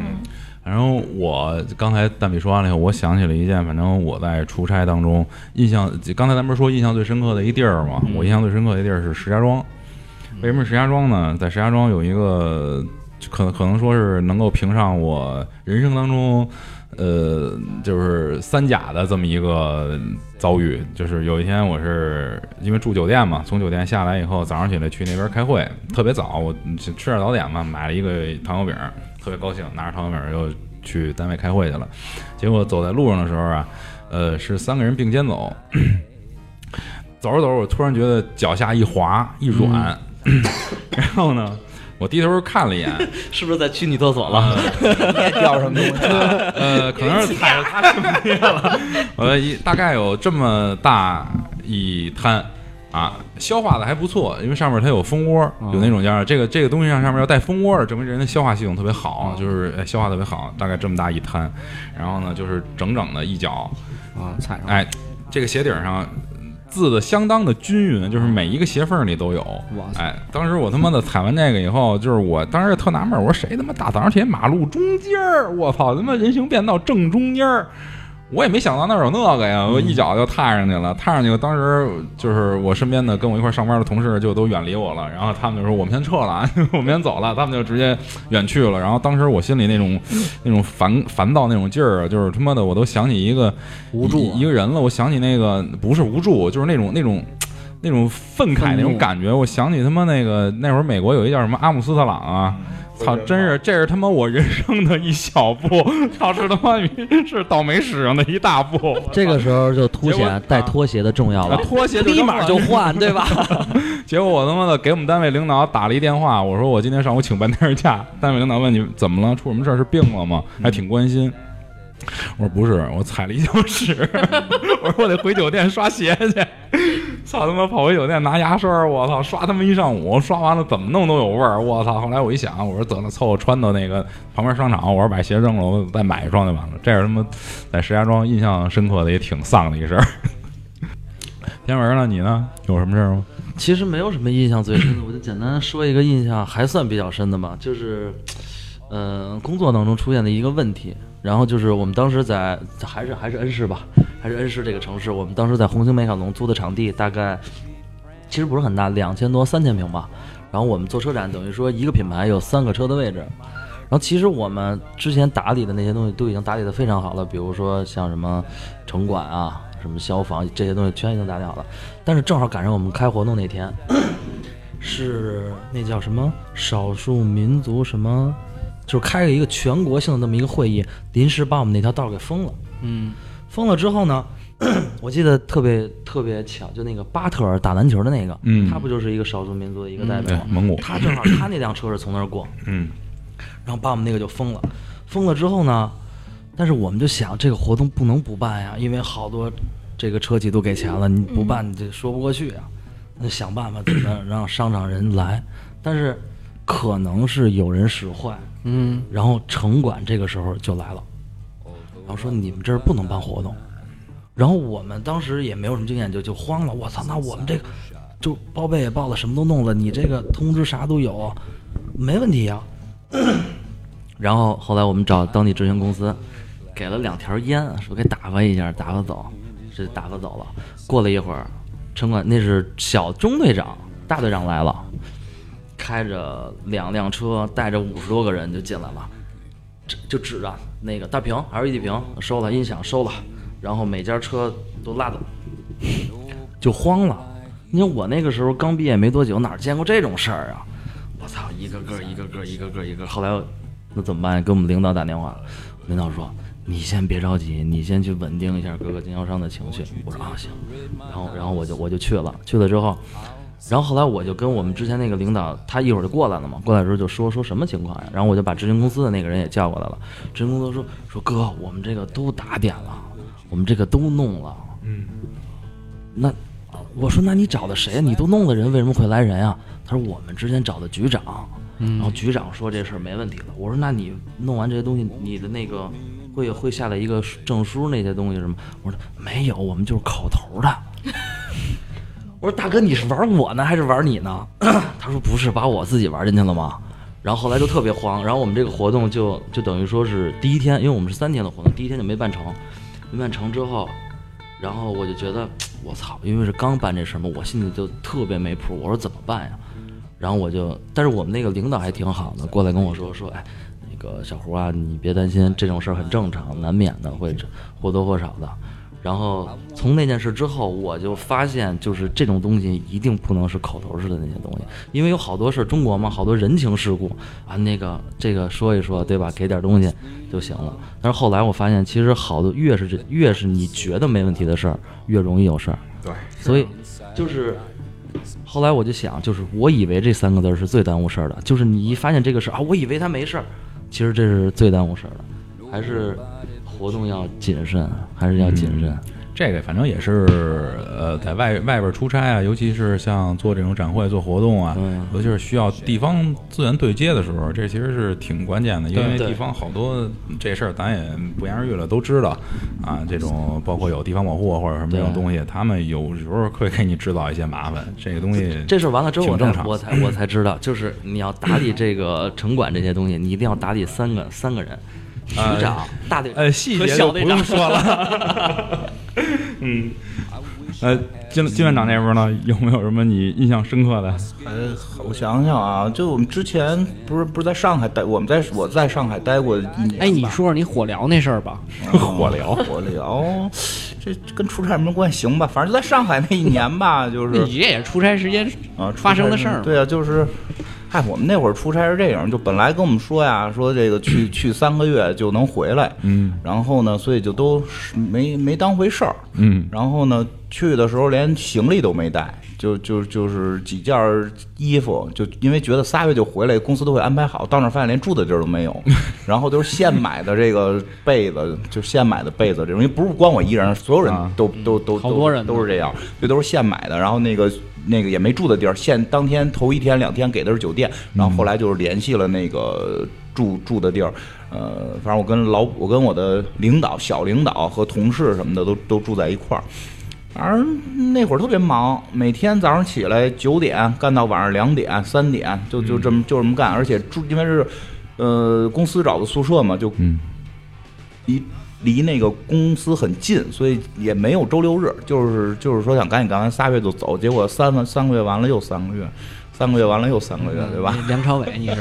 [SPEAKER 3] 反正我刚才蛋比说完了以后，我想起了一件，反正我在出差当中印象，刚才咱们说印象最深刻的一地儿嘛，我印象最深刻的一地儿是石家庄。为什么是石家庄呢？在石家庄有一个可可能说是能够评上我人生当中，呃，就是三甲的这么一个遭遇。就是有一天我是因为住酒店嘛，从酒店下来以后，早上起来去那边开会，特别早，我吃吃点早点嘛，买了一个糖油饼，特别高兴，拿着糖油饼又去单位开会去了。结果走在路上的时候啊，呃，是三个人并肩走，走着走着，我突然觉得脚下一滑一软，然后呢，我低头看了一眼，
[SPEAKER 7] [laughs] 是不是在区女厕所了？
[SPEAKER 6] 你也掉什么东西了？
[SPEAKER 3] 呃，可能是踩着他什么了， [laughs] 呃，一大概有这么大一滩。啊，消化的还不错，因为上面它有蜂窝，有那种叫这个这个东西上上面要带蜂窝的，证明这人的消化系统特别好，就是呃消化特别好。大概这么大一滩，然后呢，就是整整的一脚，
[SPEAKER 4] 啊，踩上了。
[SPEAKER 3] 哎，这个鞋底儿上字的相当的均匀，就是每一个鞋缝儿里都有。
[SPEAKER 4] 哇塞
[SPEAKER 3] 哎，当时我他妈的踩完这个以后，就是我当时特纳闷儿，我说谁他妈大早上起来马路中间儿，我操他妈人行便道正中间儿。我也没想到那儿有那个呀，我一脚就踏上去了，踏上去了。当时就是我身边的跟我一块儿上班的同事就都远离我了，然后他们就说我们先撤了啊， [laughs] 我们先走了，他们就直接远去了。然后当时我心里那种那种烦烦躁那种劲儿啊，就是他妈的我都想起一个
[SPEAKER 4] 无助啊
[SPEAKER 3] 一一个人了。我想起那个不是无助，就是那种那种。那种愤慨那
[SPEAKER 4] 愤
[SPEAKER 3] 种
[SPEAKER 4] 怒
[SPEAKER 3] 感觉，我想起他妈那个那会儿美国有一叫什么阿姆斯特朗啊，
[SPEAKER 4] 嗯
[SPEAKER 3] 操，真是这是他妈我人生的一小步，操，是他妈是倒霉史上的一大步。
[SPEAKER 4] [laughs]
[SPEAKER 3] [laughs]
[SPEAKER 2] 这个时候就凸
[SPEAKER 3] 结果
[SPEAKER 4] 啊
[SPEAKER 2] 显带拖鞋的重要
[SPEAKER 3] 啊
[SPEAKER 2] 了，
[SPEAKER 3] 拖鞋
[SPEAKER 7] 立马就
[SPEAKER 3] 扔了
[SPEAKER 7] 换，对吧？
[SPEAKER 3] 结果我他妈的给我们单位领导打了一电话，我说我今天上午请半天假。单位领导问你怎么了，出什么事儿？是病了吗？还挺关心。我说不是，我踩了一脚屎。我说我得回酒店刷鞋去。 [laughs] 操他妈，跑回酒店拿牙刷儿，我操，刷他妈一上午，刷完了怎么弄都有味儿，我操！后来我一想，我说得了，凑合穿到那个旁边商场，我说把鞋扔了，我再买一双就完了。这是他妈在石家庄印象深刻的也挺丧的一事儿。天文呢，你呢？有什么事儿吗？
[SPEAKER 2] 其实没有什么印象最深的，我就简单说一个印象还算比较深的吧，就是，呃，工作当中出现的一个问题。然后就是我们当时在还是还是恩施吧，还是恩施这个城市，我们当时在红星美凯龙租的场地大概其实不是很大，两千多三千平吧。然后我们做车展，等于说一个品牌有三个车的位置。然后其实我们之前打理的那些东西都已经打理的非常好了，比如说像什么城管啊、什么消防这些东西全已经打理好了。但是正好赶上我们开活动那天， [clears throat] 是那叫什么少数民族什么，就是开了一个全国性的那么一个会议，临时把我们那条道给封了。
[SPEAKER 7] 嗯，
[SPEAKER 2] 封了之后呢， [clears throat] 我记得特别特别巧，就那个巴特尔打篮球的那个，
[SPEAKER 3] 嗯
[SPEAKER 2] 他不就是一个少数民族的一个代表
[SPEAKER 3] 对
[SPEAKER 2] 吗？，
[SPEAKER 3] 蒙古，
[SPEAKER 2] 他正好他那辆车是从那儿过，
[SPEAKER 3] [laughs] 嗯，
[SPEAKER 2] 然后把我们那个就封了。封了之后呢，但是我们就想这个活动不能不办呀，因为好多这个车企都给钱了，你
[SPEAKER 3] 嗯
[SPEAKER 2] 不办你这说不过去啊。那就想办法怎么让商场人来，但是可能是有人使坏，嗯，然后城管这个时候就来了，然后说你们这儿不能办活动。然后我们当时也没有什么经验，就就慌了。我操，那我们这个就报备也报了，什么都弄了，你这个通知啥都有，没问题啊。 [clears throat] 然后后来我们找当地执行公司，给了两条烟，说给打发一下，打发走，这打发走了。过了一会儿，城管那是小中队长、大队长来了，开着两辆车，带着五十多个人就进来了，这就指着那个大屏 LED 屏收了，音响收了，然后每家车都拉走，就慌了。你看我那个时候刚毕业没多久，哪见过这种事儿啊？我操，一个个一个个一个个一个。后来我那怎么办？给我们领导打电话，领导说：“你先别着急，你先去稳定一下各个经销商的情绪。”我说：“啊，行。”然后，然后我就我就去了，去了之后，然后后来我就跟我们之前那个领导，他一会儿就过来了嘛，过来的时候就说说什么情况呀？然后我就把执行公司的那个人也叫过来了，执行公司说说哥，我们这个都打点了，我们这个都弄了，嗯，那。我说：“那你找的谁呀？你都弄的人，为什么会来人啊？”他说：“我们之前找的局长，然后局长说这事儿没问题了。”我说：“那你弄完这些东西，你的那个会会下来一个证书那些东西什么？”我说：“没有，我们就是口头的。”我说：“大哥，你是玩我呢，还是玩你呢？” [clears throat] 他说：“不是，把我自己玩进去了吗？”然后后来就特别慌，然后我们这个活动就就等于说是第一天，因为我们是三天的活动，第一天就没办成，没办成之后，然后我就觉得我操，因为是刚办这事儿嘛，我心里就特别没谱。我说怎么办呀？然后我就，但是我们那个领导还挺好的，过来跟我说说，哎，那个小胡啊，你别担心，这种事儿很正常，难免的，会或多或少的。然后从那件事之后，我就发现，就是这种东西一定不能是口头式的那些东西，因为有好多事儿，中国嘛，好多人情世故啊，那个这个说一说，对吧？给点东西就行了。但是后来我发现，其实好的越是这越是你觉得没问题的事儿，越容易有事儿。
[SPEAKER 3] 对，
[SPEAKER 2] 所以就是后来我就想，就是我以为这三个字儿是最耽误事儿的，就是你一发现这个事儿啊，我以为他没事儿，其实这是最耽误事儿的，还是活动要谨慎，还是要谨慎。
[SPEAKER 3] 这个反正也是呃，在外外边出差啊，尤其是像做这种展会、做活动啊，
[SPEAKER 2] 嗯
[SPEAKER 3] 尤其是需要地方资源对接的时候，这其实是挺关键的，因为
[SPEAKER 2] 对
[SPEAKER 3] 地方好多这事儿咱也不言而喻了，都知道啊。这种包括有地方保护啊或者什么这种
[SPEAKER 2] 对
[SPEAKER 3] 东西，他们有时候会给你制造一些麻烦。这个东西
[SPEAKER 2] 这事儿完了之后，
[SPEAKER 3] 挺
[SPEAKER 2] 我
[SPEAKER 3] 正
[SPEAKER 2] 才
[SPEAKER 3] 常
[SPEAKER 2] 我才我才知道，就是你要打理这个城管这些东西，你一定要打理三个三个人，局
[SPEAKER 3] 呃
[SPEAKER 2] 长、大队长
[SPEAKER 3] 呃，细节就不用说
[SPEAKER 2] [laughs]
[SPEAKER 3] 了。嗯，呃，金金院长那边儿呢，有没有什么你印象深刻的？
[SPEAKER 6] 呃，我想想啊，就我们之前不是不是在上海待，我们在我在上海待过一年吧。
[SPEAKER 4] 哎，你说说你火疗那事儿吧，
[SPEAKER 6] 火疗，火疗，这这跟出差有什么关系？行吧，反正就在上海那一年
[SPEAKER 4] [laughs]
[SPEAKER 6] 吧，就是
[SPEAKER 4] 你这也是出差时间
[SPEAKER 6] 啊
[SPEAKER 4] 发生的事儿嘛。
[SPEAKER 6] 对啊，就是，嗨，我们那会儿出差是这样，就本来跟我们说呀，说这个去去三个月就能回来，
[SPEAKER 3] 嗯
[SPEAKER 6] 然后呢，所以就都是没没当回事儿，
[SPEAKER 3] 嗯，
[SPEAKER 6] 然后呢，去的时候连行李都没带，就就就是几件儿衣服，就因为觉得仨月就回来，公司都会安排好。到那儿发现连住的地儿都没
[SPEAKER 3] [laughs]
[SPEAKER 6] 有，然后都是现买的这个被子，就现买的被子这种，因为不是光我一人，所有人
[SPEAKER 3] 啊
[SPEAKER 6] 都、都都
[SPEAKER 4] 好多人呢
[SPEAKER 6] 都是这样，这都是现买的。然后那个那个也没住的地儿，现当天头一天两天给的是酒店，然后后来就是联系了那个住住的地儿。呃，反正我跟老我跟我的领导、小领导和同事什么的都都住在一块儿，反正那会儿特别忙，每天早上起来九点干到晚上两点、三点，就就这
[SPEAKER 4] 嗯
[SPEAKER 6] 么就这么干。而且住因为是，呃，公司找的宿舍嘛，就
[SPEAKER 3] 嗯，
[SPEAKER 6] 离离那个公司很近，所以也没有周六日，就是就是说想赶紧干完仨月就走，结果三个三个月完了又三个月，三个月完了又三个月，对吧？？
[SPEAKER 4] 梁朝伟，你是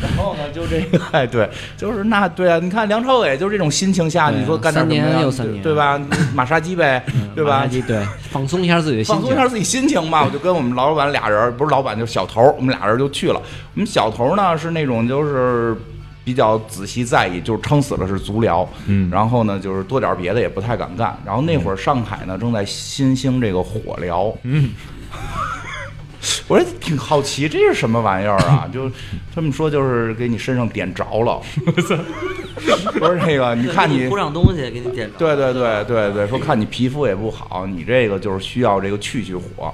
[SPEAKER 6] 然后呢，就这个， [laughs] 哎，对，就是那对啊，你看梁朝伟就是这种心情下，
[SPEAKER 4] 对啊
[SPEAKER 6] 你说干点什么呀
[SPEAKER 4] 三年又三年嗯
[SPEAKER 6] 对吧？马杀鸡呗， [laughs] 对
[SPEAKER 4] 马
[SPEAKER 6] 吧
[SPEAKER 4] 杀？鸡对，放松一下自己的心
[SPEAKER 6] 放松
[SPEAKER 4] 情
[SPEAKER 6] 一。下自己心情吧。我就跟我们老板俩人，不是老板就是小头儿，我们俩人就去了。我们小头儿呢是那种就是比较仔细在意，就是撑死了是足疗，
[SPEAKER 3] 嗯
[SPEAKER 6] 然后呢就是多点儿别的也不太敢干。然后那会儿上海呢正在新兴这个火疗，
[SPEAKER 3] 嗯，
[SPEAKER 6] [laughs] 我也挺好奇这是什么玩意儿啊？就这么说就是给你身上点着
[SPEAKER 4] [laughs]
[SPEAKER 6] 了，不是那个，你看
[SPEAKER 2] 给
[SPEAKER 6] 你
[SPEAKER 2] 铺上东西，给你点着。
[SPEAKER 6] 对对对对对，说看你皮肤也不好，你这个就是需要这个去去火。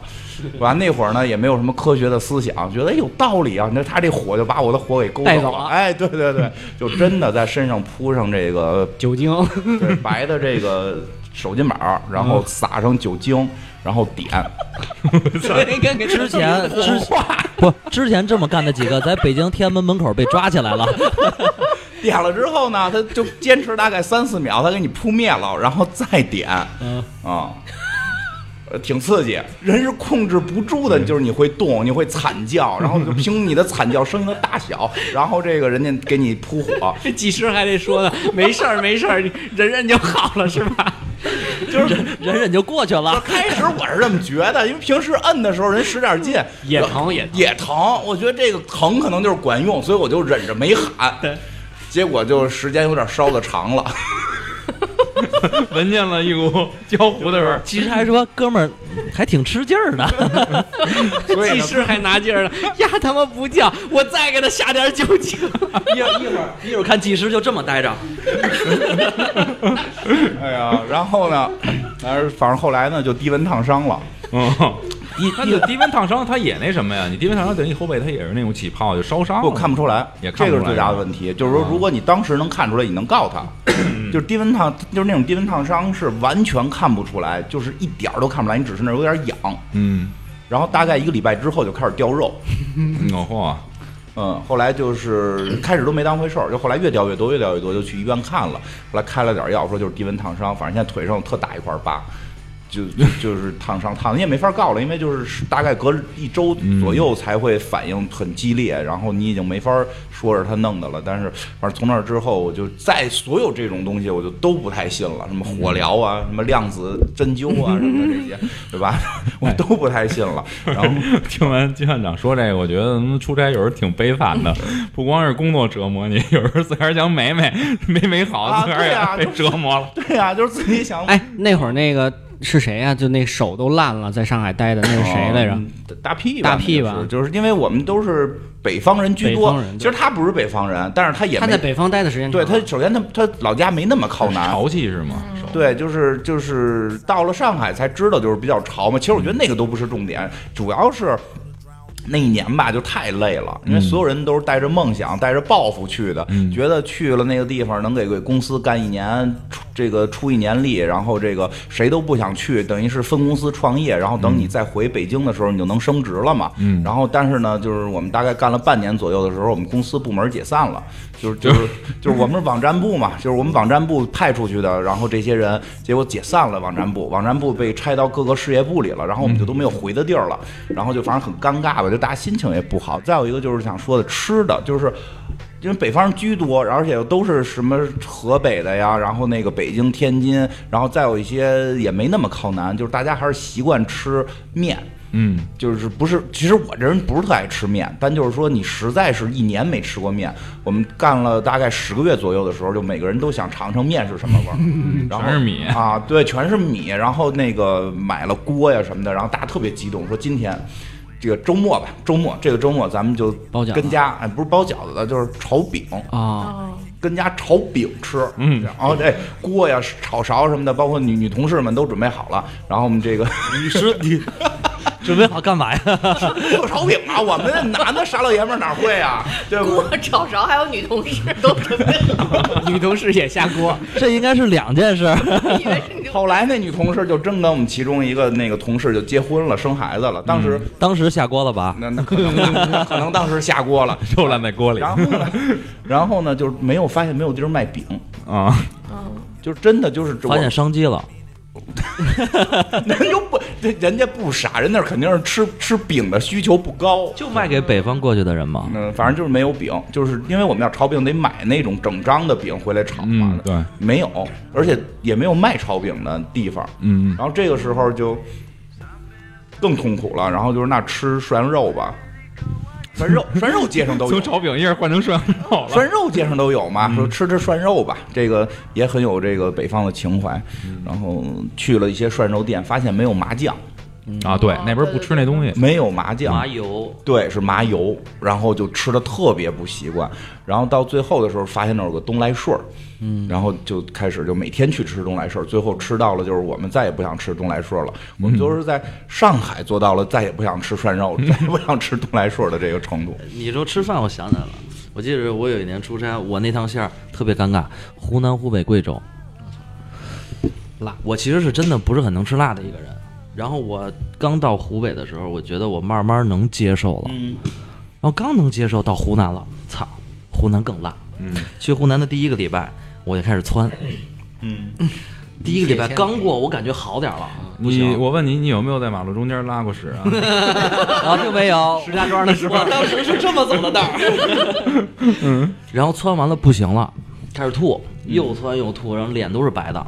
[SPEAKER 6] 完那会儿呢，也没有什么科学的思想，觉得哎有道理啊。你说他这火就把我的火给勾
[SPEAKER 4] 带
[SPEAKER 6] 走
[SPEAKER 4] 走了
[SPEAKER 6] 哎，对对
[SPEAKER 4] [laughs]
[SPEAKER 6] 对，就真的在身上铺上这个
[SPEAKER 4] 酒精，
[SPEAKER 6] 对白的这个手巾板儿，然后撒上酒精，然后点。
[SPEAKER 7] 之前之不之前这么干的几个，在北京天安门门口被抓起来了。
[SPEAKER 6] 点了之后呢，他就坚持大概三四秒，他给你扑灭了，然后再点，嗯啊、呃挺刺激。人是控制不住的，就是你会动，你会惨叫，然后就凭你的惨叫声音的大小，然后这个人家给 [laughs] 你扑火，
[SPEAKER 4] 这技师还得说呢，没事儿没事儿，你忍忍就好了是
[SPEAKER 6] [laughs]
[SPEAKER 4] 吧？
[SPEAKER 7] 就是忍忍就过去
[SPEAKER 6] 我 [laughs]
[SPEAKER 7] 了。
[SPEAKER 6] 开始我是这么觉得，因为平时摁的时候人使点劲
[SPEAKER 4] 也疼也
[SPEAKER 6] [laughs]
[SPEAKER 4] 疼
[SPEAKER 6] 也疼，我觉得这个疼可能就是管用，所以我就忍着没喊。结果就时间有点烧的长了，
[SPEAKER 3] 闻见了一股焦糊的味儿。
[SPEAKER 7] 其实还说哥们儿还挺吃劲儿的，
[SPEAKER 6] 所以
[SPEAKER 2] [laughs]
[SPEAKER 4] 技
[SPEAKER 6] 呢
[SPEAKER 4] 师还拿劲儿呢，呀他妈不叫，我再给他下点酒精。
[SPEAKER 7] 一会儿一会儿一会儿看技师就这么待着，
[SPEAKER 6] 哎呀，然后呢，但是反正后来呢，就低温烫伤了。
[SPEAKER 3] 嗯，他就低温烫伤，他也那什么呀？你低温烫伤等于你后背它也是那种起泡，就烧伤了。
[SPEAKER 6] 我看不出来，
[SPEAKER 3] 哦也看不
[SPEAKER 6] 这个
[SPEAKER 3] 出来嗯
[SPEAKER 6] 是最大的问题。就是说，如果你当时能看出来，你能告
[SPEAKER 3] [clears throat]
[SPEAKER 6] 他。就是低温烫，就是那种低温烫伤是完全看不出来，就是一点儿都看不出来，你只是那儿有点痒。
[SPEAKER 3] 嗯，
[SPEAKER 6] 然后大概一个礼拜之后就开始掉肉，
[SPEAKER 3] 哦嚯，
[SPEAKER 6] 嗯，后来就是开始都没当回事儿，就后来越掉越多，越掉越多，就去医院看了，后来开了点药，说就是低温烫伤，反正现在腿上有特大一块疤，就就就是烫伤，烫的也没法告了，因为就是大概隔一周左右才会反应很激烈，然后你已经没法说是他弄的了，但是反正从那儿之后，我就在所有这种东西我就都不太信了，什么火疗啊，什么量子针灸啊，什么的这些， [laughs] 对吧？我都不太信了，然后。
[SPEAKER 3] [laughs]
[SPEAKER 6] [laughs]
[SPEAKER 3] 听完金院长说这个，我觉得嗯出差有时候挺悲惨的，不光是工作折磨你，有时候自个儿想美美没美好，
[SPEAKER 6] 啊
[SPEAKER 3] 自个儿
[SPEAKER 6] 对啊
[SPEAKER 3] 也被折磨了。
[SPEAKER 6] 对呀、就是自己想
[SPEAKER 4] [laughs] 哎，那会儿那个是谁呀、就那手都烂了，在上海待的那是谁来着？
[SPEAKER 6] 嗯？大屁吧，
[SPEAKER 4] 大屁吧
[SPEAKER 6] 那个是就是因为我们都是北方人居
[SPEAKER 4] 北
[SPEAKER 6] 多
[SPEAKER 4] 方人。
[SPEAKER 6] 其实他不是北方人，但是他也
[SPEAKER 4] 他
[SPEAKER 6] 没
[SPEAKER 4] 在北方待的时间
[SPEAKER 6] 对
[SPEAKER 4] 长
[SPEAKER 6] 他首先他他老家没那么靠南。
[SPEAKER 3] 潮气是吗？
[SPEAKER 6] 对，就是就是到了上海才知道，就是比较潮嘛。其实我觉得那个都不是重点，主要是那一年吧，就太累了，因为所有人都是带着梦想、带着抱负去的，觉得去了那个地方能给给公司干一年，出这个出一年力，然后这个谁都不想去，等于是分公司创业，然后等你再回北京的时候，你就能升职了嘛。
[SPEAKER 3] 嗯
[SPEAKER 6] 然后但是呢，就是我们大概干了半年左右的时候，我们公司部门解散了，就是就是就是我们是网站部嘛，就是我们网站部派出去的，然后这些人结果解散了网站部，网站部被拆到各个事业部里了，然后我们就都没有回的地儿了，然后就反正很尴尬吧，就大家心情也不好。再有一个就是想说的吃的，就是。因为北方人居多，而且都是什么河北的呀，然后那个北京、天津，然后再有一些也没那么靠南，就是大家还是习惯吃面，
[SPEAKER 3] 嗯，
[SPEAKER 6] 就是不是，其实我这人不是特爱吃面，但就是说你实在是一年没吃过面，我们干了大概十个月左右的时候，就每个人都想尝尝面是什么味
[SPEAKER 3] [laughs]
[SPEAKER 6] 儿，然后
[SPEAKER 3] 全是米
[SPEAKER 6] 啊，对，全是米，然后那个买了锅呀什么的，然后大家特别激动，说今天。这个周末吧，周末这个周末咱们就
[SPEAKER 4] 包饺子
[SPEAKER 6] 跟家，哎，不是包饺子的，就是炒饼，
[SPEAKER 4] 啊，
[SPEAKER 6] 跟家炒饼吃，
[SPEAKER 3] 嗯
[SPEAKER 6] 然后这锅呀、炒勺什么的，包括女女同事们都准备好了，然后我们这
[SPEAKER 3] [laughs]
[SPEAKER 6] 个
[SPEAKER 7] 你是你准备好干嘛呀？
[SPEAKER 6] [laughs] 做炒饼啊，我们这男的傻老爷们儿哪会啊，对不
[SPEAKER 5] 锅炒勺还有女同事都准备好，
[SPEAKER 4] 女同事也下锅，
[SPEAKER 7] 这应该是两件事。
[SPEAKER 2] [laughs]
[SPEAKER 5] 以为是你
[SPEAKER 6] 后来那女同事就真跟我们其中一个那个同事就结婚了，生孩子了。当时、
[SPEAKER 2] 当时下锅了吧？
[SPEAKER 6] 那那可能可能当时下锅了，
[SPEAKER 3] 又烂在锅里
[SPEAKER 6] 然后呢，然后呢就是没有发现没有地儿卖饼，
[SPEAKER 3] 啊！
[SPEAKER 6] 就是真的就是
[SPEAKER 2] 发现商机了，
[SPEAKER 6] 人 [laughs] 又不，这人家不傻，人那肯定是吃吃饼的需求不高。
[SPEAKER 2] 就卖给北方过去的人嘛。
[SPEAKER 6] 嗯，反正就是没有饼，就是因为我们要炒饼得买那种整张的饼回来炒嘛
[SPEAKER 3] 嗯，，对，
[SPEAKER 6] 没有，而且也没有卖炒饼的地方。
[SPEAKER 3] 嗯，
[SPEAKER 6] 然后这个时候就更痛苦了，然后就是那吃涮羊肉吧，涮肉涮肉街上都有
[SPEAKER 3] 从，炒饼一下换成涮羊肉了。
[SPEAKER 6] 涮肉街上都有
[SPEAKER 2] 嗯
[SPEAKER 6] 嘛，说吃吃涮肉吧，这个也很有这个北方的情怀。
[SPEAKER 2] 嗯
[SPEAKER 6] 然后去了一些涮肉店，发现没有麻酱，
[SPEAKER 3] 啊，对，那边不吃那东西，
[SPEAKER 6] 没有麻酱，
[SPEAKER 2] 麻油，
[SPEAKER 6] 对，是麻油，然后就吃的特别不习惯，然后到最后的时候发现那儿有个东来顺儿，嗯，然后就开始就每天去吃东来顺儿，最后吃到了就是我们再也不想吃东来顺儿了，我们就是在上海做到了再也不想吃涮肉，再也不想吃东来顺儿的这个程度。
[SPEAKER 10] 你
[SPEAKER 2] 你说吃饭，我想起来了，我记得我有一年出差，我那趟线儿特别尴尬，湖南、湖北、贵州，辣。我其实是真的不是很能吃辣的一个人。然后我刚到湖北的时候，我觉得我慢慢能接受了，嗯、然后刚能接受到湖南了，操，湖南更辣。嗯，去湖南的第一个礼拜，我就开始窜。嗯，第一个礼拜刚过，我感觉好点儿了。不行
[SPEAKER 3] 你我问你，你有没有在马路中间拉过屎啊？
[SPEAKER 2] 然后并没有。
[SPEAKER 4] [laughs] 石家庄的时候，
[SPEAKER 2] 当时是这么走的道儿。然后窜完了不行了，开始吐，又窜又吐，然后脸都是白的。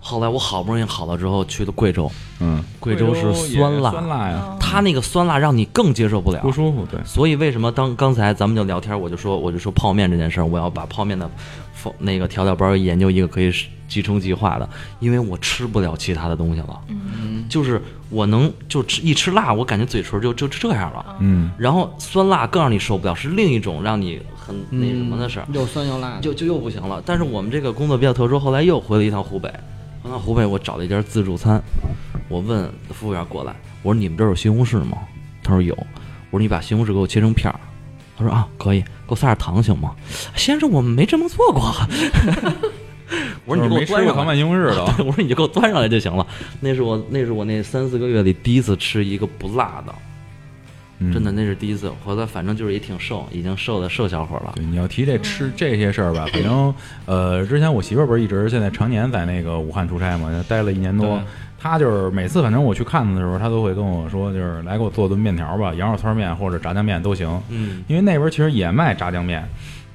[SPEAKER 2] 后来我好不容易好了之后，去了贵州，
[SPEAKER 3] 嗯，
[SPEAKER 2] 贵州是
[SPEAKER 3] 也
[SPEAKER 2] 酸辣，
[SPEAKER 3] 酸辣呀，
[SPEAKER 2] 它那个酸辣让你更接受不了
[SPEAKER 3] 不。舒服。对，
[SPEAKER 2] 所以为什么当刚才咱们就聊天，我就说我就说泡面这件事儿，我要把泡面的风那个调料包研究一个可以即冲即化的，因为我吃不了其他的东西了。嗯，就是我能就吃一吃辣，我感觉嘴唇就就就这样了。
[SPEAKER 3] 嗯，
[SPEAKER 2] 然后酸辣更让你受不了，是另一种让你很那什么的事儿，
[SPEAKER 4] 嗯又酸又辣的，
[SPEAKER 2] 就就又不行了。但是我们这个工作比较特殊，后来又回了一趟湖北，回到湖北我找了一家自助餐，我问服务员过来，我说你们这儿有西红柿吗？他说有，我说你把西红柿给我切成片儿。他说啊，可以，给我撒点糖行吗？先生，我们没这么做过。 [laughs] 我说你给
[SPEAKER 3] 没
[SPEAKER 2] 我
[SPEAKER 3] 吃
[SPEAKER 2] 端
[SPEAKER 3] 过
[SPEAKER 2] 上
[SPEAKER 3] 糖
[SPEAKER 2] 来
[SPEAKER 3] 拌，西红柿都。
[SPEAKER 2] [laughs] 我说你就给我端上来就行了。那是我那是我那三四个月里第一次吃一个不辣的，
[SPEAKER 3] 嗯
[SPEAKER 2] 真的，那是第一次。后来反正就是也挺瘦，已经瘦的瘦小伙了。
[SPEAKER 3] 对，你要提这吃这些事儿吧，反正呃，之前我媳妇儿不是一直现在常年在那个武汉出差嘛，待了一年多。她就是每次，反正我去看她的时候，她都会跟我说，就是来给我做顿面条吧，羊肉汆面或者炸酱面都行。
[SPEAKER 2] 嗯，
[SPEAKER 3] 因为那边其实也卖炸酱面，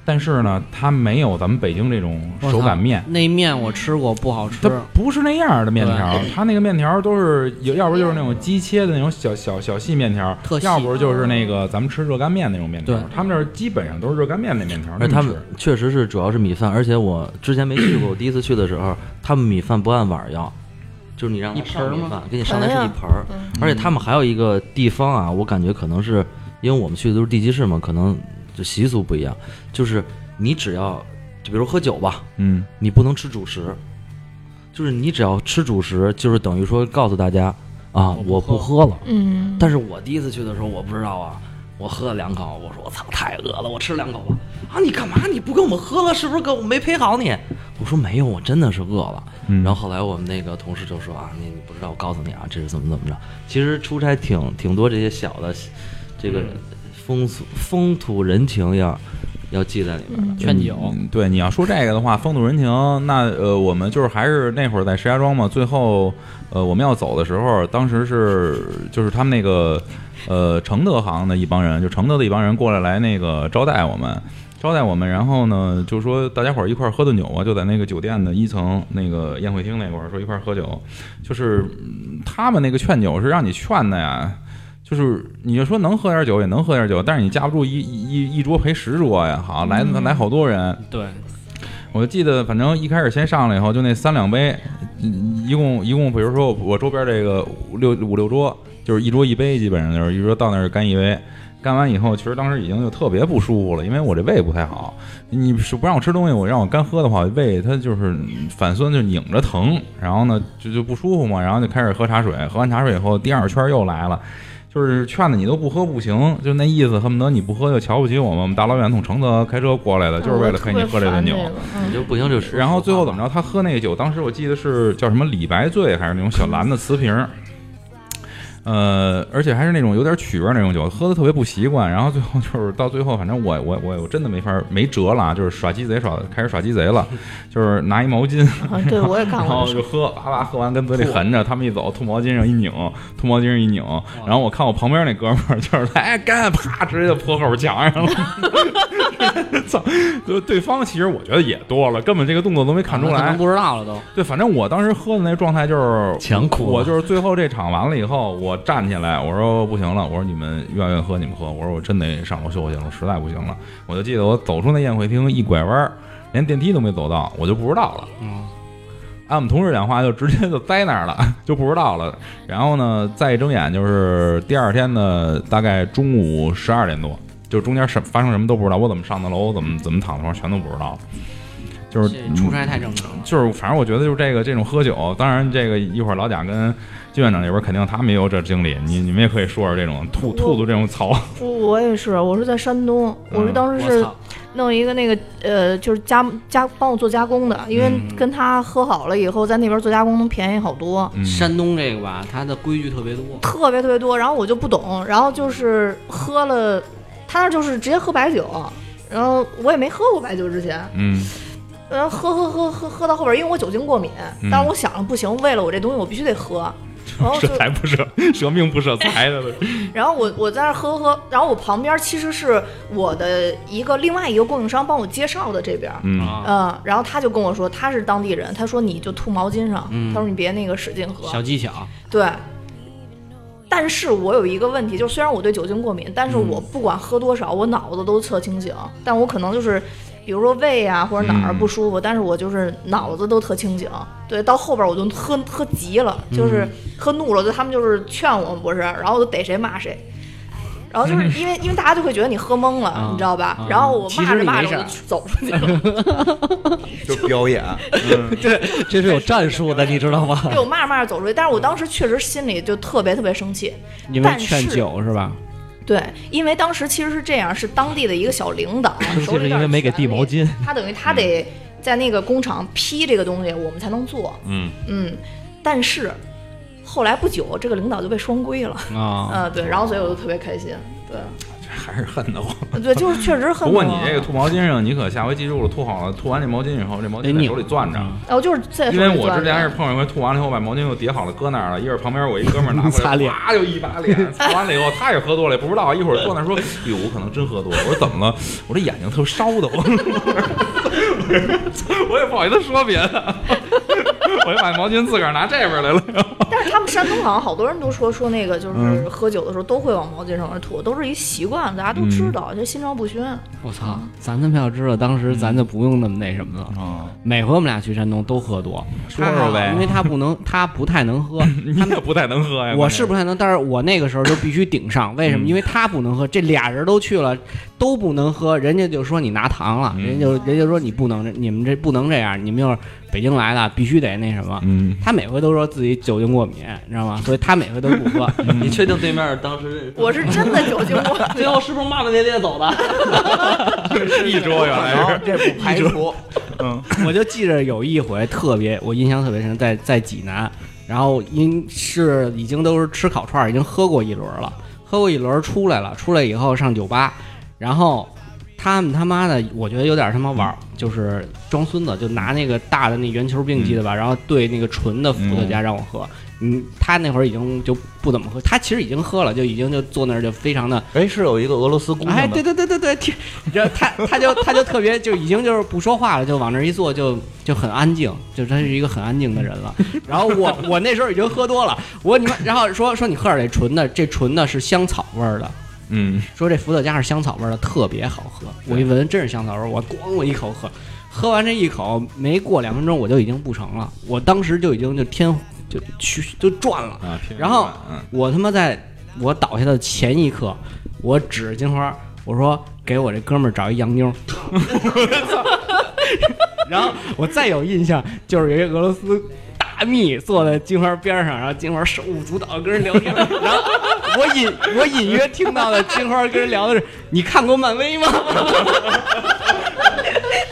[SPEAKER 3] 但是呢，它没有咱们北京这种手擀面，
[SPEAKER 4] 那面我吃过，不好吃
[SPEAKER 3] 它。不是那样的面条，它那个面条都是有，要不就是那种机切的那种小小小细面条
[SPEAKER 4] 特，细
[SPEAKER 3] 要不就是那个咱们吃热干面那种面条
[SPEAKER 4] 对。哎
[SPEAKER 3] 他们那儿基本上都是热干面那面条，
[SPEAKER 2] 而
[SPEAKER 3] 那
[SPEAKER 2] 他
[SPEAKER 3] 么
[SPEAKER 2] 们
[SPEAKER 3] 吃
[SPEAKER 2] 确实是主要是米饭，而且我之前没去过，我第一次去的时候，他们米饭不按碗儿要，就是你让他上米饭，给你上来是一盆儿，嗯而且他们还有一个地方啊，我感觉可能是因为我们去的都是地级市嘛，可能就习俗不一样，就是你只要就比如喝酒吧，
[SPEAKER 3] 嗯。
[SPEAKER 2] 你不能吃主食，就是你只要吃主食，就是等于说告诉大家啊，我不喝了。
[SPEAKER 11] 嗯，
[SPEAKER 2] 但是我第一次去的时候，我不知道啊，我喝了两口，我说我操，太饿了，我吃两口吧。啊，你干嘛？你不跟我们喝了？是不是跟我没陪好你？我说没有，我真的是饿了。
[SPEAKER 3] 嗯
[SPEAKER 2] 然后后来我们那个同事就说啊，你你不知道，我告诉你啊，这是怎么怎么着。其实出差挺挺多这些小的，这
[SPEAKER 3] 嗯
[SPEAKER 2] 个风俗风土人情要要记在里面的。
[SPEAKER 4] 劝酒，
[SPEAKER 3] 嗯对，你要说这个的话，风土人情，那呃，我们就是还是那会儿在石家庄嘛，最后呃我们要走的时候，当时是就是他们那个呃承德行的一帮人，就承德的一帮人过来来那个招待我们。招待我们，然后呢，就说大家伙儿一块儿喝顿酒吧，就在那个酒店的一层那个宴会厅那块儿，说一块儿喝酒。就是嗯他们那个劝酒是让你劝的呀，就是你就说能喝点酒也能喝点酒，但是你架不住一一一一桌陪十桌呀，好来来好多人，
[SPEAKER 4] 对，
[SPEAKER 3] 我记得，反正一开始先上来以后，就那三两杯，嗯一共一共，比如说我周边这个五六五六桌，就是一桌一杯，基本上就是一桌到那儿干一杯。干完以后，其实当时已经就特别不舒服了，因为我这胃不太好。你是不让我吃东西，我让我干喝的话，胃它就是反酸，就拧着疼，然后呢就就不舒服嘛，然后就开始喝茶水。喝完茶水以后，第二圈又来了。就是劝的你都不喝不行，就那意思，恨不得你不喝就瞧不起我们，我们大老远从承德开车过来的，就是
[SPEAKER 5] 嗯
[SPEAKER 3] [laughs] 为了陪你喝这顿酒。
[SPEAKER 7] 你就不行就说
[SPEAKER 3] 然后最后怎么着？他喝那个酒，当时我记得是叫什么李白醉，还是那种小蓝的瓷瓶儿，呃，而且还是那种有点曲味儿那种酒，喝的特别不习惯。然后最后就是到最后，反正我我我我真的没法儿没辙了啊，就是耍鸡贼耍开始耍鸡贼了，就是拿一毛巾，
[SPEAKER 5] 啊对我也干
[SPEAKER 3] 然
[SPEAKER 5] 过
[SPEAKER 3] 后
[SPEAKER 5] 这事
[SPEAKER 3] 就喝，叭叭喝完跟嘴里含着，他们一走吐毛巾上一拧，吐毛巾上一拧，然后我看我旁边那哥们儿就是来干，啪直接就泼口墙
[SPEAKER 4] [laughs]
[SPEAKER 3] 上了， [laughs] 操！就对方其实我觉得也多了，根本这个动作都没看出
[SPEAKER 4] 啊那可
[SPEAKER 3] 来
[SPEAKER 4] 能。不知道了都。
[SPEAKER 3] 对，反正我当时喝的那状态就是
[SPEAKER 2] 强哭
[SPEAKER 3] 我
[SPEAKER 2] 啊
[SPEAKER 3] 就是最后这场完了以后，我站起来，我说不行了，我说你们愿意喝你们喝，我说我真得上楼休息了，我实在不行了。我就记得我走出那宴会厅一拐弯儿，连电梯都没走到，我就不知道了。按我们同事讲话，就直接就栽那儿了， [laughs] 就不知道了。然后呢，再一睁眼就是第二天的大概中午十二点多，就中间什发生什么都不知道，我怎么上的楼，怎么怎么躺的床，全都不知道了。就是
[SPEAKER 4] 这出差太正常了，
[SPEAKER 3] 就是反正我觉得就是这个这种喝酒，当然这个一会儿老贾跟金院长这边肯定他们也有这经历，你你们也可以说说这种兔兔子这种槽，
[SPEAKER 5] 我我也是，我是在山东，
[SPEAKER 3] 嗯
[SPEAKER 5] 我是
[SPEAKER 2] 嗯
[SPEAKER 5] 当时
[SPEAKER 4] 我
[SPEAKER 5] 是
[SPEAKER 4] 操，
[SPEAKER 5] 弄一个那个呃，就是加加帮我做加工的，因为跟他喝好了以后，在那边做加工能便宜好多。
[SPEAKER 3] 嗯
[SPEAKER 4] 山东这个吧，它的规矩特别多，
[SPEAKER 5] 特别特别多，然后我就不懂，然后就是喝了，他那就是直接喝白酒，然后我也没喝过白酒之前，
[SPEAKER 3] 嗯
[SPEAKER 5] 然后喝喝喝喝喝到后边，因为我酒精过敏，
[SPEAKER 3] 嗯
[SPEAKER 5] 但是我想了不行，为了我这东西我必须得喝，然后就
[SPEAKER 3] 舍财不舍舍命不舍财的，
[SPEAKER 5] 然后我我在那儿喝喝，然后我旁边其实是我的一个另外一个供应商帮我介绍的这边，
[SPEAKER 3] 嗯
[SPEAKER 4] 啊，
[SPEAKER 5] 嗯，然后他就跟我说他是当地人，他说你就吐毛巾上，
[SPEAKER 2] 嗯
[SPEAKER 5] 他说你别那个使劲喝，
[SPEAKER 4] 小技巧，
[SPEAKER 5] 对。但是我有一个问题，就是虽然我对酒精过敏，但是
[SPEAKER 4] 嗯
[SPEAKER 5] 我不管喝多少，我脑子都特清醒。但我可能就是，比如说胃啊或者哪儿
[SPEAKER 3] 嗯
[SPEAKER 5] 不舒服，但是我就是脑子都特清醒。对，到后边我就喝喝急了，
[SPEAKER 4] 嗯
[SPEAKER 5] 就是喝怒了，就他们就是劝我不是，然后我就逮谁骂谁。然后就是因为、因为大家就会觉得你喝懵了，
[SPEAKER 4] 嗯啊
[SPEAKER 5] 你知道吧？
[SPEAKER 4] 啊
[SPEAKER 5] 然后我
[SPEAKER 4] 其
[SPEAKER 5] 骂
[SPEAKER 4] 实
[SPEAKER 5] 着
[SPEAKER 4] 你
[SPEAKER 5] 骂
[SPEAKER 4] 没
[SPEAKER 5] 着我
[SPEAKER 4] 事
[SPEAKER 5] 就
[SPEAKER 4] 儿
[SPEAKER 5] 走出去 [laughs] 了，
[SPEAKER 12] 就表演，
[SPEAKER 2] [laughs] 这是有战术的，你知道吗？
[SPEAKER 5] 对我骂着骂着走出去。但是我当时确实心里就特别特别生气，
[SPEAKER 4] 因为
[SPEAKER 5] 但
[SPEAKER 4] 劝
[SPEAKER 5] 是
[SPEAKER 4] 酒是吧？
[SPEAKER 5] 对，因为当时其实是这样，是当地的一个小领导手里有点
[SPEAKER 7] 因为没给递
[SPEAKER 5] 权力
[SPEAKER 7] 毛巾，嗯
[SPEAKER 5] 他等于他得在那个工厂批这个东西，我们才能做。
[SPEAKER 12] 嗯
[SPEAKER 5] 嗯，但是后来不久，这个领导就被双规了。
[SPEAKER 4] 啊，
[SPEAKER 5] 嗯，对，然后所以我就特别开心。对，
[SPEAKER 3] 还是恨得慌。
[SPEAKER 5] 对，就是确实很。
[SPEAKER 3] 不过你这个，吐毛巾上，你可下回记住了，吐好了，吐完这毛巾以后，这毛巾在手里攥着。
[SPEAKER 5] 然后啊哦就是 [laughs] 在手里
[SPEAKER 3] 因为我
[SPEAKER 5] 攥
[SPEAKER 3] 之
[SPEAKER 5] 着
[SPEAKER 3] 前是碰上一回，吐完了以后把毛巾又叠好了搁那儿了，一会儿旁边我一哥们儿拿过
[SPEAKER 4] [laughs] 擦
[SPEAKER 3] 来，
[SPEAKER 4] 脸
[SPEAKER 3] 啪就一把脸，擦完了以后他也喝多了，也不知道，啊一会儿坐那儿说，哟，我可能真喝多了，我说怎么了？我这眼睛特烧的，我 [laughs] 我也不好意思说别的，我就把毛巾自个儿拿这边来了，
[SPEAKER 5] 但是他们山东好像好多人都说说那个
[SPEAKER 7] 嗯
[SPEAKER 5] 就是喝酒的时候都会往毛巾上面吐，都是一习惯，大家都
[SPEAKER 7] 嗯
[SPEAKER 5] 知道，就心照不宣。
[SPEAKER 4] 我操，咱他妈要知道当
[SPEAKER 2] 嗯
[SPEAKER 4] 时咱就不用那么那什么了。
[SPEAKER 6] 啊，
[SPEAKER 4] 每回我们俩去山东都喝多，
[SPEAKER 3] 说说呗
[SPEAKER 4] 他因为他不能，他不太能
[SPEAKER 2] [laughs]
[SPEAKER 4] 喝，
[SPEAKER 3] 你也不太能喝呀，
[SPEAKER 4] 我是不太能，但是我那个时候就必须顶上，为什
[SPEAKER 3] 嗯
[SPEAKER 4] 么？因为他不能喝，这俩人都去了，都不能喝，人家就说你拿糖了，
[SPEAKER 3] 嗯
[SPEAKER 4] 人家就人家说你不能，你们这不能这样，你们要是北京来的必须得那什么。 [laughs]
[SPEAKER 3] 嗯，
[SPEAKER 4] 他每回都说自己酒精过敏，你知道吗？所以他每回都不喝。
[SPEAKER 6] 嗯
[SPEAKER 7] 你确定对面当时
[SPEAKER 2] [laughs]
[SPEAKER 7] 认识？
[SPEAKER 5] 我是真的酒精过敏。
[SPEAKER 7] 最后是不是骂骂咧咧走的？
[SPEAKER 3] 是一桌原来是。
[SPEAKER 12] 这不排除，
[SPEAKER 4] 我就记着有一回特别，我印象特别深，在在济南，然后因是已经都是吃烤串儿，已经喝过一轮了，喝过一轮出来了，出来以后上酒吧，然后他们他妈的，我觉得有点他妈玩儿，就是装孙子，就拿那个大的那圆球冰记得吧，然后对那个纯的伏特加让我喝。嗯，他那会儿已经就不怎么喝，他其实已经喝了，就已经就坐那儿就非常的
[SPEAKER 6] 哎，是有一个俄罗斯姑娘的，
[SPEAKER 4] 哎，对对对对对，听， [laughs] 然后他他就他就特别就已经就是不说话了，就往那儿一坐就就很安静，就他是一个很安静的人了。然后我我那时候已经喝多了，我你们然后说说你喝点这纯的，这纯的是香草味儿的，
[SPEAKER 3] 嗯，
[SPEAKER 4] 说这伏特加是香草味儿的，特别好喝。我一闻真是香草味儿，我咣我一口喝，喝完这一口没过两分钟我就已经不成了，我当时就已经就天就去就转了。
[SPEAKER 3] 啊，听着
[SPEAKER 4] 然后
[SPEAKER 3] 嗯，
[SPEAKER 4] 我他妈在我倒下的前一刻，我指着金花，我说给我这哥们儿找一洋妞。 [laughs] 然后我再有印象就是有一个俄罗 [laughs] 斯大蜜坐在金花边上，然后金花手舞足蹈地跟人聊天，然后我隐我隐约听到的金花跟人聊的是，你看过漫威吗？ [laughs]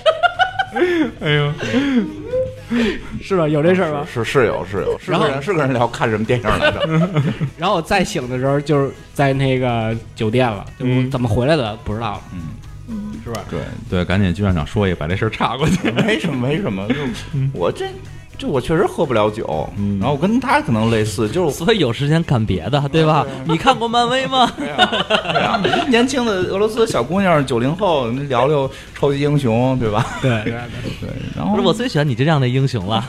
[SPEAKER 3] 哎呦，
[SPEAKER 4] 是吧？有这事儿吧？
[SPEAKER 6] 是是有是有，是
[SPEAKER 4] 然后
[SPEAKER 6] 跟人是跟人聊看什么电影来着？
[SPEAKER 4] 然后我再醒的时候，就是在那个酒店了，就我
[SPEAKER 3] 嗯
[SPEAKER 4] 怎么回来的不知道了。
[SPEAKER 6] 嗯，
[SPEAKER 4] 是吧？
[SPEAKER 6] 对，
[SPEAKER 3] 对，赶紧去院长说一个，把这事儿岔过去。
[SPEAKER 6] 没什么，没什么。就我这，就我确实喝不了酒，
[SPEAKER 3] 嗯
[SPEAKER 6] 然后我跟他可能类似，就是
[SPEAKER 2] 所以有时间干别的，对吧？ [laughs] 你看过漫威吗？
[SPEAKER 6] 我对啊 [laughs] 年轻的俄罗斯小姑娘，九零后，聊聊超级英雄，对
[SPEAKER 4] [laughs]
[SPEAKER 6] 吧？
[SPEAKER 4] 对对
[SPEAKER 6] 对，然
[SPEAKER 2] 不
[SPEAKER 6] 后
[SPEAKER 2] 是，我最喜欢你这样的英雄了。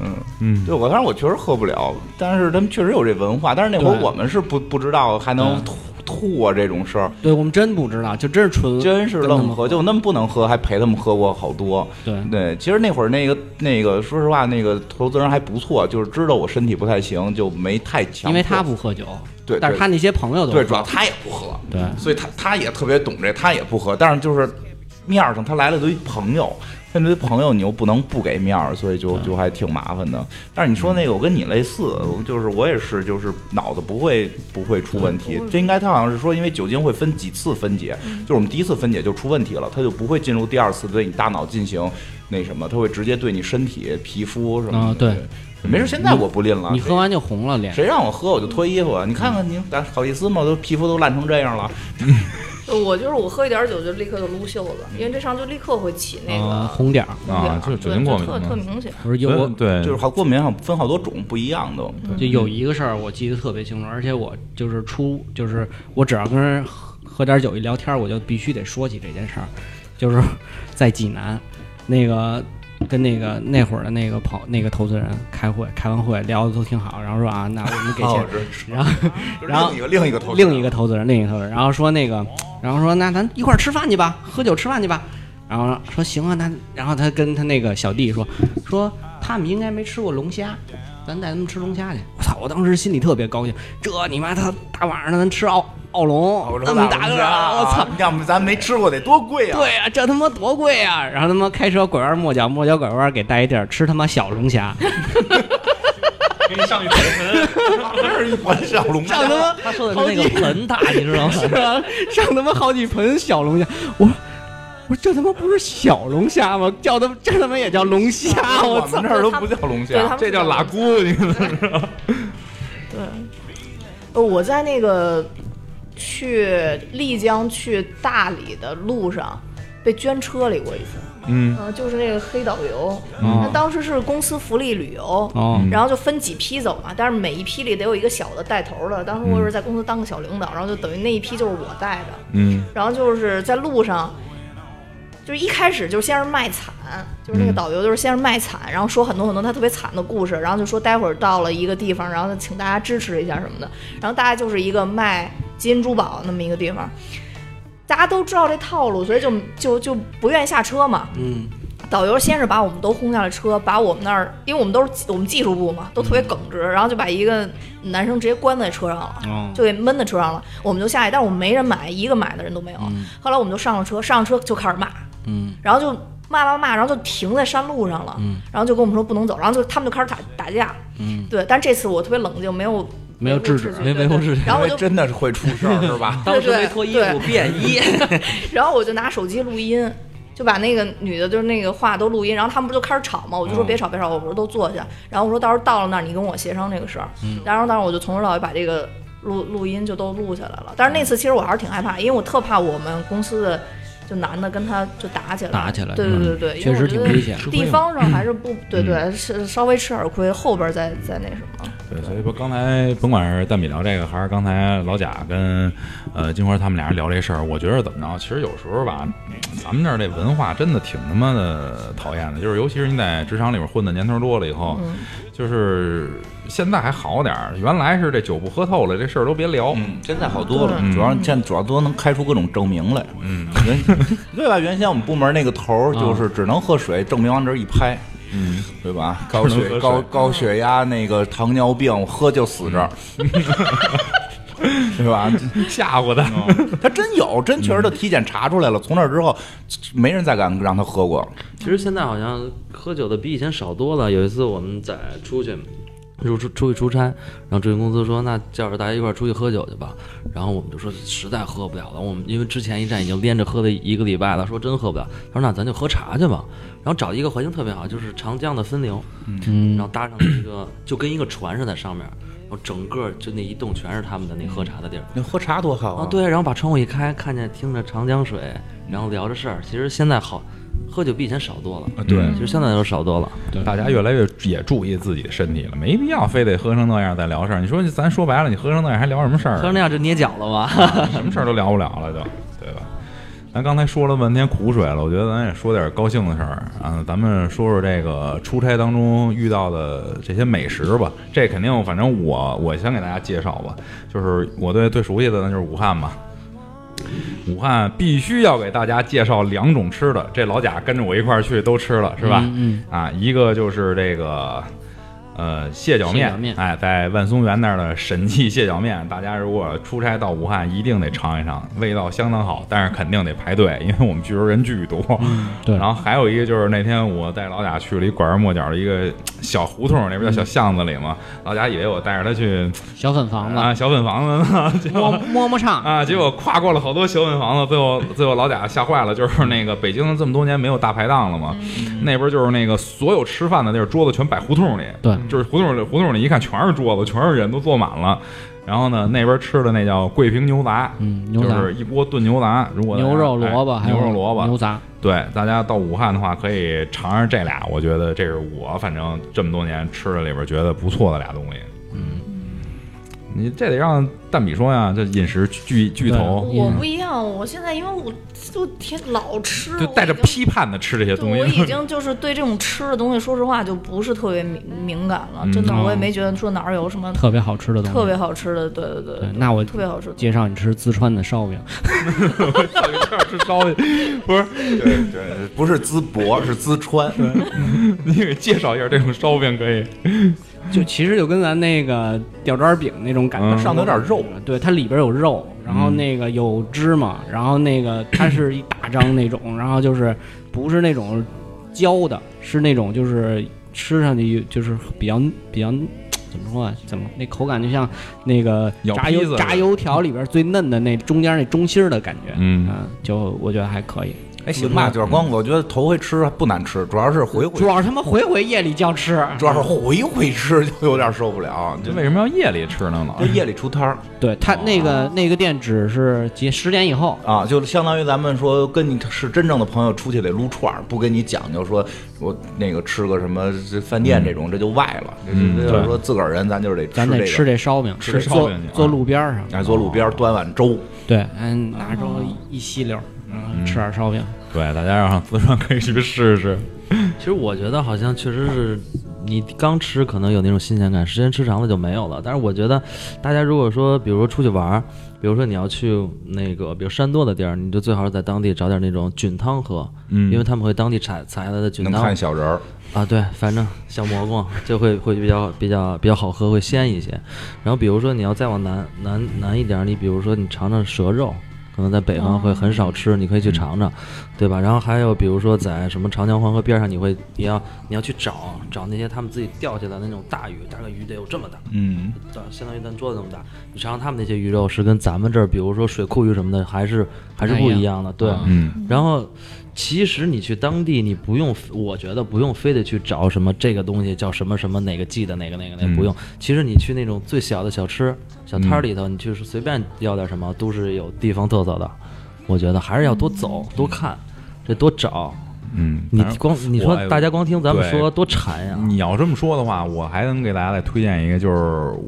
[SPEAKER 6] 嗯，
[SPEAKER 3] 嗯
[SPEAKER 6] 对，我当时我确实喝不了，但是他们确实有这文化，但是那会儿
[SPEAKER 4] 对嗯
[SPEAKER 6] 我们是不不知道还能吐吐啊这种事儿，
[SPEAKER 4] 对，我们真不知道，就真是纯
[SPEAKER 6] 真是
[SPEAKER 4] 跟他
[SPEAKER 6] 愣
[SPEAKER 4] 们
[SPEAKER 6] 喝，就那么不能喝，还陪他们喝过好多。
[SPEAKER 4] 对
[SPEAKER 6] 对，其实那会儿那个那个，说实话，那个投资人还不错，就是知道我身体不太行，就没太强迫。
[SPEAKER 4] 因为他不喝酒，
[SPEAKER 6] 对
[SPEAKER 4] 但是
[SPEAKER 6] 对
[SPEAKER 4] 他那些朋友都
[SPEAKER 6] 对，
[SPEAKER 4] 喝
[SPEAKER 6] 主要他也不喝，
[SPEAKER 4] 对
[SPEAKER 6] 所以他他也特别懂这，他也不喝，但是就是面儿上他来了堆朋友，那堆朋友你又不能不给面儿，所以就就还挺麻烦的。但是你说那
[SPEAKER 4] 嗯
[SPEAKER 6] 个，我跟你类似，我就是我也是，就是脑子不会不会嗯出问题。这应该他好像是说，因为酒精会分几次分解，就是我们第一次分解就出问题了，他就不会进入第二次对你大脑进行那什么，他会直接对你身体、皮肤什么的。
[SPEAKER 4] 啊对
[SPEAKER 6] 没事，现在我不吝了。
[SPEAKER 4] 你
[SPEAKER 6] 谁
[SPEAKER 4] 喝完就红了脸。
[SPEAKER 6] 谁让我喝我就脱衣服啊，你看看你咱好意思吗？都皮肤都烂成这样了，
[SPEAKER 5] 我就是我喝一点酒就立刻就撸袖子，因为这上就立刻会起那
[SPEAKER 4] 啊
[SPEAKER 5] 个
[SPEAKER 4] 红点儿，
[SPEAKER 5] 红点儿
[SPEAKER 3] 啊就是酒
[SPEAKER 5] 对
[SPEAKER 3] 精过敏
[SPEAKER 5] 特
[SPEAKER 3] 嘛嗯
[SPEAKER 5] 特明显。
[SPEAKER 4] 不是有我
[SPEAKER 3] 对，
[SPEAKER 6] 就是好过敏好分好多种不一样的。
[SPEAKER 4] 就有一个事儿我记得特别清楚，而且我就是出就是我只要跟人喝喝点酒一聊天，我就必须得说起这件事儿，就是在济南那个。跟那个那会儿的那个跑那个投资人开会，开完会聊的都挺好，然后说啊，那我们给钱，然后然后
[SPEAKER 6] 另一个另一个头，
[SPEAKER 4] 另一个投资人，另一个投资人，然后说那个，然后说那咱一块儿吃饭去吧，喝酒吃饭去吧，然后说行啊，那然后他跟他那个小弟说，说他们应该没吃过龙虾，咱带他们吃龙虾去。我操！我当时心里特别高兴，这你妈他大晚上的咱吃澳澳龙，那么大个儿，啊我操！！
[SPEAKER 6] 啊要不咱没吃过得多贵啊！
[SPEAKER 4] 对啊，这他妈多贵啊！然后他妈开车拐弯抹角，抹角拐弯给带一地儿吃他妈小龙虾，
[SPEAKER 3] 给你上去腿盆，
[SPEAKER 6] 这是一盘小龙
[SPEAKER 4] 上他妈
[SPEAKER 2] [laughs] 他说的是那个盆大，你知道 [laughs] 吗？
[SPEAKER 4] 是吧？ [laughs] 上他妈好几盆小龙虾，我说我说这他妈不是小龙虾吗？叫他妈这他妈也叫龙
[SPEAKER 5] [laughs]
[SPEAKER 4] 虾， [laughs]
[SPEAKER 6] 我
[SPEAKER 4] 操
[SPEAKER 6] 们！这儿都不叫龙
[SPEAKER 5] 对他
[SPEAKER 6] 虾
[SPEAKER 5] 们，
[SPEAKER 3] 这叫拉姑，你看
[SPEAKER 5] 对，呃我在那个去丽江去大理的路上被捐车里过一次，
[SPEAKER 3] 嗯哦
[SPEAKER 5] 呃，就是那个黑导游，那当时是公司福利旅游。
[SPEAKER 4] 哦
[SPEAKER 5] 然后就分几批走嘛，但是每一批里得有一个小的带头的。当时我是在公司当个小领导，然后就等于那一批就是我带的。
[SPEAKER 3] [laughs] 嗯
[SPEAKER 5] 然后就是在路上，就是一开始就先是卖惨，就是那个导游就是先是卖惨，然后说很多很多他特别惨的故事，然后就说待会儿到了一个地方，然后请大家支持一下什么的，然后大概就是一个卖金银珠宝那么一个地方，大家都知道这套路，所以就就就不愿意下车嘛，
[SPEAKER 4] 嗯，
[SPEAKER 5] 导游先是把我们都轰下了车，把我们那儿，因为我们都是我们技术部嘛，都特别
[SPEAKER 4] 嗯
[SPEAKER 5] 耿直，然后就把一个男生直接关在车上了，
[SPEAKER 4] 哦
[SPEAKER 5] 就给闷在车上了。我们就下去，但是我们没人买，一个买的人都没有。后来我们就上了车，上了车就开始骂，
[SPEAKER 4] 嗯，
[SPEAKER 5] 然后就骂骂骂，然后就停在山路上了，然后就跟我们说不能走，然后就他们就开始打打架，嗯，对。但这次我特别冷静，没有
[SPEAKER 4] 没有制止
[SPEAKER 5] 没维护秩序，然后我
[SPEAKER 6] 因为
[SPEAKER 4] [laughs]
[SPEAKER 5] 就
[SPEAKER 6] 真的是会出事儿，是吧？
[SPEAKER 2] 当时没脱衣
[SPEAKER 5] 对
[SPEAKER 2] 服便衣，
[SPEAKER 5] [laughs] 然后我就拿手机录音，就把那个女的，就是那个话都录音。然后他们不就开始吵嘛，我就说别吵别吵，我说都坐下。然后我说到时候到了那儿，你跟我协商这个事儿。然后当时我就从头到尾把这个录录音就都录下来了。但是那次其实我还是挺害怕，因为我特怕我们公司的。就男的跟他就打起来，
[SPEAKER 4] 打起来
[SPEAKER 5] 对对对对，因为
[SPEAKER 4] 确实
[SPEAKER 5] 我觉
[SPEAKER 4] 挺
[SPEAKER 5] 得
[SPEAKER 4] 危险
[SPEAKER 5] 地方上还是不对对，是稍微吃点亏，后边再再那什么。
[SPEAKER 3] 对，所以说刚才甭管是蛋比聊这个，还是刚才老贾跟呃金花他们俩人聊这事儿，我觉得怎么着，其实有时候吧，嗯咱们这儿这文化真的挺他妈的讨厌的，就是尤其是你在职场里边混的年头多了以后，就是现在还好点儿，原来是这酒不喝透了，这事儿都别聊。
[SPEAKER 6] 嗯，现在好多了，主要现在主要都能开出各种证明来。嗯，对吧？原先我们部门那个头儿
[SPEAKER 4] 嗯
[SPEAKER 6] 就是只能喝水，证明往这儿一拍，嗯，对吧？高
[SPEAKER 3] 只能喝
[SPEAKER 6] 血
[SPEAKER 3] 水
[SPEAKER 6] 高高血压，那个糖尿病，我喝就死这儿，
[SPEAKER 4] 嗯
[SPEAKER 6] [laughs] 对吧？
[SPEAKER 3] 吓唬的，
[SPEAKER 6] 他真有，真确实的体检查出来了。从那之后，没人再敢让他喝过。
[SPEAKER 2] 其实现在好像喝酒的比以前少多了。有一次我们在出去，就出出去出差，然后住进公司说那叫着大家一块儿出去喝酒去吧，然后我们就说实在喝不了了，我们因为之前一站已经连着喝了一个礼拜了，说真喝不了，他说那咱就喝茶去吧，然后找一个环境特别好，就是长江的分流，嗯，然后搭上一个就跟一个船似的上面，然后整个就那一栋全是他们的那喝茶的地儿，
[SPEAKER 12] 那喝茶多好
[SPEAKER 2] 啊，对，然后把窗户一开，看见听着长江水，然后聊着事儿。其实现在好，喝酒比以前少多了。
[SPEAKER 3] 对
[SPEAKER 2] 其实相对来说少多了。
[SPEAKER 3] 大家越来越也注意自己的身体了，没必要非得喝成那样再聊事儿。你说咱说白了，你喝成那样还聊什么事儿啊？
[SPEAKER 2] 喝成那样就捏脚了吧？
[SPEAKER 3] [laughs] 什么事儿都聊不了了，就对吧？咱刚才说了半天苦水了，我觉得咱也说点高兴的事儿啊。咱们说说这个出差当中遇到的这些美食吧。这肯定，反正我我先给大家介绍吧。就是我对最熟悉的那就是武汉嘛。武汉必须要给大家介绍两种吃的，这老贾跟着我一块儿去都吃了，是吧？
[SPEAKER 4] 嗯
[SPEAKER 3] 啊，一个就是这个呃蟹脚面，
[SPEAKER 2] 蟹脚面
[SPEAKER 3] 哎，在万松园那儿的神器蟹脚面，大家如果出差到武汉，一定得尝一尝，味道相当好，但是肯定得排队，因为我们去时候人巨多。
[SPEAKER 4] 对
[SPEAKER 3] 然后还有一个就是那天我带老贾去了一拐弯抹角的一个小胡同，那边叫小巷子里嘛，老贾以为我带着他去
[SPEAKER 4] 嗯小粉房
[SPEAKER 3] 啊
[SPEAKER 4] 子，
[SPEAKER 3] 小粉房子呢，结果
[SPEAKER 4] 摸摸摸唱，
[SPEAKER 3] 啊，结果跨过了好多小粉房子，最后最后老贾吓坏了，就是那个北京这么多年没有大排档了嘛，
[SPEAKER 4] 嗯
[SPEAKER 3] 那边就是那个所有吃饭的地儿桌子全摆胡同里，
[SPEAKER 4] 对
[SPEAKER 3] 就是胡同里胡同里一看全是桌子，全是人都坐满了。然后呢，那边吃的那叫桂平牛杂，
[SPEAKER 4] 嗯牛杂
[SPEAKER 3] 就是一锅炖牛杂，如果大家
[SPEAKER 4] 牛肉萝卜，
[SPEAKER 3] 哎
[SPEAKER 4] 还有
[SPEAKER 3] 牛肉萝卜，
[SPEAKER 4] 牛杂，
[SPEAKER 3] 对，大家到武汉的话，可以尝尝这俩，我觉得这是我反正这么多年吃的里边觉得不错的俩东西。嗯，你这得让蛋比说啊呀，这饮食巨巨头，
[SPEAKER 5] 我不一样，我现在因为我就天老吃，
[SPEAKER 3] 就带着
[SPEAKER 5] 我已经
[SPEAKER 3] 批判的吃这些
[SPEAKER 5] 对，
[SPEAKER 3] 东
[SPEAKER 5] 我已
[SPEAKER 3] 西。
[SPEAKER 5] 经就是对这种吃的东西，说实话就不是特别敏敏感了
[SPEAKER 3] 嗯。
[SPEAKER 5] 真的，
[SPEAKER 4] 哦
[SPEAKER 5] 我也没觉得说哪儿有什么
[SPEAKER 4] 特别好吃的东西。
[SPEAKER 5] 特别好吃的。对对对
[SPEAKER 4] 对，，那我
[SPEAKER 5] 特别好吃的。
[SPEAKER 4] 介绍你吃四川的烧饼，
[SPEAKER 3] 吃烧饼，不是
[SPEAKER 6] 对对，不是淄 [laughs] 博，是淄川。
[SPEAKER 3] [laughs] 你给介绍一下这种烧饼可以？
[SPEAKER 4] 就其实就跟咱那个吊渣饼那种感觉，
[SPEAKER 3] 嗯
[SPEAKER 6] 上头有点肉，
[SPEAKER 4] 对，它里边有肉，然后
[SPEAKER 3] 嗯
[SPEAKER 4] 那个有芝麻，然后那
[SPEAKER 6] [clears throat]
[SPEAKER 4] 个它是一大张那种，然后就是不是那种焦的，是那种就是吃上去就是比较比较。怎么说啊？怎么那口感就像那个
[SPEAKER 3] 咬
[SPEAKER 4] 炸
[SPEAKER 3] 坯子
[SPEAKER 4] 油
[SPEAKER 3] 似的
[SPEAKER 4] 炸油条里边最嫩的那中间那中心儿的感觉，啊
[SPEAKER 3] 嗯
[SPEAKER 4] 就我觉得还可以。
[SPEAKER 6] 哎，行吧，就是光我觉得头回吃不难吃，主要是回回
[SPEAKER 4] 主，要是他妈回回夜里叫吃，
[SPEAKER 6] [laughs] 主要是回回吃就有点受不了，
[SPEAKER 3] 这
[SPEAKER 6] 就
[SPEAKER 3] 为什么要夜里吃呢？老
[SPEAKER 6] 就夜里出摊儿
[SPEAKER 4] 对他那
[SPEAKER 6] 哦
[SPEAKER 4] 个那个店只是几十点以后，
[SPEAKER 6] 啊，就相当于咱们说跟你是真正的朋友出去得撸串儿，不跟你讲究说我那个吃个什么这饭店这种，这就外了。
[SPEAKER 3] 嗯
[SPEAKER 6] 这就是
[SPEAKER 3] 对
[SPEAKER 6] 说自个儿人，嗯咱就是得
[SPEAKER 4] 咱得
[SPEAKER 6] 吃
[SPEAKER 4] 吃
[SPEAKER 6] 这
[SPEAKER 4] 这烧饼，
[SPEAKER 3] 吃这烧
[SPEAKER 4] 坐
[SPEAKER 3] 饼去啊
[SPEAKER 4] 坐路边儿上，
[SPEAKER 6] 个，哎，哦坐路边儿端碗粥，
[SPEAKER 4] 对，嗯，拿着一吸溜儿，
[SPEAKER 3] 嗯
[SPEAKER 4] 然后吃点烧饼，
[SPEAKER 3] 对，大家让四川可以去试试。
[SPEAKER 2] 其实我觉得好像确实是你刚吃可能有那种新鲜感，时间吃长了就没有了。但是我觉得大家如果说，比如说出去玩儿，比如说你要去那个比如山多的地儿，你就最好是在当地找点那种菌汤喝，
[SPEAKER 3] 嗯
[SPEAKER 2] 因为他们会当地采采下来的菌
[SPEAKER 6] 能
[SPEAKER 2] 汤
[SPEAKER 6] 看小人儿。
[SPEAKER 2] 啊，对，反正小蘑菇就会会比较比较比较好喝，会鲜一些。然后比如说你要再往南南南一点儿，你比如说你尝尝蛇肉，可能在北方会很少吃，你可以去尝尝，对吧？然后还有比如说在什么长江黄河边上，你会你要你要去找找那些他们自己钓起来的那种大鱼，大概鱼得有这么大，
[SPEAKER 3] 嗯，
[SPEAKER 2] 大相当于咱桌子那么大。你尝尝他们那些鱼肉是跟咱们这儿，比如说水库鱼什么的，还是还是不一样的，对。
[SPEAKER 3] 嗯，
[SPEAKER 2] 然后，其实你去当地，你不用，我觉得不用非得去找什么这个东西叫什么什么哪个季的哪个哪个哪
[SPEAKER 3] 嗯
[SPEAKER 2] 个，不用。其实你去那种最小的小吃小摊儿里头，你去随便要点什么，都是有地方特色的。我觉得还是要多走多看，这多找。
[SPEAKER 3] 嗯，
[SPEAKER 2] 你
[SPEAKER 3] 反正
[SPEAKER 2] 光你说
[SPEAKER 3] 我哎
[SPEAKER 2] 大家光听咱们
[SPEAKER 3] 对嗯
[SPEAKER 2] 说多馋呀，
[SPEAKER 3] 你要这么说的话，我还能给大家再推荐一个，就是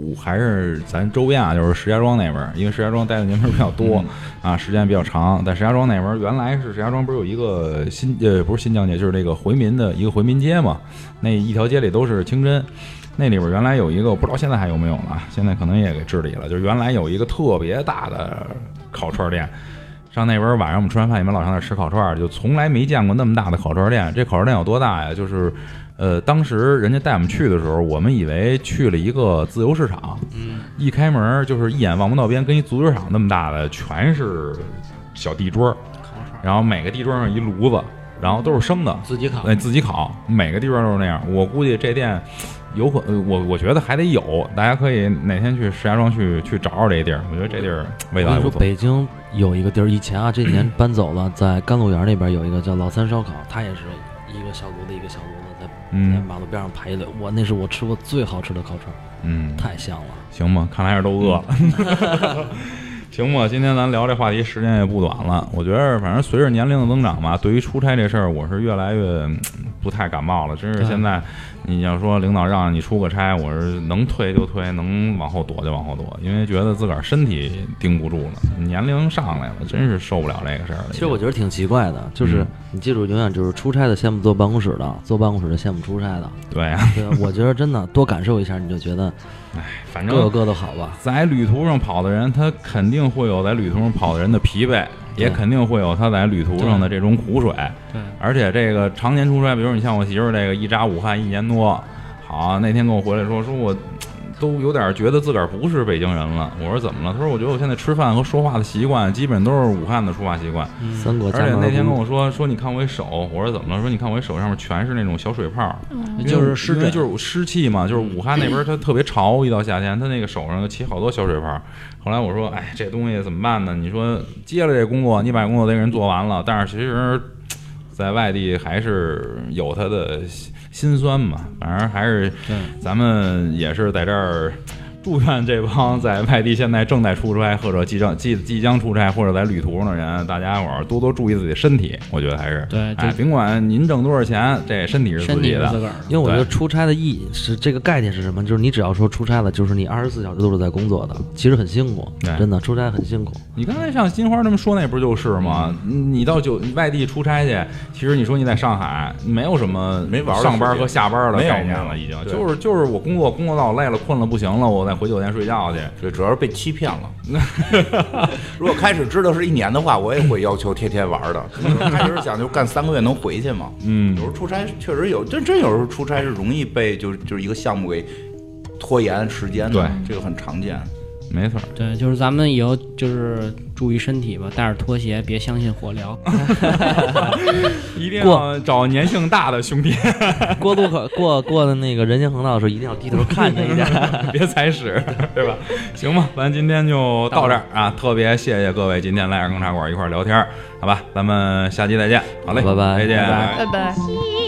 [SPEAKER 3] 我还是咱周边啊，就是石家庄那边儿，因为石家庄待的年份比较多、啊，时间比较长。在石家庄那边儿，原来是石家庄不是有一个新呃不是新疆街，就是那个回民的一个回民街嘛，那一条街里都是清真。那里边儿原来有一个，我不知道现在还有没有了，现在可能也给治理了。就是原来有一个特别大的烤串儿店，上那边儿晚上我们吃完饭，你们老上那儿吃烤串儿，就从来没见过那么大的烤串儿店。这烤串儿店有多大呀？就是，呃，当时人家带我们去的时候，我们以为去了一个自由市场，
[SPEAKER 2] 嗯
[SPEAKER 3] 一开门儿就是一眼望不到边，跟一足球场那么大的，全是小地桌儿，然后每个地桌上一炉子，然后都是生的，
[SPEAKER 4] 自己烤
[SPEAKER 3] 哎，自己烤，每个地方都是那样。我估计这店有可呃我我觉得还得有，大家可以哪天去石家庄去去找找这地儿，我觉得这地儿味
[SPEAKER 2] 我
[SPEAKER 3] 道
[SPEAKER 2] 跟
[SPEAKER 3] 还不
[SPEAKER 2] 你说，
[SPEAKER 3] 错。
[SPEAKER 2] 北京有一个地儿，以前啊，这
[SPEAKER 3] [clears throat]
[SPEAKER 2] 几年搬走了，在甘露园那边有一个叫老三烧烤，它也是一个小炉子一个小炉子，在在
[SPEAKER 3] 嗯
[SPEAKER 2] 马路边上排一队。我那是我吃过最好吃的烤串，
[SPEAKER 3] 嗯，
[SPEAKER 2] 太香了。
[SPEAKER 3] 行吧，看来是都饿了。嗯 [laughs] 行吧，今天咱聊这话题时间也不短了，我觉得反正随着年龄的增长吧，对于出差这事儿，我是越来越嗯不太感冒了。真是
[SPEAKER 2] 对
[SPEAKER 3] 现在，你要说领导让你出个差，我是能推就推，能往后躲就往后躲，因为觉得自个儿身体盯不住了，年龄上来了，真是受不了这个事儿了。
[SPEAKER 2] 其实我觉得挺奇怪的，就是
[SPEAKER 3] 嗯
[SPEAKER 2] 你记住，永远就是出差的羡慕坐办公室的，坐办公室的羡慕出差
[SPEAKER 3] [laughs]
[SPEAKER 2] 的。
[SPEAKER 3] 对啊，
[SPEAKER 2] 对，我觉得真的多感受一下，你就觉得
[SPEAKER 3] 反
[SPEAKER 2] 各有
[SPEAKER 3] 正
[SPEAKER 2] 各的好吧。
[SPEAKER 3] 在旅途上跑的人，他肯定会有在旅途上跑的人的疲惫，
[SPEAKER 2] 对
[SPEAKER 3] 也肯定会有他在旅途上的这种苦水。
[SPEAKER 4] 对，
[SPEAKER 3] 而且这个常年出差，比如你像我媳妇儿这个一扎武汉一年多，好，那天跟我回来说，说我都有点觉得自个儿不是北京人了。我说怎么了？他说我觉得我现在吃饭和说话的习惯，基本都是武汉的说话习惯。
[SPEAKER 2] 三
[SPEAKER 3] 嗯
[SPEAKER 2] 国
[SPEAKER 3] 而
[SPEAKER 2] 加
[SPEAKER 3] 且
[SPEAKER 2] 盟
[SPEAKER 3] 那天跟我说说，你看我手，我说怎么了？说你看我手上面全是那种小水泡，因为
[SPEAKER 4] 嗯就是湿
[SPEAKER 3] 因为
[SPEAKER 4] 疹嗯
[SPEAKER 3] 就是湿气嘛，就是武汉那边它特别潮，一到夏天，它那个手上就起好多小水泡。后来我说，哎，这东西怎么办呢？你说接了这工作，你把工作得给人做完了，但是其实，在外地还是有它的辛辛酸嘛，反正还是咱们也是在这儿。祝愿这帮在外地现在正在出差或者即将即即将出差或者在旅途上的人，大家伙儿多多注意自己的身体。我觉得还是
[SPEAKER 4] 对
[SPEAKER 3] 哎，
[SPEAKER 4] 就
[SPEAKER 3] 甭管您挣多少钱，这身体是
[SPEAKER 4] 身
[SPEAKER 3] 自己
[SPEAKER 4] 体是自
[SPEAKER 3] 的。
[SPEAKER 4] 个儿的。
[SPEAKER 2] 因为我觉得
[SPEAKER 3] 对
[SPEAKER 2] 出差的意义是这个概念是什么？就是你只要说出差了，就是你二十四小时都是在工作的，其实很辛苦
[SPEAKER 3] 对，
[SPEAKER 2] 真的出差
[SPEAKER 3] [laughs]
[SPEAKER 2] 很辛苦。
[SPEAKER 3] 你刚才像金花这么说，那不就是吗？你到九外地出差去，其实你说你在上海，没有什么
[SPEAKER 6] 没玩儿的
[SPEAKER 3] 上班和下班的
[SPEAKER 6] 没有
[SPEAKER 3] 概念
[SPEAKER 6] 没
[SPEAKER 3] 了，
[SPEAKER 6] 有
[SPEAKER 3] 已经
[SPEAKER 6] 对
[SPEAKER 3] 就是就是我工作工作到累了困了不行了，我再回酒店睡觉去。
[SPEAKER 6] 对，主要是被欺骗了。 [laughs] 如果开始知道是一年的话，我也会要求天天玩
[SPEAKER 3] [laughs]
[SPEAKER 6] 的。开始想就干三个月能回去嘛。
[SPEAKER 3] 嗯
[SPEAKER 6] 有时候出差确实有，真真有时候出差是容易被就是就是一个项目给拖延时间的，
[SPEAKER 3] 对
[SPEAKER 6] 这个很常见。
[SPEAKER 3] 没错儿，
[SPEAKER 4] 对，就是咱们以后就是注意身体吧，带着拖鞋，别相信火疗。
[SPEAKER 3] 一定要找年性大的兄弟，
[SPEAKER 2] 过渡口过过的那个人行横道的时候，一定要低头看着一下。
[SPEAKER 3] [laughs] 别踩屎，对吧？行吧，咱今天就到这儿啊！特别谢谢各位今天来二更茶馆一块儿聊天儿，好吧？咱们下期再见，好嘞，
[SPEAKER 2] 好拜
[SPEAKER 3] 再
[SPEAKER 2] 拜
[SPEAKER 3] 见。
[SPEAKER 2] 拜拜
[SPEAKER 5] 拜拜。
[SPEAKER 8] 希